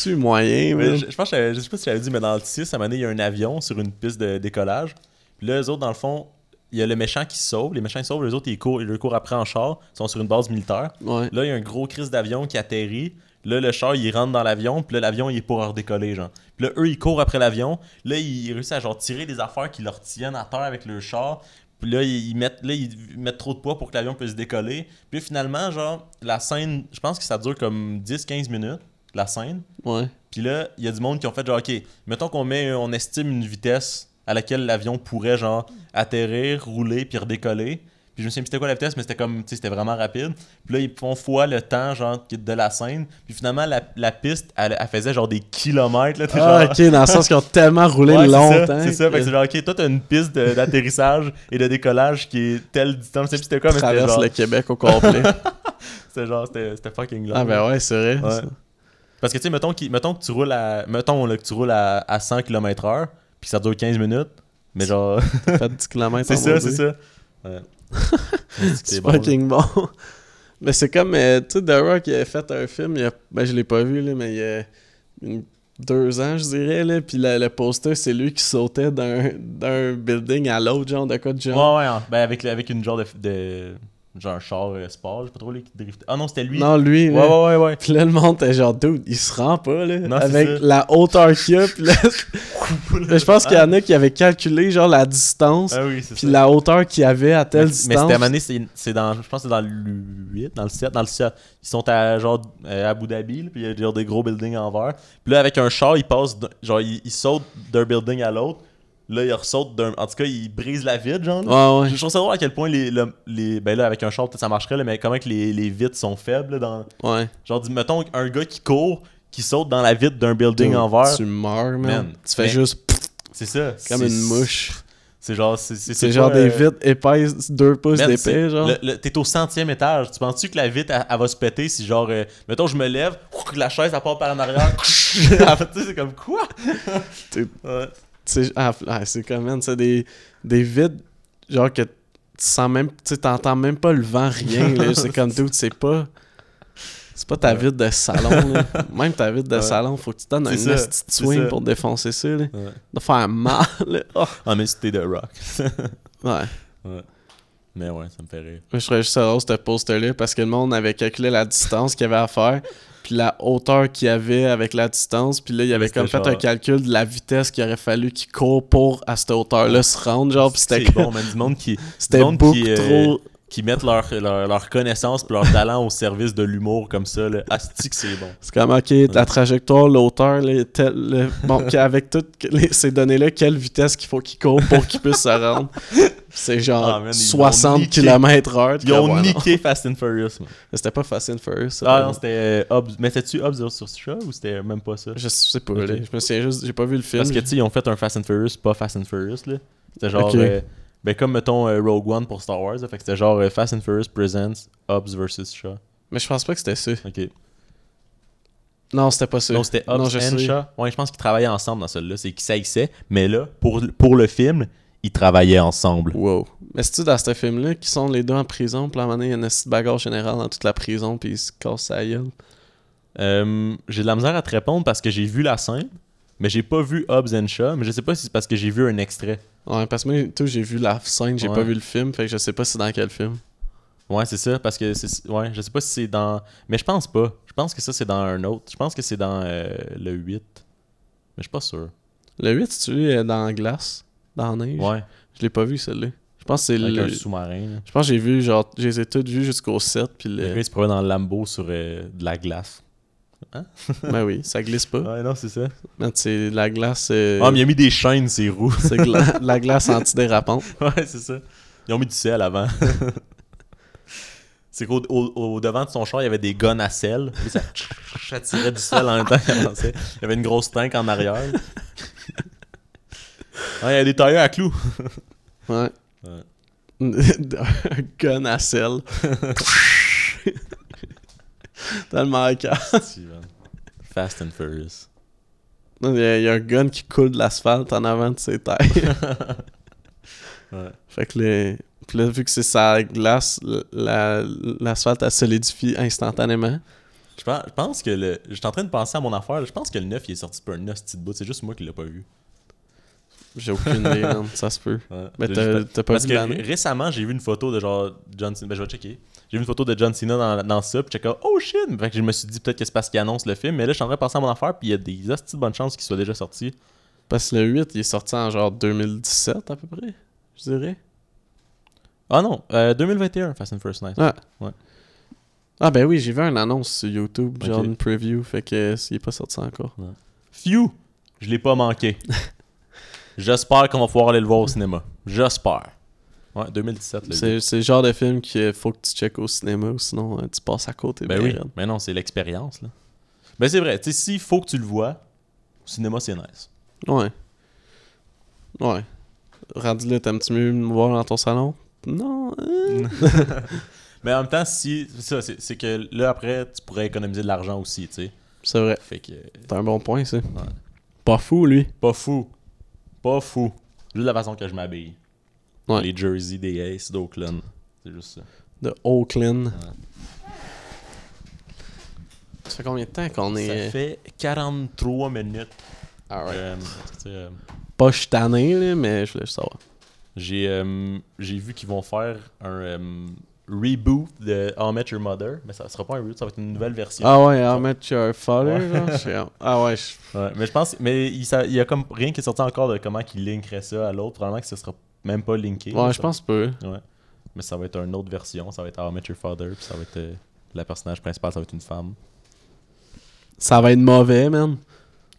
[SPEAKER 2] tu moyen,
[SPEAKER 1] Mais
[SPEAKER 2] man.
[SPEAKER 1] je, je pense que j'avais- je sais pas si j'avais dit, mais dans le 6, à un moment donné, il y a un avion sur une piste de décollage. Puis là, eux autres, dans le fond, il y a le méchant qui se sauve. Les méchants, ils se sauvent. Les autres, ils courent, ils le courent après en char. Ils sont sur une base militaire.
[SPEAKER 2] Ouais.
[SPEAKER 1] Là, il y a un gros crise d'avion qui atterrit. Là, le char, il rentre dans l'avion. Puis là, l'avion, il est pour redécoller, genre. Puis là, eux, ils courent après l'avion. Là, ils réussissent à genre tirer des affaires qui leur tiennent à terre avec le char. Puis là, ils ils mettent, là, ils mettent trop de poids pour que l'avion puisse décoller. Puis finalement, genre, la scène, je pense que ça dure comme 10-15 minutes, la scène.
[SPEAKER 2] Ouais.
[SPEAKER 1] Puis là, il y a du monde qui ont fait genre, OK, mettons qu'on met, on estime une vitesse à laquelle l'avion pourrait genre atterrir, rouler, puis redécoller. Puis je me souviens plus c'était quoi la vitesse, mais c'était comme, tu sais, c'était vraiment rapide. Puis là, ils font fois le temps, genre, de la scène. Puis finalement, la, la piste, elle, elle faisait genre des kilomètres, là, t'es
[SPEAKER 2] Ah,
[SPEAKER 1] genre-
[SPEAKER 2] ok, dans le sens qu'ils ont tellement roulé
[SPEAKER 1] Ouais, c'est ça,
[SPEAKER 2] longtemps.
[SPEAKER 1] C'est ça, fait que c'est genre, OK, toi, t'as une piste de- d'atterrissage et de décollage qui est telle distance, je sais plus c'était quoi, mais c'était
[SPEAKER 2] traverse
[SPEAKER 1] genre,
[SPEAKER 2] le Québec au
[SPEAKER 1] [laughs]
[SPEAKER 2] complet.
[SPEAKER 1] c'était genre, c'était c'était fucking long.
[SPEAKER 2] ah, ben ouais, c'est vrai.
[SPEAKER 1] Ouais.
[SPEAKER 2] ça.
[SPEAKER 1] Parce que tu sais, mettons, qu'il- mettons que tu roules à. Mettons là, que tu roules à, à 100 km/h, puis ça dure 15 minutes. Mais genre. [laughs]
[SPEAKER 2] Faites 10 km
[SPEAKER 1] c'est ça, c'est ça.
[SPEAKER 2] [laughs]
[SPEAKER 1] Ouais.
[SPEAKER 2] C'est fucking bon. [laughs] Mais c'est comme, euh, tu sais, The Rock, il a fait un film, il y a- ben, je l'ai pas vu, là, mais il y a une- deux ans, je dirais, là, puis le, le poster, c'est lui qui sautait d'un d'un building à l'autre, genre, de quoi de
[SPEAKER 1] Ouais,
[SPEAKER 2] genre.
[SPEAKER 1] ouais, hein. Ben, avec, le- avec une genre de. de- genre un char euh, sport, j'ai pas trop les qui drift. Ah non, c'était lui.
[SPEAKER 2] Non, lui,
[SPEAKER 1] ouais,
[SPEAKER 2] là.
[SPEAKER 1] ouais, ouais, ouais.
[SPEAKER 2] Puis là, le monde était genre, dude, il se rend pas, là,
[SPEAKER 1] Non, c'est
[SPEAKER 2] avec
[SPEAKER 1] ça.
[SPEAKER 2] la hauteur qu'il y a,
[SPEAKER 1] [laughs]
[SPEAKER 2] puis là, je pense qu'il y en a qui avaient calculé, genre, la distance,
[SPEAKER 1] Ah oui, c'est
[SPEAKER 2] puis
[SPEAKER 1] ça.
[SPEAKER 2] la hauteur qu'il y avait à telle
[SPEAKER 1] mais, mais
[SPEAKER 2] distance.
[SPEAKER 1] c'était à Mané, c'est c'est dans. Je pense que c'est dans le 8, dans le 7, dans le 7. Ils sont à genre euh, Abu Dhabi, là, puis il y a genre des gros buildings en verre. Puis là, avec un char, ils passent. d'un- Genre, ils, ils sautent d'un building à l'autre. Là, ils ressortent d'un. En tout cas, ils brisent la vitre, genre. là.
[SPEAKER 2] Ouais, ouais.
[SPEAKER 1] Je trouve ça drôle à quel point les. le- les ben là, avec un char, peut-être ça marcherait, là, mais comment que les, les vitres sont faibles. là, dans,
[SPEAKER 2] Ouais.
[SPEAKER 1] genre, dis, mettons un gars qui court, qui saute dans la vitre d'un building en verre.
[SPEAKER 2] Tu meurs, man.
[SPEAKER 1] Man,
[SPEAKER 2] Tu fais
[SPEAKER 1] mais-
[SPEAKER 2] juste
[SPEAKER 1] C'est ça.
[SPEAKER 2] comme
[SPEAKER 1] c'est-
[SPEAKER 2] une mouche.
[SPEAKER 1] C'est genre. C'est c'est-
[SPEAKER 2] C'est
[SPEAKER 1] c'est
[SPEAKER 2] genre
[SPEAKER 1] pas,
[SPEAKER 2] des
[SPEAKER 1] euh,
[SPEAKER 2] vitres épaisses, deux pouces
[SPEAKER 1] Man,
[SPEAKER 2] d'épais,
[SPEAKER 1] c'est-
[SPEAKER 2] genre.
[SPEAKER 1] le- le- T'es au centième étage. Tu penses-tu que la vitre, elle, elle va se péter si, genre, euh, mettons, je me lève, ouf, la chaise, elle part par
[SPEAKER 2] [laughs]
[SPEAKER 1] en arrière. tu sais, c'est comme quoi?
[SPEAKER 2] T'es-
[SPEAKER 1] Ouais.
[SPEAKER 2] C'est- ah, ah, c'est comme, man, c'est des, des vides, genre que tu sens même, tu sais, t'entends même pas le vent, rien.
[SPEAKER 1] [laughs]
[SPEAKER 2] là. C'est comme, dude, c'est pas. C'est pas ta vide de salon,
[SPEAKER 1] [laughs]
[SPEAKER 2] là. Même ta vide de
[SPEAKER 1] Ouais.
[SPEAKER 2] salon, faut que tu donnes un
[SPEAKER 1] C'est ça,
[SPEAKER 2] petit
[SPEAKER 1] c'est
[SPEAKER 2] swing
[SPEAKER 1] ça.
[SPEAKER 2] pour défoncer ça, là.
[SPEAKER 1] Ouais.
[SPEAKER 2] De faire mal, là. Oh.
[SPEAKER 1] Ah, mais c'était de rock.
[SPEAKER 2] Ouais.
[SPEAKER 1] mais ouais, ça me fait rire.
[SPEAKER 2] Moi, je trouvais juste ça drôle, ce poster-là, parce que le monde avait calculé la distance qu'il y avait à faire, puis la hauteur qu'il y avait avec la distance, puis là, il avait
[SPEAKER 1] C'était
[SPEAKER 2] comme fait
[SPEAKER 1] genre-
[SPEAKER 2] un calcul de la vitesse qu'il aurait fallu qu'il court pour, à cette hauteur-là, se rendre, genre, puis [laughs]
[SPEAKER 1] C'est
[SPEAKER 2] c'était comme-
[SPEAKER 1] bon, man. Du monde qui. du
[SPEAKER 2] c'était
[SPEAKER 1] monde
[SPEAKER 2] beaucoup
[SPEAKER 1] qui, euh,
[SPEAKER 2] trop
[SPEAKER 1] qui mettent leur, leur, leur connaissance et leur talent au service de l'humour comme ça. Là. Asti que c'est bon.
[SPEAKER 2] C'est comme, ok, la trajectoire, l'auteur, les tel- le- bon, [laughs] que- avec toutes les- ces données-là, quelle vitesse qu'il faut qu'il court pour qu'il puisse se rendre. C'est genre
[SPEAKER 1] Ah, man, ils ont
[SPEAKER 2] 60
[SPEAKER 1] niqué.
[SPEAKER 2] km/h.
[SPEAKER 1] Ils ont niqué Fast and Furious. man.
[SPEAKER 2] C'était pas facile for eux, ça.
[SPEAKER 1] Ah non, c'était euh, Hobbs. Mais c'était-tu Hobbs sur Sucha ou c'était même pas ça?
[SPEAKER 2] Je sais pas,
[SPEAKER 1] Ok.
[SPEAKER 2] là. je me souviens juste, j'ai pas vu le film.
[SPEAKER 1] Parce que tu sais, ils ont fait un Fast and Furious, pas Fast and Furious. là. C'était genre.
[SPEAKER 2] Ok.
[SPEAKER 1] euh, ben comme mettons euh, Rogue One pour Star Wars. là. fait que c'était genre euh, Fast and Furious Presents Hobbs versus Shaw.
[SPEAKER 2] Mais je pense pas que c'était ça.
[SPEAKER 1] Ok.
[SPEAKER 2] Non, c'était pas ça.
[SPEAKER 1] Non, c'était Hobbs
[SPEAKER 2] Euh, Non, je
[SPEAKER 1] and
[SPEAKER 2] sais.
[SPEAKER 1] Shaw. Ouais, je pense qu'ils travaillaient ensemble dans celui-là. C'est qu'ils s'haïssaient. Mais là, pour, pour le film, ils travaillaient ensemble.
[SPEAKER 2] Wow. Mais c'est-tu dans ce film-là qui sont les deux en prison, puis à un moment donné, il y a une petite bagarre générale dans toute la prison, puis ils se cassent la gueule?
[SPEAKER 1] Euh, j'ai de la misère à te répondre parce que j'ai vu la scène, mais j'ai pas vu Hobbs and Shaw. Mais je sais pas si c'est parce que j'ai vu un extrait.
[SPEAKER 2] Ouais, parce que moi, tout, j'ai vu la scène, j'ai
[SPEAKER 1] Ouais.
[SPEAKER 2] pas vu le film, fait que je sais pas c'est dans quel film.
[SPEAKER 1] Ouais, c'est ça, parce que c'est. Ouais, je sais pas si c'est dans. Mais je pense pas. Je pense que ça, c'est dans un autre. Je pense que c'est dans euh, le 8. Mais je suis pas sûr.
[SPEAKER 2] Le 8, si tu veux, euh, dans la glace, dans la neige.
[SPEAKER 1] Ouais,
[SPEAKER 2] Je l'ai pas vu, celui-là. Je pense que c'est
[SPEAKER 1] avec
[SPEAKER 2] le...
[SPEAKER 1] un sous-marin. là.
[SPEAKER 2] Je pense que j'ai vu, genre, je les ai toutes vues jusqu'au 7, puis
[SPEAKER 1] Le gars,
[SPEAKER 2] le...
[SPEAKER 1] il se promenait dans le Lambo sur euh, de la glace.
[SPEAKER 2] ben oui, ça glisse pas.
[SPEAKER 1] Ouais, non, c'est ça.
[SPEAKER 2] Man, C'est la glace... euh,
[SPEAKER 1] Ah, mais il a mis des chaînes, ses roues. [laughs]
[SPEAKER 2] c'est gla- la glace antidérapante.
[SPEAKER 1] ouais, c'est ça. Ils ont mis du sel [laughs] avant. c'est qu'au au- au devant de son char, il y avait des guns à sel. Puis ça, ça tirait du sel en même temps qu'il avançait. Il y avait une grosse tank en arrière. [laughs] Ah, il y a des tailleurs à clous.
[SPEAKER 2] Ouais.
[SPEAKER 1] Ouais.
[SPEAKER 2] [laughs] Un gun à
[SPEAKER 1] [laughs]
[SPEAKER 2] sel. Tellement à cœur.
[SPEAKER 1] Fast and Furious.
[SPEAKER 2] Il y, a, il y a un gun qui coule de l'asphalte en avant de ses tailles.
[SPEAKER 1] Ouais.
[SPEAKER 2] fait que les... Puis là, vu que c'est sa glace, l- la- l'asphalte, elle solidifie instantanément.
[SPEAKER 1] Je pense, je pense que le. J'étais en train de penser à mon affaire. là. Je pense que le 9 il est sorti pour un 9 petit bout. C'est juste moi qui l'ai pas vu.
[SPEAKER 2] J'ai aucune
[SPEAKER 1] [laughs]
[SPEAKER 2] idée, man, ça se peut.
[SPEAKER 1] Ouais.
[SPEAKER 2] Mais
[SPEAKER 1] J'ai
[SPEAKER 2] t'as
[SPEAKER 1] juste
[SPEAKER 2] t'as pas
[SPEAKER 1] Parce
[SPEAKER 2] vu
[SPEAKER 1] que
[SPEAKER 2] l'année?
[SPEAKER 1] ré- récemment, j'ai vu une photo de genre John Cena. Ben, je vais checker. J'ai vu une photo de John Cena dans, dans ça. Puis j'étais comme, oh shit! Fait que je me suis dit peut-être que c'est parce qu'il annonce le film. Mais là, je suis en train de penser à mon affaire. Puis il y a des hosties de bonnes chances qu'il soit déjà sorti.
[SPEAKER 2] Parce que le 8, il est sorti en genre 2017 à peu près, je dirais.
[SPEAKER 1] Ah non, euh, 2021, Fast and First Night.
[SPEAKER 2] Ah.
[SPEAKER 1] Ouais.
[SPEAKER 2] Ah ben oui, j'ai vu une annonce sur YouTube, genre
[SPEAKER 1] Ok.
[SPEAKER 2] une preview, fait que euh, il est pas sorti encore.
[SPEAKER 1] Phew! Je l'ai pas manqué.
[SPEAKER 2] [laughs]
[SPEAKER 1] J'espère qu'on va pouvoir aller le voir au cinéma. J'espère. Ouais, 2017. le huit.
[SPEAKER 2] C'est c'est le genre de film qu'il faut que tu checkes au cinéma, ou sinon euh, tu passes à côté.
[SPEAKER 1] Ben
[SPEAKER 2] bien
[SPEAKER 1] oui,
[SPEAKER 2] raide.
[SPEAKER 1] mais non, c'est l'expérience. là. Ben c'est vrai, tu sais, s'il faut que tu le vois, au cinéma, c'est nice.
[SPEAKER 2] Ouais. Ouais. Rendu là, t'aimes-tu mieux me voir dans ton salon? Non. euh.
[SPEAKER 1] Mais en même temps, si c'est ça, c'est c'est que là, après, tu pourrais économiser de l'argent aussi, tu sais.
[SPEAKER 2] C'est vrai,
[SPEAKER 1] Fait que, euh,
[SPEAKER 2] c'est un bon point, ça. Pas fou, lui.
[SPEAKER 1] pas fou. Pas fou. Juste la façon que je m'habille.
[SPEAKER 2] Ouais.
[SPEAKER 1] Les jerseys des Aces d'Oakland. C'est juste ça.
[SPEAKER 2] De Oakland. Ça fait combien de temps qu'on
[SPEAKER 1] Ça
[SPEAKER 2] est...
[SPEAKER 1] fait 43 minutes.
[SPEAKER 2] Alright.
[SPEAKER 1] Euh, tu sais, euh,
[SPEAKER 2] Pas je suis tanné, là, mais je voulais juste savoir.
[SPEAKER 1] J'ai euh, j'ai vu qu'ils vont faire un euh, reboot de How I Met Your Mother, mais ça sera pas un reboot, ça va être une nouvelle version.
[SPEAKER 2] Ah ouais, I'll met your father,
[SPEAKER 1] Ouais.
[SPEAKER 2] genre, je suis- Ah ouais, je- [laughs]
[SPEAKER 1] Ouais, mais je pense, mais il, sa- il y a comme rien qui est sorti encore de comment qu'il linkerait ça à l'autre. Probablement que ce sera même pas linké.
[SPEAKER 2] ouais,
[SPEAKER 1] là,
[SPEAKER 2] je
[SPEAKER 1] ça-
[SPEAKER 2] pense pas.
[SPEAKER 1] Ouais. Mais ça va être une autre version. Ça va être How I Met Your Father. Puis ça va être euh, la personnage principale, ça va être une femme.
[SPEAKER 2] Ça va être mauvais, man. [laughs]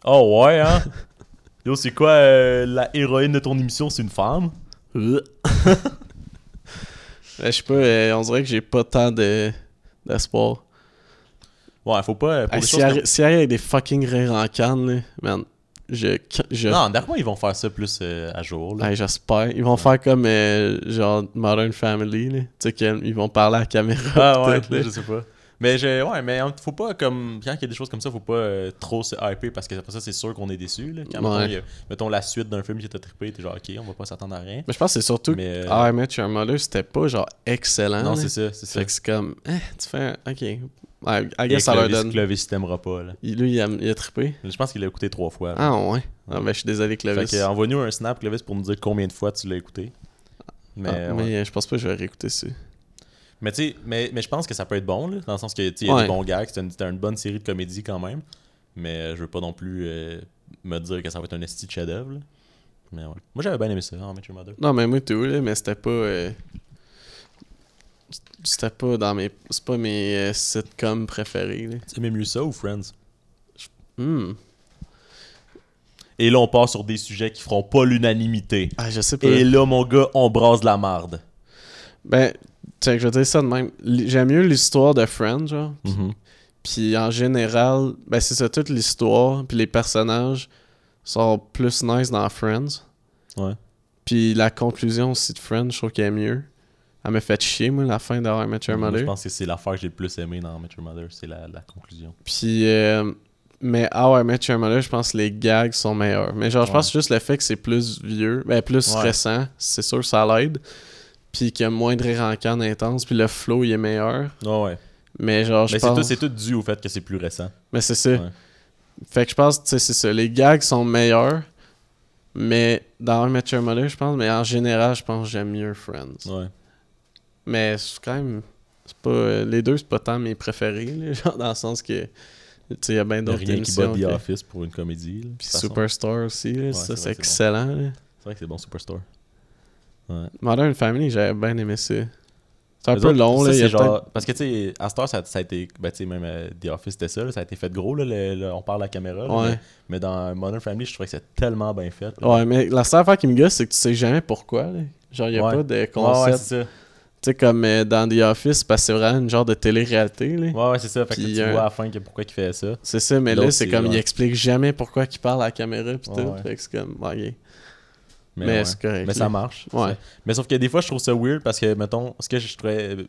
[SPEAKER 1] Oh ouais, hein? [laughs] Yo, c'est quoi euh, la héroïne de ton émission? C'est une femme?
[SPEAKER 2] Euh, Je sais pas, euh, on dirait que j'ai pas tant de d'espoir.
[SPEAKER 1] Ouais, faut pas. euh, pour
[SPEAKER 2] Hey,
[SPEAKER 1] les
[SPEAKER 2] Si
[SPEAKER 1] choses
[SPEAKER 2] elle si elle arrive avec des fucking rires en canne, là, man, je... je
[SPEAKER 1] comme- Non, d'après moi, ils vont faire ça plus euh, à jour. là.
[SPEAKER 2] Hey, J'espère. Ils vont faire comme, euh, genre, Modern Family, là. Tu sais, qu'ils ils vont parler à la caméra,
[SPEAKER 1] Ah ouais,
[SPEAKER 2] peut-être, là.
[SPEAKER 1] je sais pas. Mais je, ouais, mais hein, faut pas comme quand il y a des choses comme ça, faut pas euh, trop se hyper parce que après ça c'est sûr qu'on est déçu là. Quand, mettons,
[SPEAKER 2] Ouais.
[SPEAKER 1] il y a- mettons, la suite d'un film qui t'a trippé, t'es genre ok, on va pas s'attendre à rien.
[SPEAKER 2] Mais je pense que c'est surtout que
[SPEAKER 1] Mais, euh,
[SPEAKER 2] Ah, I Met Your Mother, c'était pas, genre, excellent,
[SPEAKER 1] non,
[SPEAKER 2] là.
[SPEAKER 1] c'est ça, c'est
[SPEAKER 2] Ah,
[SPEAKER 1] ça.
[SPEAKER 2] Fait que c'est comme, eh, tu fais, un- ok, I, I
[SPEAKER 1] Et
[SPEAKER 2] guess ça leur
[SPEAKER 1] Clovis-
[SPEAKER 2] donne.
[SPEAKER 1] Clovis, il t'aimera pas là.
[SPEAKER 2] Il- Lui, il a, il a trippé.
[SPEAKER 1] Je pense qu'il l'a écouté trois fois. là.
[SPEAKER 2] Ah ouais. Ah, ben, je suis désolé, Clovis.
[SPEAKER 1] fait que,
[SPEAKER 2] Ah,
[SPEAKER 1] envoie-nous un snap Clovis pour nous dire combien de fois tu l'as écouté.
[SPEAKER 2] Mais,
[SPEAKER 1] Mais, ouais.
[SPEAKER 2] euh, je pense pas que je vais réécouter ça.
[SPEAKER 1] mais tu sais, mais, mais je pense que ça peut être bon là, dans le sens que tu sais, il y a
[SPEAKER 2] Ouais.
[SPEAKER 1] des bons gags, c'est une, c'est une bonne série de comédie quand même. Mais euh, je veux pas non plus euh, me dire que ça va être un esti de chef-d'œuvre. là. Mais ouais. Moi j'avais bien aimé ça, en Met Your hein, Mother.
[SPEAKER 2] Non, mais moi, tout, là, mais c'était pas. euh, C'était pas dans mes. C'est pas mes euh, sitcoms préférés. là.
[SPEAKER 1] Tu aimais mieux ça ou Friends?
[SPEAKER 2] Hmm.
[SPEAKER 1] Et là, on part sur des sujets qui feront pas l'unanimité.
[SPEAKER 2] Ah, je sais pas.
[SPEAKER 1] Et là, mon gars, on brase la marde.
[SPEAKER 2] Ben, tu sais, je vais dire ça de même. L- J'aime mieux l'histoire de Friends, genre.
[SPEAKER 1] Mm-hmm.
[SPEAKER 2] Puis en général, ben c'est ça, toute l'histoire, puis les personnages sont plus nice dans Friends.
[SPEAKER 1] Ouais.
[SPEAKER 2] Puis la conclusion aussi de Friends, je trouve qu'elle est mieux. Elle m'a fait chier, moi, la fin d'How I Met Your
[SPEAKER 1] Moi, je
[SPEAKER 2] Mother.
[SPEAKER 1] pense que c'est l'affaire que j'ai le plus aimé dans Met Your Mother, c'est la, la conclusion.
[SPEAKER 2] Puis, euh, mais How I Met Your Mother, je pense que les gags sont meilleurs. Mais genre, je pense juste le fait que c'est plus vieux, ben plus
[SPEAKER 1] Ouais.
[SPEAKER 2] récent, c'est sûr, ça l'aide. Puis qu'il y a moins de rire en canne intense, puis le flow, il est meilleur.
[SPEAKER 1] Ah Ouais, ouais.
[SPEAKER 2] Mais genre, je
[SPEAKER 1] Mais Ben, c'est
[SPEAKER 2] pense...
[SPEAKER 1] tout, c'est tout dû au fait que c'est plus récent.
[SPEAKER 2] Mais c'est ça.
[SPEAKER 1] Ouais.
[SPEAKER 2] Fait que je pense, tu sais, c'est ça. Les gags sont meilleurs, mais dans un Match Mother, je pense, mais en général, je pense que j'aime mieux Friends.
[SPEAKER 1] Ouais.
[SPEAKER 2] Mais c'est quand même. C'est pas, euh, les deux, c'est pas tant mes préférés, là, [laughs] genre, dans le sens que. Tu sais, il y a bien
[SPEAKER 1] Il y a
[SPEAKER 2] d'autres
[SPEAKER 1] rien qui bat
[SPEAKER 2] émissions.
[SPEAKER 1] The
[SPEAKER 2] que-
[SPEAKER 1] Office pour une comédie. là, de
[SPEAKER 2] Puis
[SPEAKER 1] toute façon.
[SPEAKER 2] Superstar aussi, là,
[SPEAKER 1] c'est
[SPEAKER 2] ça, c'est
[SPEAKER 1] vrai, c'est bon.
[SPEAKER 2] excellent. là.
[SPEAKER 1] C'est vrai que c'est bon, Superstore.
[SPEAKER 2] Modern Family, j'avais bien aimé ça. C'est un
[SPEAKER 1] Eux
[SPEAKER 2] peu
[SPEAKER 1] autres,
[SPEAKER 2] long,
[SPEAKER 1] ça,
[SPEAKER 2] là. il y a
[SPEAKER 1] c'est genre-
[SPEAKER 2] peut-être-
[SPEAKER 1] Parce que, tu sais, à Star, ça, ça a été. Ben, tu sais, même euh, The Office, c'était ça, là, ça a été fait gros, là, le- le- on parle à la caméra. là,
[SPEAKER 2] Ouais.
[SPEAKER 1] mais, mais dans Modern Family, je trouvais que c'était tellement bien fait. là.
[SPEAKER 2] Ouais, mais la seule affaire qui me gosse, c'est que tu sais jamais pourquoi, là. Genre, il n'y a
[SPEAKER 1] Ouais.
[SPEAKER 2] pas de
[SPEAKER 1] Ouais, ouais,
[SPEAKER 2] concept.
[SPEAKER 1] c'est ça.
[SPEAKER 2] tu sais, comme euh, dans The Office, parce que c'est vraiment une genre de télé-réalité, là.
[SPEAKER 1] Ouais, ouais, c'est ça. Fait que
[SPEAKER 2] Puis,
[SPEAKER 1] tu
[SPEAKER 2] euh,
[SPEAKER 1] vois à la fin que pourquoi il fait ça.
[SPEAKER 2] C'est ça, mais là,
[SPEAKER 1] L'autre,
[SPEAKER 2] c'est
[SPEAKER 1] c'est-
[SPEAKER 2] comme, il
[SPEAKER 1] ouais.
[SPEAKER 2] explique jamais pourquoi il parle à la caméra, pis
[SPEAKER 1] Ouais,
[SPEAKER 2] tout.
[SPEAKER 1] ouais.
[SPEAKER 2] Fait que c'est comme, ouais, ok. Mais,
[SPEAKER 1] Mais, ouais.
[SPEAKER 2] c'est correct.
[SPEAKER 1] Mais
[SPEAKER 2] là.
[SPEAKER 1] ça marche.
[SPEAKER 2] Ouais.
[SPEAKER 1] Ça- Mais sauf que des fois, je trouve ça weird parce que, mettons, ce que je trouvais. euh,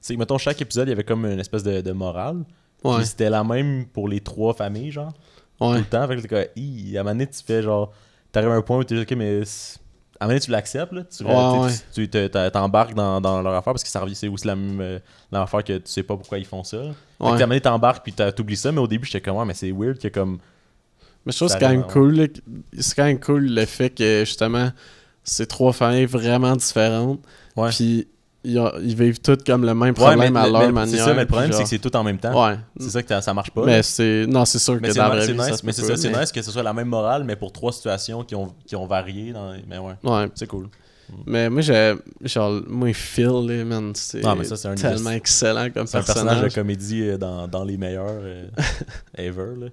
[SPEAKER 1] C'est que, mettons, chaque épisode, il y avait comme une espèce de, de morale.
[SPEAKER 2] Ouais,
[SPEAKER 1] Puis c'était la même pour les trois familles, genre. tout
[SPEAKER 2] ouais.
[SPEAKER 1] le temps. Fait que t'es comme, Hi, à un moment donné, tu fais genre, t'arrives à un point où t'es juste, ok, mais c'est- à un moment donné, tu l'acceptes, là. Tu,
[SPEAKER 2] Ouais,
[SPEAKER 1] tu- tu- tu- t'es- t'embarques dans, dans leur affaire parce que ça revient- c'est aussi la même, euh, la même affaire que tu sais pas pourquoi ils font ça. Fait que
[SPEAKER 2] Ouais.
[SPEAKER 1] t'as- à un moment donné, t'embarques puis t'as- t'oublies ça, mais au début, j'étais comme, ouais, mais c'est weird que comme.
[SPEAKER 2] Mais je trouve que
[SPEAKER 1] ça
[SPEAKER 2] c'est quand même
[SPEAKER 1] arrive,
[SPEAKER 2] cool, là, que- C'est quand même cool le fait que, justement, ces trois familles vraiment différentes,
[SPEAKER 1] Ouais.
[SPEAKER 2] puis ils, ont- ils vivent toutes comme le même
[SPEAKER 1] Ouais,
[SPEAKER 2] problème à leur manière.
[SPEAKER 1] C'est ça, mais le
[SPEAKER 2] puis
[SPEAKER 1] problème,
[SPEAKER 2] genre-
[SPEAKER 1] c'est que c'est tout en même temps.
[SPEAKER 2] Ouais.
[SPEAKER 1] C'est ça que t'as- ça marche pas. là.
[SPEAKER 2] Mais c'est. Non, c'est sûr
[SPEAKER 1] Mais
[SPEAKER 2] que
[SPEAKER 1] c'est
[SPEAKER 2] dans la
[SPEAKER 1] ni-
[SPEAKER 2] vraie
[SPEAKER 1] c'est
[SPEAKER 2] vie, ça
[SPEAKER 1] nice,
[SPEAKER 2] se
[SPEAKER 1] mais
[SPEAKER 2] peut
[SPEAKER 1] c'est
[SPEAKER 2] pas,
[SPEAKER 1] ça, c'est
[SPEAKER 2] mais-
[SPEAKER 1] nice que ce soit la même morale, mais pour trois situations qui ont, qui ont varié. Dans... Mais ouais,
[SPEAKER 2] Ouais,
[SPEAKER 1] c'est cool.
[SPEAKER 2] mais moi, j'ai. Genre, moi, Phil, là, man, c'est
[SPEAKER 1] Ah, mais ça, c'est un-
[SPEAKER 2] tellement excellent comme
[SPEAKER 1] C'est un
[SPEAKER 2] personnage.
[SPEAKER 1] personnage de comédie euh, dans, dans les meilleurs
[SPEAKER 2] [laughs]
[SPEAKER 1] euh, ever. Là.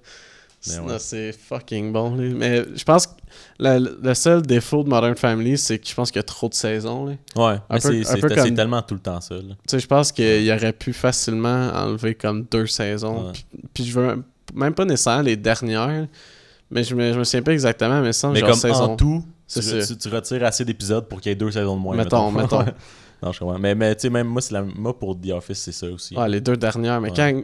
[SPEAKER 1] Mais ouais.
[SPEAKER 2] Non, c'est fucking bon. Là. Mais je pense que la- le seul défaut de Modern Family, c'est que je pense qu'il y a trop de saisons. là.
[SPEAKER 1] Ouais, mais
[SPEAKER 2] peu-
[SPEAKER 1] c'est
[SPEAKER 2] un
[SPEAKER 1] c'est-
[SPEAKER 2] peu
[SPEAKER 1] c'est
[SPEAKER 2] comme-
[SPEAKER 1] tellement tout le temps ça. là.
[SPEAKER 2] Tu sais, je pense qu'il aurait pu facilement enlever comme deux saisons.
[SPEAKER 1] Ouais.
[SPEAKER 2] Puis, puis je veux même pas nécessairement les dernières, mais je me, je me souviens pas exactement, mais sans
[SPEAKER 1] Mais
[SPEAKER 2] genre
[SPEAKER 1] comme
[SPEAKER 2] saison.
[SPEAKER 1] en tout, tu,
[SPEAKER 2] C'est
[SPEAKER 1] re-
[SPEAKER 2] ça.
[SPEAKER 1] tu- tu retires assez d'épisodes pour qu'il y ait deux saisons de moins.
[SPEAKER 2] Mettons, mettons.
[SPEAKER 1] [laughs] non, je comprends. Mais, mais tu sais, même moi, c'est la... moi, pour The Office, c'est ça aussi.
[SPEAKER 2] Ouais, les deux dernières. Mais
[SPEAKER 1] Ouais.
[SPEAKER 2] quand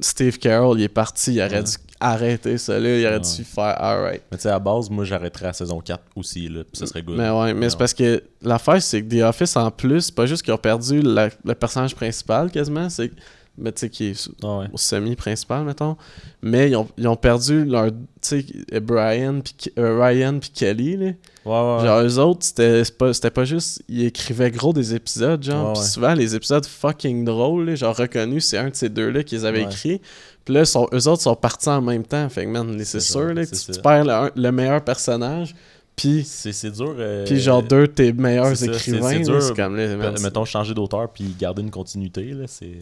[SPEAKER 2] Steve Carroll il est parti, il aurait
[SPEAKER 1] Ouais.
[SPEAKER 2] dû arrêter ça là, il aurait
[SPEAKER 1] Ouais.
[SPEAKER 2] dû faire alright.
[SPEAKER 1] Mais tu sais, à base, moi, j'arrêterais à saison 4 aussi, là, puis ça serait good.
[SPEAKER 2] Mais ouais, mais
[SPEAKER 1] Ouais.
[SPEAKER 2] c'est parce que l'affaire, c'est que The Office, en plus, c'est pas juste qu'ils ont perdu la- le personnage principal quasiment, c'est que- mais tu sais, qui est
[SPEAKER 1] Ah ouais.
[SPEAKER 2] au semi-principal, mettons. Mais ils ont, ils ont perdu leur. Tu sais, euh, Brian, puis Ke- euh, Ryan, puis Kelly, là.
[SPEAKER 1] Ouais, ouais, ouais.
[SPEAKER 2] Genre, eux autres, c'était c'est pas, c'était pas juste. Ils écrivaient gros des épisodes, genre.
[SPEAKER 1] Ouais,
[SPEAKER 2] Puis
[SPEAKER 1] ouais.
[SPEAKER 2] souvent, les épisodes fucking drôles, là, genre reconnus, c'est un de ces deux-là qu'ils avaient
[SPEAKER 1] Ouais.
[SPEAKER 2] écrit. Puis là, sont, eux autres sont partis en même temps. Fait que, man, c'est
[SPEAKER 1] C'est ça,
[SPEAKER 2] sûr, là, que
[SPEAKER 1] c'est
[SPEAKER 2] tu,
[SPEAKER 1] ça.
[SPEAKER 2] tu perds le, un- le meilleur personnage. Puis,
[SPEAKER 1] C'est c'est dur. euh,
[SPEAKER 2] puis genre, deux de tes meilleurs
[SPEAKER 1] c'est ça, c'est-
[SPEAKER 2] écrivains,
[SPEAKER 1] c'est
[SPEAKER 2] là,
[SPEAKER 1] dur. Ben,
[SPEAKER 2] c'est comme là, man, c'est-
[SPEAKER 1] Mettons, changer d'auteur puis garder une continuité, là, c'est.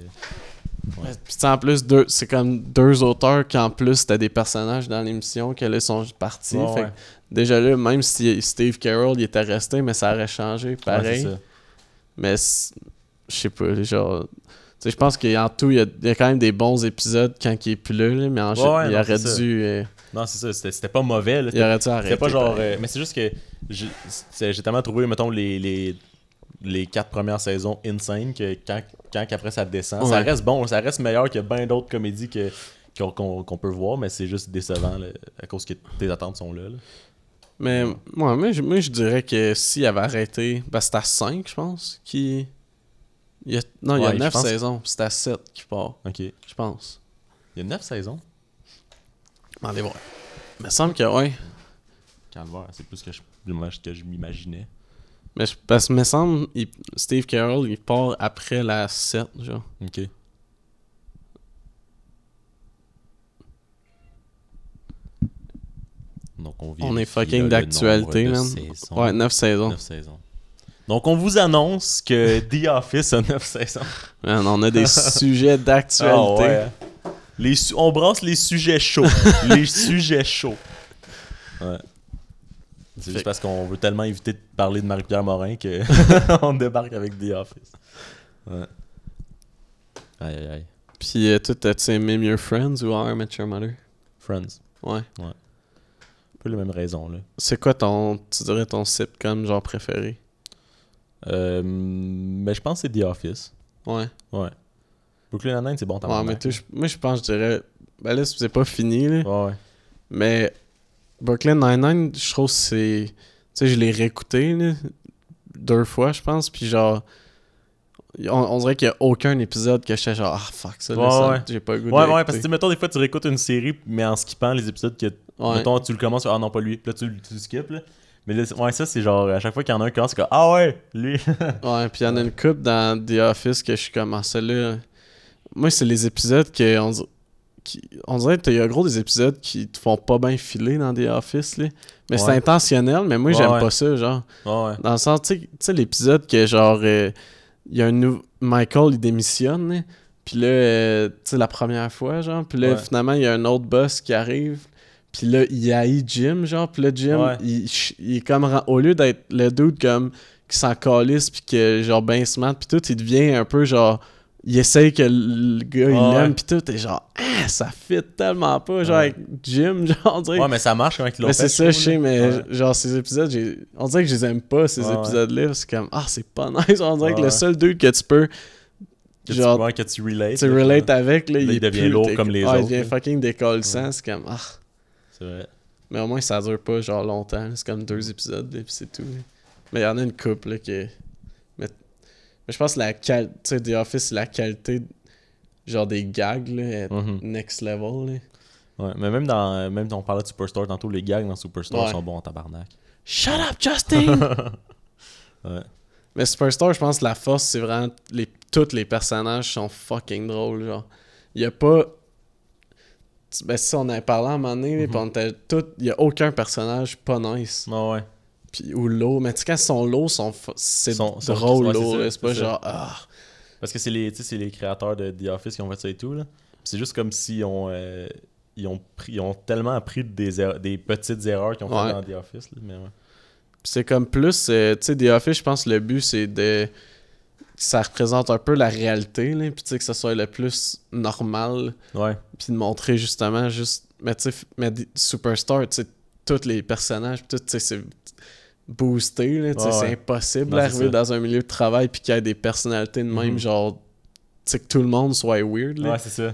[SPEAKER 2] Puis tu sais, en plus, deux- c'est comme deux auteurs qui en plus t'as des personnages dans l'émission que là sont partis.
[SPEAKER 1] Ouais,
[SPEAKER 2] Fait que
[SPEAKER 1] ouais.
[SPEAKER 2] déjà là, même si Steve Carroll il était resté, mais ça aurait changé pareil.
[SPEAKER 1] Ouais, c'est ça.
[SPEAKER 2] mais c'est- je sais pas, genre. tu sais, Je pense qu'en tout, il y, a, il y a quand même des bons épisodes quand il est plus là, là, mais en
[SPEAKER 1] Ouais,
[SPEAKER 2] gé-
[SPEAKER 1] ouais,
[SPEAKER 2] il,
[SPEAKER 1] non,
[SPEAKER 2] aurait
[SPEAKER 1] c'est ça.
[SPEAKER 2] dû, euh,
[SPEAKER 1] Non, c'est ça. C'était c'était pas mauvais. là,
[SPEAKER 2] il aurait dû arrêter.
[SPEAKER 1] C'est pas genre.
[SPEAKER 2] pareil.
[SPEAKER 1] euh, mais c'est juste que j'ai c'est- j'ai tellement trouvé, mettons, les, les, les quatre premières saisons insane que quand, quand après ça descend, ça
[SPEAKER 2] Ouais.
[SPEAKER 1] reste bon, ça reste meilleur que bien d'autres comédies que qu'on qu'on- qu'on peut voir, mais c'est juste décevant là, à cause que tes attentes sont là. là.
[SPEAKER 2] Mais moi, moi, je, moi, je dirais que s'il avait arrêté, ben, c'était à 5, je pense. Qui... Il y a, non, il y a
[SPEAKER 1] Ouais, je
[SPEAKER 2] 9
[SPEAKER 1] pense-
[SPEAKER 2] saisons, puis c'est à 7 qui part,
[SPEAKER 1] Ok. Il
[SPEAKER 2] je pense.
[SPEAKER 1] y a neuf saisons.
[SPEAKER 2] Allez voir. Il me semble que oui.
[SPEAKER 1] Calvaire, c'est plus que je, du moins que je m'imaginais.
[SPEAKER 2] Mais je, parce que me semble, il- Steve Carroll, il part après la 7, genre.
[SPEAKER 1] Ok. Donc on,
[SPEAKER 2] On est
[SPEAKER 1] vérifie,
[SPEAKER 2] fucking
[SPEAKER 1] là, le nombre
[SPEAKER 2] d'actualité,
[SPEAKER 1] de
[SPEAKER 2] man.
[SPEAKER 1] saisons. Oh.
[SPEAKER 2] Ouais, 9 saisons.
[SPEAKER 1] 9 saisons. Donc, on vous annonce [laughs] que The Office a 9 saisons.
[SPEAKER 2] Man, on
[SPEAKER 1] [laughs]
[SPEAKER 2] a des sujets d'actualité.
[SPEAKER 1] Ah ouais. Les su- on brasse les sujets [laughs] chauds. les sujets chauds. Ouais. C'est
[SPEAKER 2] Fait-
[SPEAKER 1] juste parce qu'on veut tellement éviter de parler de Marie-Pierre Morin [laughs] que on débarque avec The Office. Ouais. Aïe aïe aïe.
[SPEAKER 2] Puis euh, toi, t'as-tu aimé Your Friends ou How I Met Your Mother?
[SPEAKER 1] Friends.
[SPEAKER 2] Ouais.
[SPEAKER 1] Un peu les mêmes raisons là.
[SPEAKER 2] C'est quoi ton, tu dirais ton sitcom genre préféré?
[SPEAKER 1] Euh, mais je pense que c'est The Office.
[SPEAKER 2] Ouais.
[SPEAKER 1] Ouais. Brooklyn Nine-Nine, c'est bon, t'as
[SPEAKER 2] Ouais, mais toi, je- moi, je pense, je dirais, ben là, c'est pas fini, là.
[SPEAKER 1] Ouais, ouais.
[SPEAKER 2] Mais Brooklyn Nine-Nine, je trouve que c'est. Tu sais, je l'ai réécouté là, deux fois, je pense. Puis genre. On, on dirait qu'il n'y a aucun épisode que j'étais genre, ah fuck ça, là,
[SPEAKER 1] Ouais,
[SPEAKER 2] ça,
[SPEAKER 1] ouais.
[SPEAKER 2] j'ai pas le goût de
[SPEAKER 1] Ouais, ouais,
[SPEAKER 2] l'écouter.
[SPEAKER 1] parce que, tu sais, mettons, des fois, tu réécoutes une série, mais en skippant les épisodes que.
[SPEAKER 2] Ouais.
[SPEAKER 1] Mettons, tu le commences, ah non, pas lui. Puis là, tu, le- tu le skippes, là. Mais là, c'est- ouais, ça, c'est genre, à chaque fois qu'il y en a un qui commence, c'est comme, ah ouais, lui.
[SPEAKER 2] Ouais, puis il y en a une coupe dans The Office que je suis comme, ah, celle-là. Moi, c'est les épisodes que. On, di- qui, on dirait qu'il y a gros des épisodes qui te font pas bien filer dans The Office, là. Mais c'est
[SPEAKER 1] Ouais.
[SPEAKER 2] intentionnel, mais moi,
[SPEAKER 1] Ouais,
[SPEAKER 2] j'aime
[SPEAKER 1] ouais.
[SPEAKER 2] pas ça, genre.
[SPEAKER 1] ouais, ouais.
[SPEAKER 2] Dans le sens, tu sais- tu sais, l'épisode que genre, euh, il y a un nou- Michael, il démissionne, hein, puis là, euh, tu sais, la première fois, genre, puis là,
[SPEAKER 1] Ouais.
[SPEAKER 2] finalement, il y a un autre boss qui arrive, puis là, il haït Jim, genre, puis là, Jim,
[SPEAKER 1] Ouais.
[SPEAKER 2] il, ch- il est comme, ren- au lieu d'être le dude comme, qui s'en calisse, puis que, genre, ben smart, puis tout, il devient un peu, genre, il essaye que le le gars, il
[SPEAKER 1] Ouais.
[SPEAKER 2] l'aime, puis tout, et genre, ah, ça fit tellement pas, genre,
[SPEAKER 1] Ouais.
[SPEAKER 2] avec Jim, [laughs] genre, on dirait
[SPEAKER 1] [laughs] Ouais, mais ça marche quand ils l'ont
[SPEAKER 2] mais c'est
[SPEAKER 1] fait,
[SPEAKER 2] ça, je
[SPEAKER 1] trouve,
[SPEAKER 2] sais,
[SPEAKER 1] là.
[SPEAKER 2] mais
[SPEAKER 1] Ouais.
[SPEAKER 2] genre ces épisodes, j'ai- on dirait que je les aime pas, ces
[SPEAKER 1] Ouais, ouais.
[SPEAKER 2] épisodes-là. C'est comme, ah, c'est pas [laughs] nice. On dirait que
[SPEAKER 1] Ouais,
[SPEAKER 2] le
[SPEAKER 1] ouais.
[SPEAKER 2] seul dude que tu peux,
[SPEAKER 1] Que tu,
[SPEAKER 2] genre,
[SPEAKER 1] ouais, que tu relates.
[SPEAKER 2] tu
[SPEAKER 1] là,
[SPEAKER 2] relates
[SPEAKER 1] finalement.
[SPEAKER 2] avec, là,
[SPEAKER 1] Là,
[SPEAKER 2] il,
[SPEAKER 1] il
[SPEAKER 2] est
[SPEAKER 1] devient
[SPEAKER 2] plus-
[SPEAKER 1] lourd
[SPEAKER 2] t'es-
[SPEAKER 1] comme les
[SPEAKER 2] ouais,
[SPEAKER 1] autres,
[SPEAKER 2] Il devient
[SPEAKER 1] là.
[SPEAKER 2] fucking décollissant. C'est comme, ah.
[SPEAKER 1] C'est vrai.
[SPEAKER 2] Mais au moins, ça dure pas genre longtemps. là, C'est comme deux épisodes, et puis c'est tout. là. Mais il y en a une couple, là, qui. Mais, mais je pense que la qualité, tu sais, The Office, la qualité, genre des gags, là, est
[SPEAKER 1] Mhm.
[SPEAKER 2] next level, là.
[SPEAKER 1] Ouais, mais même dans. Même on parlait de Superstore tantôt, les gags dans Superstore
[SPEAKER 2] Ouais.
[SPEAKER 1] sont bons en tabarnak.
[SPEAKER 2] Shut up, Justin!
[SPEAKER 1] [laughs] Ouais.
[SPEAKER 2] Mais Superstar, je pense que la force, c'est vraiment. Les, tous les personnages sont fucking drôles. Genre, il n'y a pas. tu- Ben, si on en parlé à un moment donné, puis on était tout. Il n'y a aucun personnage pas nice.
[SPEAKER 1] Mhm. Ouais, ouais.
[SPEAKER 2] Puis, ou lourd. Mais tu sais, quand ils sont lourds, sont fa- c'est
[SPEAKER 1] Sont- sont-
[SPEAKER 2] drôle
[SPEAKER 1] ouais, c'est
[SPEAKER 2] lourd.
[SPEAKER 1] ça,
[SPEAKER 2] là. C'est pas
[SPEAKER 1] c'est ça.
[SPEAKER 2] genre. Ah.
[SPEAKER 1] Parce que c'est les, tu sais, c'est les créateurs de The Office qui ont fait ça et tout. là. Puis C'est juste comme si on, euh, ils, ont pris- ils ont tellement appris des, er- des petites erreurs qu'ils ont
[SPEAKER 2] Ouais.
[SPEAKER 1] fait dans The Office. là, mais ouais.
[SPEAKER 2] Puis c'est comme plus, euh, tu sais, The Office, je pense que le but, c'est de. Ça représente un peu la réalité, là. Puis tu sais, que ce soit le plus normal.
[SPEAKER 1] Ouais,
[SPEAKER 2] puis de montrer justement juste mais tu sais f- mais des- Superstar tu sais tous les personnages puis tout tu sais c'est boosté là tu sais
[SPEAKER 1] Ouais,
[SPEAKER 2] c'est
[SPEAKER 1] ouais.
[SPEAKER 2] impossible
[SPEAKER 1] Non, c'est
[SPEAKER 2] d'arriver
[SPEAKER 1] ça.
[SPEAKER 2] dans un milieu de travail puis qu'il y ait des personnalités de même
[SPEAKER 1] Mhm.
[SPEAKER 2] genre tu sais que tout le monde soit weird là.
[SPEAKER 1] ouais c'est ça.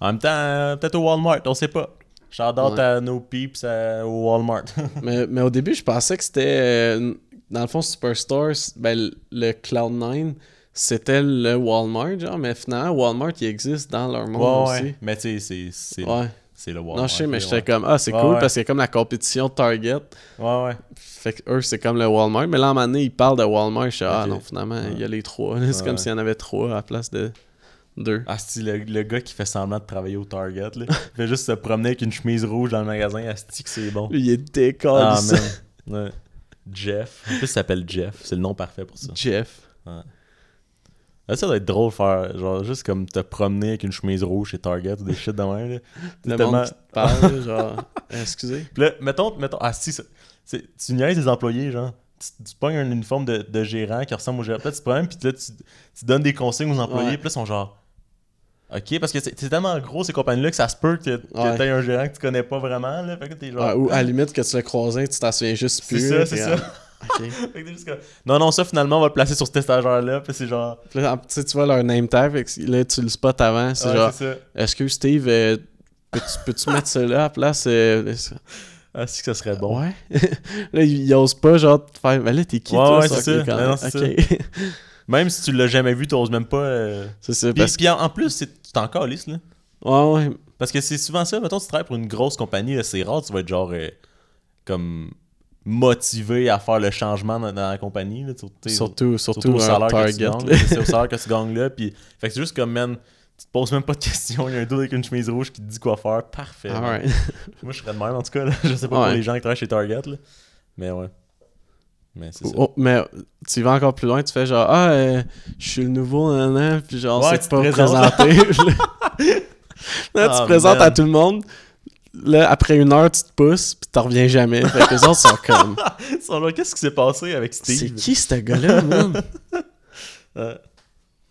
[SPEAKER 1] En même temps, euh, peut-être au Walmart, on sait pas. Shout out
[SPEAKER 2] Ouais.
[SPEAKER 1] à nos peeps à- au Walmart. [laughs]
[SPEAKER 2] mais, mais au début je pensais que c'était euh, dans le fond Superstar c- ben le- le Cloud9 c'était le Walmart genre mais finalement Walmart il existe dans leur monde
[SPEAKER 1] ouais,
[SPEAKER 2] aussi
[SPEAKER 1] ouais. Mais tu sais, c'est- c'est
[SPEAKER 2] ouais
[SPEAKER 1] c'est le Walmart.
[SPEAKER 2] non je sais mais
[SPEAKER 1] là,
[SPEAKER 2] j'étais
[SPEAKER 1] ouais.
[SPEAKER 2] comme ah c'est
[SPEAKER 1] Ouais,
[SPEAKER 2] cool
[SPEAKER 1] ouais.
[SPEAKER 2] parce qu'il y a comme la compétition Target
[SPEAKER 1] Ouais, ouais.
[SPEAKER 2] Fait que eux, c'est comme le Walmart. Mais là, à un moment donné, ils parlent de Walmart. Je suis ah
[SPEAKER 1] Ok.
[SPEAKER 2] non, finalement, il y a
[SPEAKER 1] Ouais.
[SPEAKER 2] les trois. C'est
[SPEAKER 1] Ouais,
[SPEAKER 2] comme
[SPEAKER 1] ouais.
[SPEAKER 2] s'il y en avait trois à la place de deux.
[SPEAKER 1] Asti, Ah, le, le gars qui fait semblant de travailler au Target, [laughs] là. il fait juste se promener avec une chemise rouge dans le magasin. Asti, que c'est bon.
[SPEAKER 2] Lui, il est décalé.
[SPEAKER 1] Ah, man. Ouais. Jeff. En plus, il s'appelle Jeff. C'est le nom parfait pour ça.
[SPEAKER 2] Jeff.
[SPEAKER 1] Ah, Ça doit être drôle de faire, genre, juste comme te promener avec une chemise rouge chez Target ou des shit de même. Là. C'est
[SPEAKER 2] Le
[SPEAKER 1] tellement-
[SPEAKER 2] monde qui te parle, genre,
[SPEAKER 1] [laughs]
[SPEAKER 2] excusez.
[SPEAKER 1] Puis là, mettons, mettons, ah, si, ça- c'est- tu niaises les employés, genre. Tu, tu pognes un uniforme de, de gérant qui ressemble au gérant. Puis là, tu te promènes, puis là, tu, tu donnes des consignes aux employés,
[SPEAKER 2] Ouais.
[SPEAKER 1] puis là, ils sont genre. Ok, parce que c'est c'est tellement gros ces compagnies-là que ça se peut que, que
[SPEAKER 2] Ouais.
[SPEAKER 1] t'aies un gérant que tu connais pas vraiment, là. Fait que t'es genre.
[SPEAKER 2] Ouais, ou à la limite que tu le croisais, tu t'en souviens juste
[SPEAKER 1] [laughs] c'est
[SPEAKER 2] plus.
[SPEAKER 1] ça,
[SPEAKER 2] là,
[SPEAKER 1] c'est
[SPEAKER 2] t'es
[SPEAKER 1] [laughs] ça.
[SPEAKER 2] comme, ok.
[SPEAKER 1] Fait que t'es juste comme, Non, non, ça finalement, on va le placer sur cet étagère-là, puis c'est genre.
[SPEAKER 2] ah. Puis là, en- tu sais, tu vois leur name tag, fait que là, tu le spots avant. C'est
[SPEAKER 1] ouais,
[SPEAKER 2] genre,
[SPEAKER 1] c'est ça.
[SPEAKER 2] excuse Steve, euh, peux-tu peux-tu mettre ça là à la place euh,
[SPEAKER 1] Ah, si que ça serait bon.
[SPEAKER 2] Ouais. [laughs] là, il, il ose pas, genre, te faire. Mais là, t'es qui,
[SPEAKER 1] Ouais,
[SPEAKER 2] toi
[SPEAKER 1] ouais,
[SPEAKER 2] ça?
[SPEAKER 1] c'est ça.
[SPEAKER 2] Ok, quand
[SPEAKER 1] Non,
[SPEAKER 2] même.
[SPEAKER 1] non, c'est
[SPEAKER 2] Ok.
[SPEAKER 1] Même si tu l'as jamais vu, t'oses même pas. euh,
[SPEAKER 2] [laughs] C'est ça,
[SPEAKER 1] Puis,
[SPEAKER 2] parce que.
[SPEAKER 1] puis en, en plus, c'est- tu t'en encore là.
[SPEAKER 2] Ouais, ouais.
[SPEAKER 1] Parce que c'est souvent ça, mettons, tu travailles pour une grosse compagnie, là, c'est rare, tu vas être genre euh, comme motivé à faire le changement dans, dans la compagnie. Là, tu- tu sais,
[SPEAKER 2] Surtout, surtout, un
[SPEAKER 1] que tu
[SPEAKER 2] target.
[SPEAKER 1] gagnes,
[SPEAKER 2] là.
[SPEAKER 1] là, c'est au salaire que tu gagnes là. Puis, fait que c'est juste comme, man, tu te poses même pas de questions, il y a un dos avec une chemise rouge qui te dit quoi faire, parfait.
[SPEAKER 2] All [laughs] right.
[SPEAKER 1] Moi, je serais de même en tout cas, là. [laughs] je sais pas
[SPEAKER 2] Ah Ouais.
[SPEAKER 1] pour les gens qui travaillent chez Target, là. mais ouais. Mais c'est ça. [laughs]
[SPEAKER 2] Oh, mais tu vas encore plus loin, tu fais genre Ah, euh, je suis le nouveau, nanana, puis genre,
[SPEAKER 1] Ouais, tu
[SPEAKER 2] c'est
[SPEAKER 1] te
[SPEAKER 2] pas
[SPEAKER 1] présentes.
[SPEAKER 2] présenté.
[SPEAKER 1] [laughs]
[SPEAKER 2] là, tu
[SPEAKER 1] Ah,
[SPEAKER 2] te présentes
[SPEAKER 1] man.
[SPEAKER 2] à tout le monde. Là, après une heure, tu te pousses, puis t'en reviens jamais. Fait que les autres sont
[SPEAKER 1] [laughs]
[SPEAKER 2] comme
[SPEAKER 1] Ils sont là, Qu'est-ce qui s'est passé avec
[SPEAKER 2] C'est
[SPEAKER 1] Steve
[SPEAKER 2] qui ce gars-là, man
[SPEAKER 1] Ah,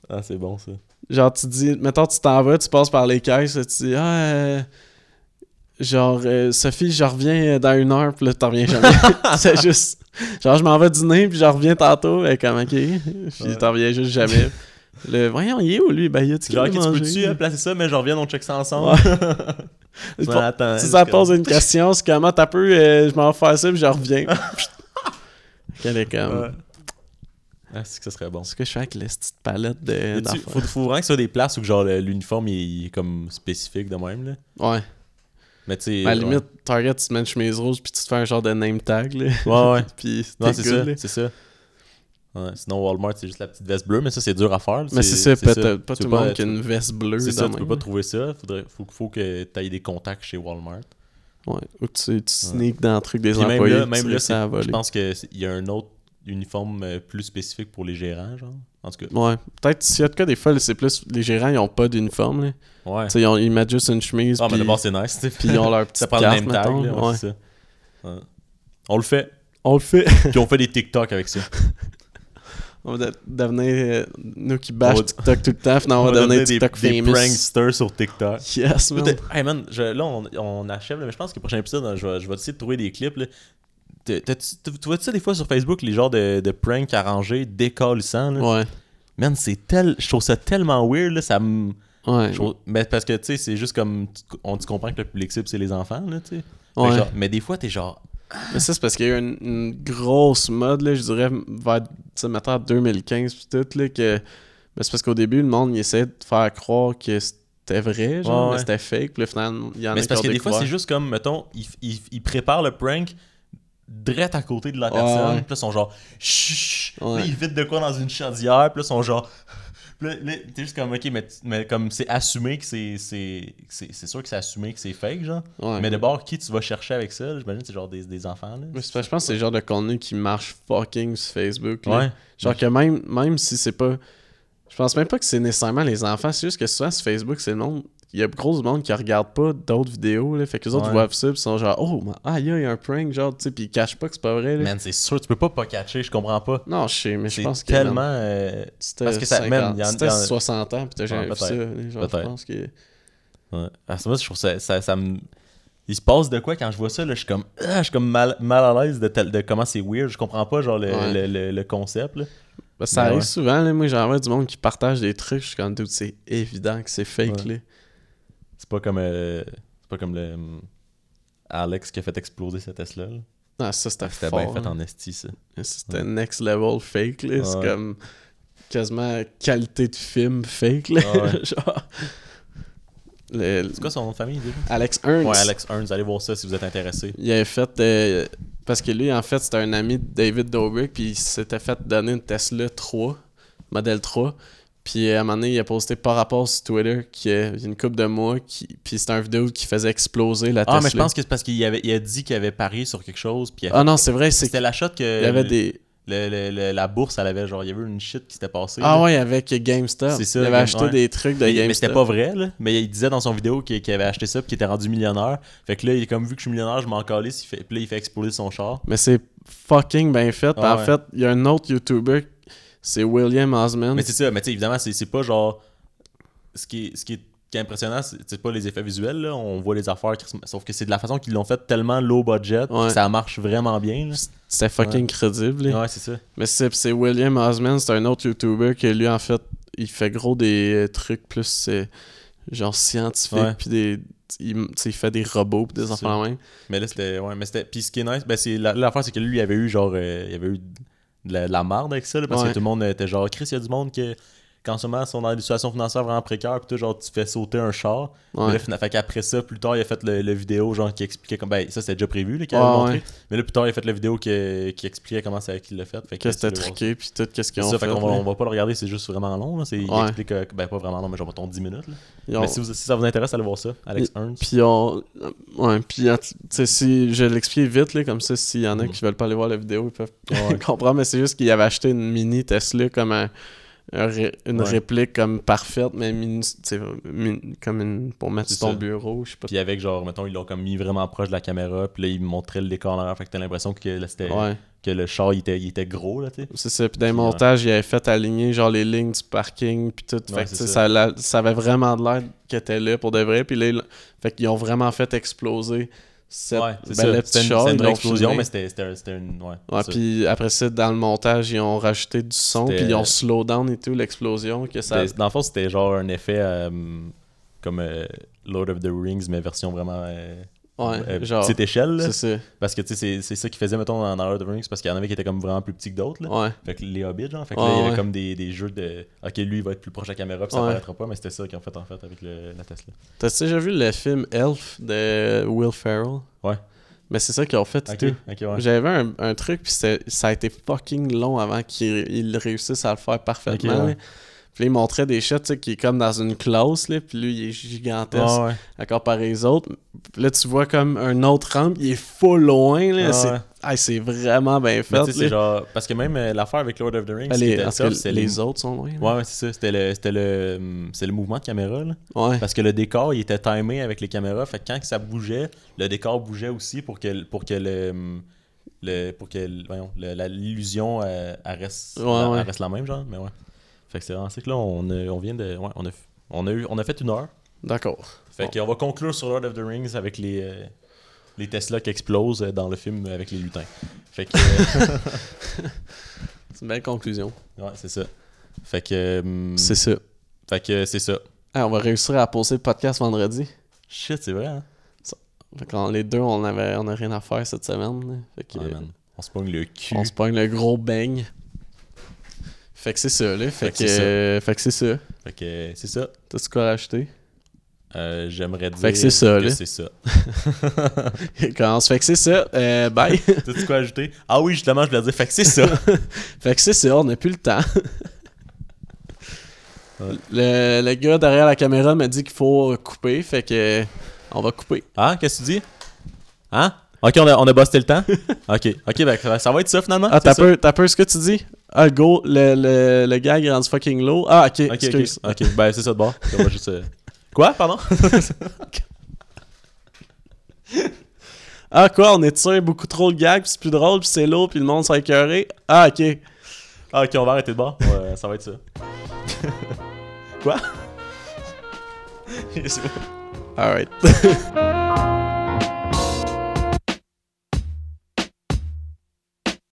[SPEAKER 1] Ah, c'est bon ça.
[SPEAKER 2] Genre, tu dis, mettons, tu t'en vas, tu passes par les caisses, là, tu dis Ah, euh, genre, euh, Sophie, je reviens dans une heure, puis là, t'en reviens
[SPEAKER 1] [laughs]
[SPEAKER 2] jamais. [laughs] c'est juste, genre, je m'en vais dîner, puis je reviens tantôt, et comme, ok, puis t'en reviens juste jamais. Le, voyons, il est où lui Ben, il a tu
[SPEAKER 1] Genre,
[SPEAKER 2] qu'il
[SPEAKER 1] tu
[SPEAKER 2] manger?
[SPEAKER 1] peux-tu euh, placer ça, mais je reviens, on check ça ensemble. [laughs]
[SPEAKER 2] Tu
[SPEAKER 1] m'en
[SPEAKER 2] poses-
[SPEAKER 1] attends,
[SPEAKER 2] tu
[SPEAKER 1] je
[SPEAKER 2] t'en
[SPEAKER 1] suis
[SPEAKER 2] poses
[SPEAKER 1] comme-
[SPEAKER 2] une question, c'est comment t'as peu, euh, je m'en vais faire ça, puis je
[SPEAKER 1] [laughs]
[SPEAKER 2] reviens. Quelle est comme.
[SPEAKER 1] Ouais. Ah, c'est que ça serait bon.
[SPEAKER 2] Ce que je fais avec les petites palettes de.
[SPEAKER 1] Y a-tu-
[SPEAKER 2] d'affaires?
[SPEAKER 1] Faut, faut vraiment que ça soit des places où genre le- l'uniforme il, il est comme spécifique de même là.
[SPEAKER 2] Ouais.
[SPEAKER 1] Mais tu sais.
[SPEAKER 2] À la
[SPEAKER 1] ouais.
[SPEAKER 2] limite, Target, tu te mets une chemise rouge, puis tu te fais un genre de name tag, là.
[SPEAKER 1] Ouais, ouais.
[SPEAKER 2] [laughs] puis
[SPEAKER 1] Non,
[SPEAKER 2] t'es
[SPEAKER 1] c'est
[SPEAKER 2] good,
[SPEAKER 1] ça.
[SPEAKER 2] là.
[SPEAKER 1] C'est ça. Ouais, sinon, Walmart, c'est juste la petite veste bleue, mais ça, c'est dur à faire.
[SPEAKER 2] Mais c'est ça, peut-être pas
[SPEAKER 1] Tu
[SPEAKER 2] tout le
[SPEAKER 1] peux
[SPEAKER 2] monde qui
[SPEAKER 1] tu-
[SPEAKER 2] a une veste bleue.
[SPEAKER 1] C'est
[SPEAKER 2] de
[SPEAKER 1] ça, tu peux
[SPEAKER 2] même. hein.
[SPEAKER 1] pas trouver ça. Faudrait, faut, faut que tu ailles des contacts chez Walmart.
[SPEAKER 2] Ouais. Ou tu, tu sneak dans le truc des
[SPEAKER 1] Puis même
[SPEAKER 2] employés.
[SPEAKER 1] là, même là c'est-
[SPEAKER 2] ça a volé.
[SPEAKER 1] je pense qu'il y a un autre uniforme euh, plus spécifique pour les gérants, genre. En tout cas,
[SPEAKER 2] Ouais. Peut-être, s'il y a de quoi, des fois, c'est plus. Les gérants, ils ont pas d'uniforme, là.
[SPEAKER 1] ouais.
[SPEAKER 2] Tu sais, ils, ont- ils mettent juste une chemise.
[SPEAKER 1] Ah, mais
[SPEAKER 2] puis,
[SPEAKER 1] d'abord, c'est nice. tu sais.
[SPEAKER 2] puis ils ont leur
[SPEAKER 1] [laughs]
[SPEAKER 2] petite
[SPEAKER 1] ça prend le
[SPEAKER 2] carte,
[SPEAKER 1] même tag.
[SPEAKER 2] mettons,
[SPEAKER 1] là, ouais,
[SPEAKER 2] ouais.
[SPEAKER 1] c'est ça. Ouais. On le fait.
[SPEAKER 2] On le fait.
[SPEAKER 1] Puis on fait des TikTok avec ça.
[SPEAKER 2] on va de- devenir. euh, nous qui bâchent
[SPEAKER 1] On va-
[SPEAKER 2] TikTok tout le temps, finalement, on va devenir
[SPEAKER 1] des,
[SPEAKER 2] TikTok
[SPEAKER 1] des
[SPEAKER 2] famous.
[SPEAKER 1] pranksters sur TikTok.
[SPEAKER 2] Yes, man.
[SPEAKER 1] Écoute, hey man, je- là on, on achève, là, mais je pense que le prochain épisode, hein, je vais, je vais essayer de trouver des clips. Là. T'as- t'as-tu- Tu tu vois-tu ça des fois sur Facebook, les genres de, de pranks arrangés, décollissants? là?
[SPEAKER 2] Ouais.
[SPEAKER 1] Man, c'est tel. Je trouve ça tellement weird, là, ça me.
[SPEAKER 2] Ouais.
[SPEAKER 1] je trouve- Mais parce que, tu sais, c'est juste comme. tu- On tu comprends que le public cible, c'est les enfants, là, tu sais. Fait que
[SPEAKER 2] Ouais.
[SPEAKER 1] genre- mais des fois, t'es genre.
[SPEAKER 2] Mais ça, c'est parce qu'il y a eu une, une grosse mode, là, je dirais, vers tu sais, mettons, 2015 puis tout, là, que... ben, c'est parce qu'au début, le monde, il essayait de faire croire que c'était vrai, genre,
[SPEAKER 1] Ouais,
[SPEAKER 2] mais
[SPEAKER 1] ouais.
[SPEAKER 2] c'était fake, puis là, finalement, il y en a
[SPEAKER 1] mais
[SPEAKER 2] qui
[SPEAKER 1] c'est parce
[SPEAKER 2] ont
[SPEAKER 1] que des fois,
[SPEAKER 2] découvert.
[SPEAKER 1] c'est juste comme, mettons, ils, ils, ils préparent le prank direct à côté de la
[SPEAKER 2] Ouais,
[SPEAKER 1] personne.
[SPEAKER 2] ouais.
[SPEAKER 1] Puis là, ils sont genre, chut,
[SPEAKER 2] Ouais.
[SPEAKER 1] là, ils vident de quoi dans une chaudière. Puis là, ils sont genre, [laughs] puis là, là, t'es juste comme, ok, mais, mais comme c'est assumé que c'est. C'est c'est- c'est sûr que c'est assumé que c'est fake, genre.
[SPEAKER 2] Ouais.
[SPEAKER 1] Mais d'abord, qui tu vas chercher avec ça là? J'imagine que c'est genre des, des enfants, là.
[SPEAKER 2] Mais c'est parce que je pense que c'est le genre de contenu qui marche fucking sur Facebook. là.
[SPEAKER 1] Ouais.
[SPEAKER 2] Genre que même, même si c'est pas... Je pense même pas que c'est nécessairement les enfants, c'est juste que souvent sur Facebook, c'est le monde... Il y a gros du monde qui regarde pas d'autres vidéos, là, fait que les autres
[SPEAKER 1] Ouais.
[SPEAKER 2] voient ça, puis ils sont genre « Oh, mais- ah, il y a un prank, genre, tu sais, puis ils cachent pas que c'est pas vrai, là.
[SPEAKER 1] Man, c'est sûr, tu peux pas pas catcher, je comprends pas.
[SPEAKER 2] Non, je sais, mais je
[SPEAKER 1] C'est
[SPEAKER 2] pense que...
[SPEAKER 1] tellement. euh,
[SPEAKER 2] C'était
[SPEAKER 1] Parce que ça-
[SPEAKER 2] 50,
[SPEAKER 1] man, y en-
[SPEAKER 2] c'était
[SPEAKER 1] y en- Ah,
[SPEAKER 2] 60 ans, puis t'as jamais vu
[SPEAKER 1] peut-être.
[SPEAKER 2] ça. là, genre, je
[SPEAKER 1] Peut-être.
[SPEAKER 2] pense que...
[SPEAKER 1] Ouais. À ce moment, je trouve ça, ça, ça me. Il se passe de quoi quand je vois ça, là, je suis comme, Ah, je suis comme mal, mal à l'aise de, tel- de comment c'est weird. Je comprends pas genre le,
[SPEAKER 2] Ouais.
[SPEAKER 1] le, le- le concept. Là.
[SPEAKER 2] Parce que ça
[SPEAKER 1] Mais
[SPEAKER 2] arrive
[SPEAKER 1] ouais.
[SPEAKER 2] souvent, là, moi j'en vois du monde qui partage des trucs, je suis comme doute, c'est évident que c'est fake. Là.
[SPEAKER 1] C'est pas comme euh, c'est pas comme le hum, Alex qui a fait exploser cette Tesla. là.
[SPEAKER 2] Non, ça c'était
[SPEAKER 1] C'était
[SPEAKER 2] fort.
[SPEAKER 1] bien fait
[SPEAKER 2] hein.
[SPEAKER 1] en esti ça.
[SPEAKER 2] C'était next level fake. là, C'est
[SPEAKER 1] Ouais.
[SPEAKER 2] comme quasiment qualité de film fake. Là.
[SPEAKER 1] Ah Ouais.
[SPEAKER 2] [laughs] genre... Le-
[SPEAKER 1] C'est quoi son nom de famille déjà?
[SPEAKER 2] Alex Ernst,
[SPEAKER 1] Ouais, Alex Earns, allez voir ça si vous êtes intéressé.
[SPEAKER 2] il avait fait... euh, Parce que lui, en fait, c'était un ami de David Dobrik, puis il s'était fait donner une Tesla 3, modèle 3. Puis euh, à un moment donné, il a posté par rapport sur Twitter qu'il y a une coupe de mois, qui, puis c'était un vidéo qui faisait exploser la Tesla.
[SPEAKER 1] Ah, mais je pense que c'est parce qu'il avait, il a dit qu'il avait parié sur quelque chose. Puis il a-
[SPEAKER 2] Ah non, c'est vrai, c'est
[SPEAKER 1] c'était
[SPEAKER 2] qu'il
[SPEAKER 1] la shot que
[SPEAKER 2] y avait
[SPEAKER 1] le-
[SPEAKER 2] des...
[SPEAKER 1] le- le- le- la bourse, elle avait genre, il y avait une shit qui s'était passée. là.
[SPEAKER 2] Ah ouais, avec GameStop.
[SPEAKER 1] C'est ça,
[SPEAKER 2] il avait
[SPEAKER 1] Game-
[SPEAKER 2] acheté
[SPEAKER 1] ouais.
[SPEAKER 2] des trucs de
[SPEAKER 1] Mais,
[SPEAKER 2] GameStop.
[SPEAKER 1] mais c'était pas vrai, là. Mais il disait dans son vidéo qu'il qu'il avait acheté ça puis qu'il était rendu millionnaire. Fait que là, il est comme vu que je suis millionnaire, je m'en calisse. il fait- Puis là, il fait exploser son char.
[SPEAKER 2] Mais c'est fucking bien fait. Puis
[SPEAKER 1] Ah
[SPEAKER 2] en
[SPEAKER 1] ouais.
[SPEAKER 2] fait, il y a un autre YouTuber, c'est William Osman.
[SPEAKER 1] Mais c'est ça, mais tu sais, évidemment, c'est c'est pas genre. Ce qui est, ce qui est, qui est impressionnant, c'est c'est pas les effets visuels, là. On voit les affaires, qui se- sauf que c'est de la façon qu'ils l'ont fait tellement low budget
[SPEAKER 2] Ouais.
[SPEAKER 1] que ça marche vraiment bien, là.
[SPEAKER 2] C'était fucking crédible. là.
[SPEAKER 1] Ouais, c'est ça.
[SPEAKER 2] Mais c'est c'est William Osman, c'est un autre YouTuber que lui, en fait, il fait gros des euh, trucs plus euh, genre
[SPEAKER 1] Ouais.
[SPEAKER 2] scientifiques, puis des. Il, tu sais, il fait des robots pis des
[SPEAKER 1] C'est
[SPEAKER 2] enfants de même.
[SPEAKER 1] Mais là, c'était. Ouais, mais c'était. Puis ce qui est nice, ben, c'est. la- L'affaire, c'est que lui, il avait eu genre. euh, il avait eu de la, de la marde avec ça, là, parce
[SPEAKER 2] Ouais.
[SPEAKER 1] que tout le monde était genre. Chris, il y a du monde qui, qu'en ce moment, ils sont dans des situations financières vraiment précaires, puis tout, genre, tu fais sauter un char.
[SPEAKER 2] Ouais.
[SPEAKER 1] Mais là, fina- fait qu'après ça, plus tard, il a fait le, le vidéo, genre, qui expliquait comme. Ben, ça, c'était déjà prévu, là, qu'il avait
[SPEAKER 2] Ouais,
[SPEAKER 1] montré.
[SPEAKER 2] ouais.
[SPEAKER 1] Mais là, plus tard, il a fait la vidéo qui, qui expliquait comment c'est qu'il l'a fait. Fait
[SPEAKER 2] Que
[SPEAKER 1] là, tu
[SPEAKER 2] c'était
[SPEAKER 1] peux voir ça.
[SPEAKER 2] triqué, puis tout, qu'est-ce qu'ils
[SPEAKER 1] C'est
[SPEAKER 2] ont
[SPEAKER 1] ça,
[SPEAKER 2] fait.
[SPEAKER 1] fait qu'on va,
[SPEAKER 2] là.
[SPEAKER 1] on va pas le regarder, c'est juste vraiment long. Là. C'est, il
[SPEAKER 2] Ouais.
[SPEAKER 1] explique, euh, ben pas vraiment long, mais genre mettons 10 minutes. là.
[SPEAKER 2] Ils ont-
[SPEAKER 1] Mais si, vous- si ça vous intéresse, allez voir ça, Alex
[SPEAKER 2] [laughs]
[SPEAKER 1] Ernst.
[SPEAKER 2] Puis on. Ouais, puis en- tu sais, si je l'explique vite, là, comme ça, s'il y en a
[SPEAKER 1] Mhm.
[SPEAKER 2] qui veulent pas aller voir la vidéo, ils peuvent
[SPEAKER 1] Ouais.
[SPEAKER 2] [laughs] comprendre, mais c'est juste qu'il avait acheté une mini Tesla comme un- un ré- une
[SPEAKER 1] Ouais.
[SPEAKER 2] réplique comme parfaite, mais mini, tu sais, mini- comme une, pour mettre
[SPEAKER 1] C'est
[SPEAKER 2] sur ton
[SPEAKER 1] ça.
[SPEAKER 2] bureau, je sais pas.
[SPEAKER 1] Puis avec genre, mettons, ils l'ont comme mis vraiment proche de la caméra, puis là, ils montraient le décor en arrière, fait que t'as l'impression que, là, c'était,
[SPEAKER 2] ouais,
[SPEAKER 1] que le char, il était, il était gros, là, tu sais.
[SPEAKER 2] c'est ça. Puis dans les
[SPEAKER 1] Puis,
[SPEAKER 2] montages, il avait fait aligner genre les lignes du parking, puis tout.
[SPEAKER 1] Ouais,
[SPEAKER 2] fait que tu
[SPEAKER 1] c'est
[SPEAKER 2] sais,
[SPEAKER 1] ça.
[SPEAKER 2] ça, la- ça avait vraiment de l'air que t'es là pour de vrai. Puis là, ils l'ont- fait qu'ils ont vraiment fait exploser cette
[SPEAKER 1] Ouais, c'est
[SPEAKER 2] ben, le
[SPEAKER 1] ça.
[SPEAKER 2] petit
[SPEAKER 1] C'était une,
[SPEAKER 2] char,
[SPEAKER 1] c'était une
[SPEAKER 2] ils
[SPEAKER 1] vraie
[SPEAKER 2] l'ont
[SPEAKER 1] explosion,
[SPEAKER 2] filmé.
[SPEAKER 1] mais c'était, c'était, un- c'était une. Ouais,
[SPEAKER 2] Ouais,
[SPEAKER 1] c'est ça.
[SPEAKER 2] puis après ça, dans le montage, ils ont rajouté du son,
[SPEAKER 1] C'était- euh,
[SPEAKER 2] puis ils ont slow down et tout, l'explosion, que ça...
[SPEAKER 1] C'était- Dans le fond, c'était genre un effet euh, comme euh, Lord of the Rings, mais version vraiment. euh,
[SPEAKER 2] Ouais,
[SPEAKER 1] euh,
[SPEAKER 2] genre,
[SPEAKER 1] petite échelle, là.
[SPEAKER 2] c'est ça,
[SPEAKER 1] Parce que, tu sais, c'est, c'est ça qu'ils faisaient, mettons, dans Lord of the Rings, parce qu'il y en avait qui étaient comme vraiment plus petits que d'autres, là.
[SPEAKER 2] ouais.
[SPEAKER 1] Fait que les hobbits, genre. Fait que
[SPEAKER 2] Ouais,
[SPEAKER 1] là, il y
[SPEAKER 2] ouais.
[SPEAKER 1] avait comme des, des jeux de. Ok, lui, il va être plus proche de la caméra, puis ça
[SPEAKER 2] Ouais.
[SPEAKER 1] apparaîtra pas, mais c'était ça qu'ils ont fait, en fait, avec le- la Tesla.
[SPEAKER 2] T'as-tu déjà vu le film Elf de Will Ferrell?
[SPEAKER 1] Ouais.
[SPEAKER 2] Mais c'est ça qu'ils ont fait et
[SPEAKER 1] Ok,
[SPEAKER 2] tout.
[SPEAKER 1] ok, ouais.
[SPEAKER 2] J'avais un, un truc, puis c'était- ça a été fucking long avant qu'ils ils réussissent à le faire parfaitement.
[SPEAKER 1] Ok, ouais.
[SPEAKER 2] là. Puis là, ils montraient des shots, tu sais, qui est comme dans une classe, là, puis lui, il est gigantesque.
[SPEAKER 1] Ah, ouais.
[SPEAKER 2] à comparer les autres. Là, tu vois comme un autre rampe, il est full loin. Là.
[SPEAKER 1] Ah
[SPEAKER 2] c'est...
[SPEAKER 1] ouais.
[SPEAKER 2] Ah, c'est vraiment bien
[SPEAKER 1] Mais
[SPEAKER 2] fait.
[SPEAKER 1] tu sais,
[SPEAKER 2] là.
[SPEAKER 1] c'est genre. Parce que même euh, l'affaire avec Lord of the Rings,
[SPEAKER 2] Ben,
[SPEAKER 1] ce qui
[SPEAKER 2] les,
[SPEAKER 1] était
[SPEAKER 2] parce
[SPEAKER 1] tough,
[SPEAKER 2] que
[SPEAKER 1] c'est
[SPEAKER 2] les
[SPEAKER 1] le-
[SPEAKER 2] autres sont loin. là.
[SPEAKER 1] Ouais, ouais, c'est ça. C'était le, c'était le, hum, c'est le mouvement de caméra, là.
[SPEAKER 2] Ouais.
[SPEAKER 1] Parce que le décor, il était timé avec les caméras. Fait que quand que ça bougeait, le décor bougeait aussi pour que, pour que le. hum, le- pour que le- voyons, le- la- l'illusion euh, elle reste,
[SPEAKER 2] Ouais,
[SPEAKER 1] elle- elle
[SPEAKER 2] ouais.
[SPEAKER 1] reste la même, genre. Mais ouais. Fait que c'est vraiment ça que là, on, a- on vient de. Ouais, on a, on, a eu, on a fait une heure.
[SPEAKER 2] D'accord.
[SPEAKER 1] Fait qu'on va conclure sur Lord of the Rings avec les, euh, les Tesla qui explosent euh, dans le film avec les lutins. Fait que. euh,
[SPEAKER 2] C'est une belle conclusion.
[SPEAKER 1] ouais, c'est ça. Fait que. euh,
[SPEAKER 2] C'est ça.
[SPEAKER 1] Fait que euh, c'est ça.
[SPEAKER 2] Ah, on va réussir à poster le podcast vendredi.
[SPEAKER 1] Shit, c'est vrai, hein?
[SPEAKER 2] Fait que, les deux, on avait on a rien à faire cette semaine. là. Fait que,
[SPEAKER 1] Ouais, man. On se pogne le cul.
[SPEAKER 2] on se pogne le gros bang. Fait que c'est ça, là. Fait,
[SPEAKER 1] Fait que
[SPEAKER 2] que,
[SPEAKER 1] c'est ça.
[SPEAKER 2] euh, fait que c'est ça.
[SPEAKER 1] Fait que euh, c'est ça.
[SPEAKER 2] T'as-tu quoi à racheter?
[SPEAKER 1] Euh, J'aimerais dire
[SPEAKER 2] Fait que c'est ça,
[SPEAKER 1] que
[SPEAKER 2] là.
[SPEAKER 1] c'est ça. [laughs]
[SPEAKER 2] Il [laughs] commence. Fait que c'est ça. Euh, [laughs] bye.
[SPEAKER 1] T'as-tu quoi ajouter? Ah oui, justement, je voulais dire, fait que c'est
[SPEAKER 2] [laughs]
[SPEAKER 1] ça.
[SPEAKER 2] Fait que c'est ça, on n'a plus le [laughs] temps.
[SPEAKER 1] Ouais.
[SPEAKER 2] le, le gars derrière la caméra m'a dit qu'il faut couper, fait que euh, on va couper.
[SPEAKER 1] hein? Qu'est-ce que tu dis? Hein? Ok, on a, on a bossé
[SPEAKER 2] [laughs]
[SPEAKER 1] le temps. Ok, ok, ben, ça va- ça va être ça finalement.
[SPEAKER 2] Ah,
[SPEAKER 1] c'est
[SPEAKER 2] t'as
[SPEAKER 1] ça?
[SPEAKER 2] peur, t'as peur ce que tu dis? Ah, go, le, le, le gag est rendu fucking low. Ah, ok,
[SPEAKER 1] Ok, ok,
[SPEAKER 2] excuse.
[SPEAKER 1] ok, ben c'est ça de bord. On va juste,
[SPEAKER 2] [laughs]
[SPEAKER 1] euh, Quoi? Pardon?
[SPEAKER 2] Ah, quoi, on est tiré beaucoup trop le gag, puis c'est plus drôle, puis c'est lourd, puis le monde s'est écœuré. Ah, ok.
[SPEAKER 1] Ah, ok, on va arrêter de bord. Ouais, ça va être ça. Quoi?
[SPEAKER 2] Alright.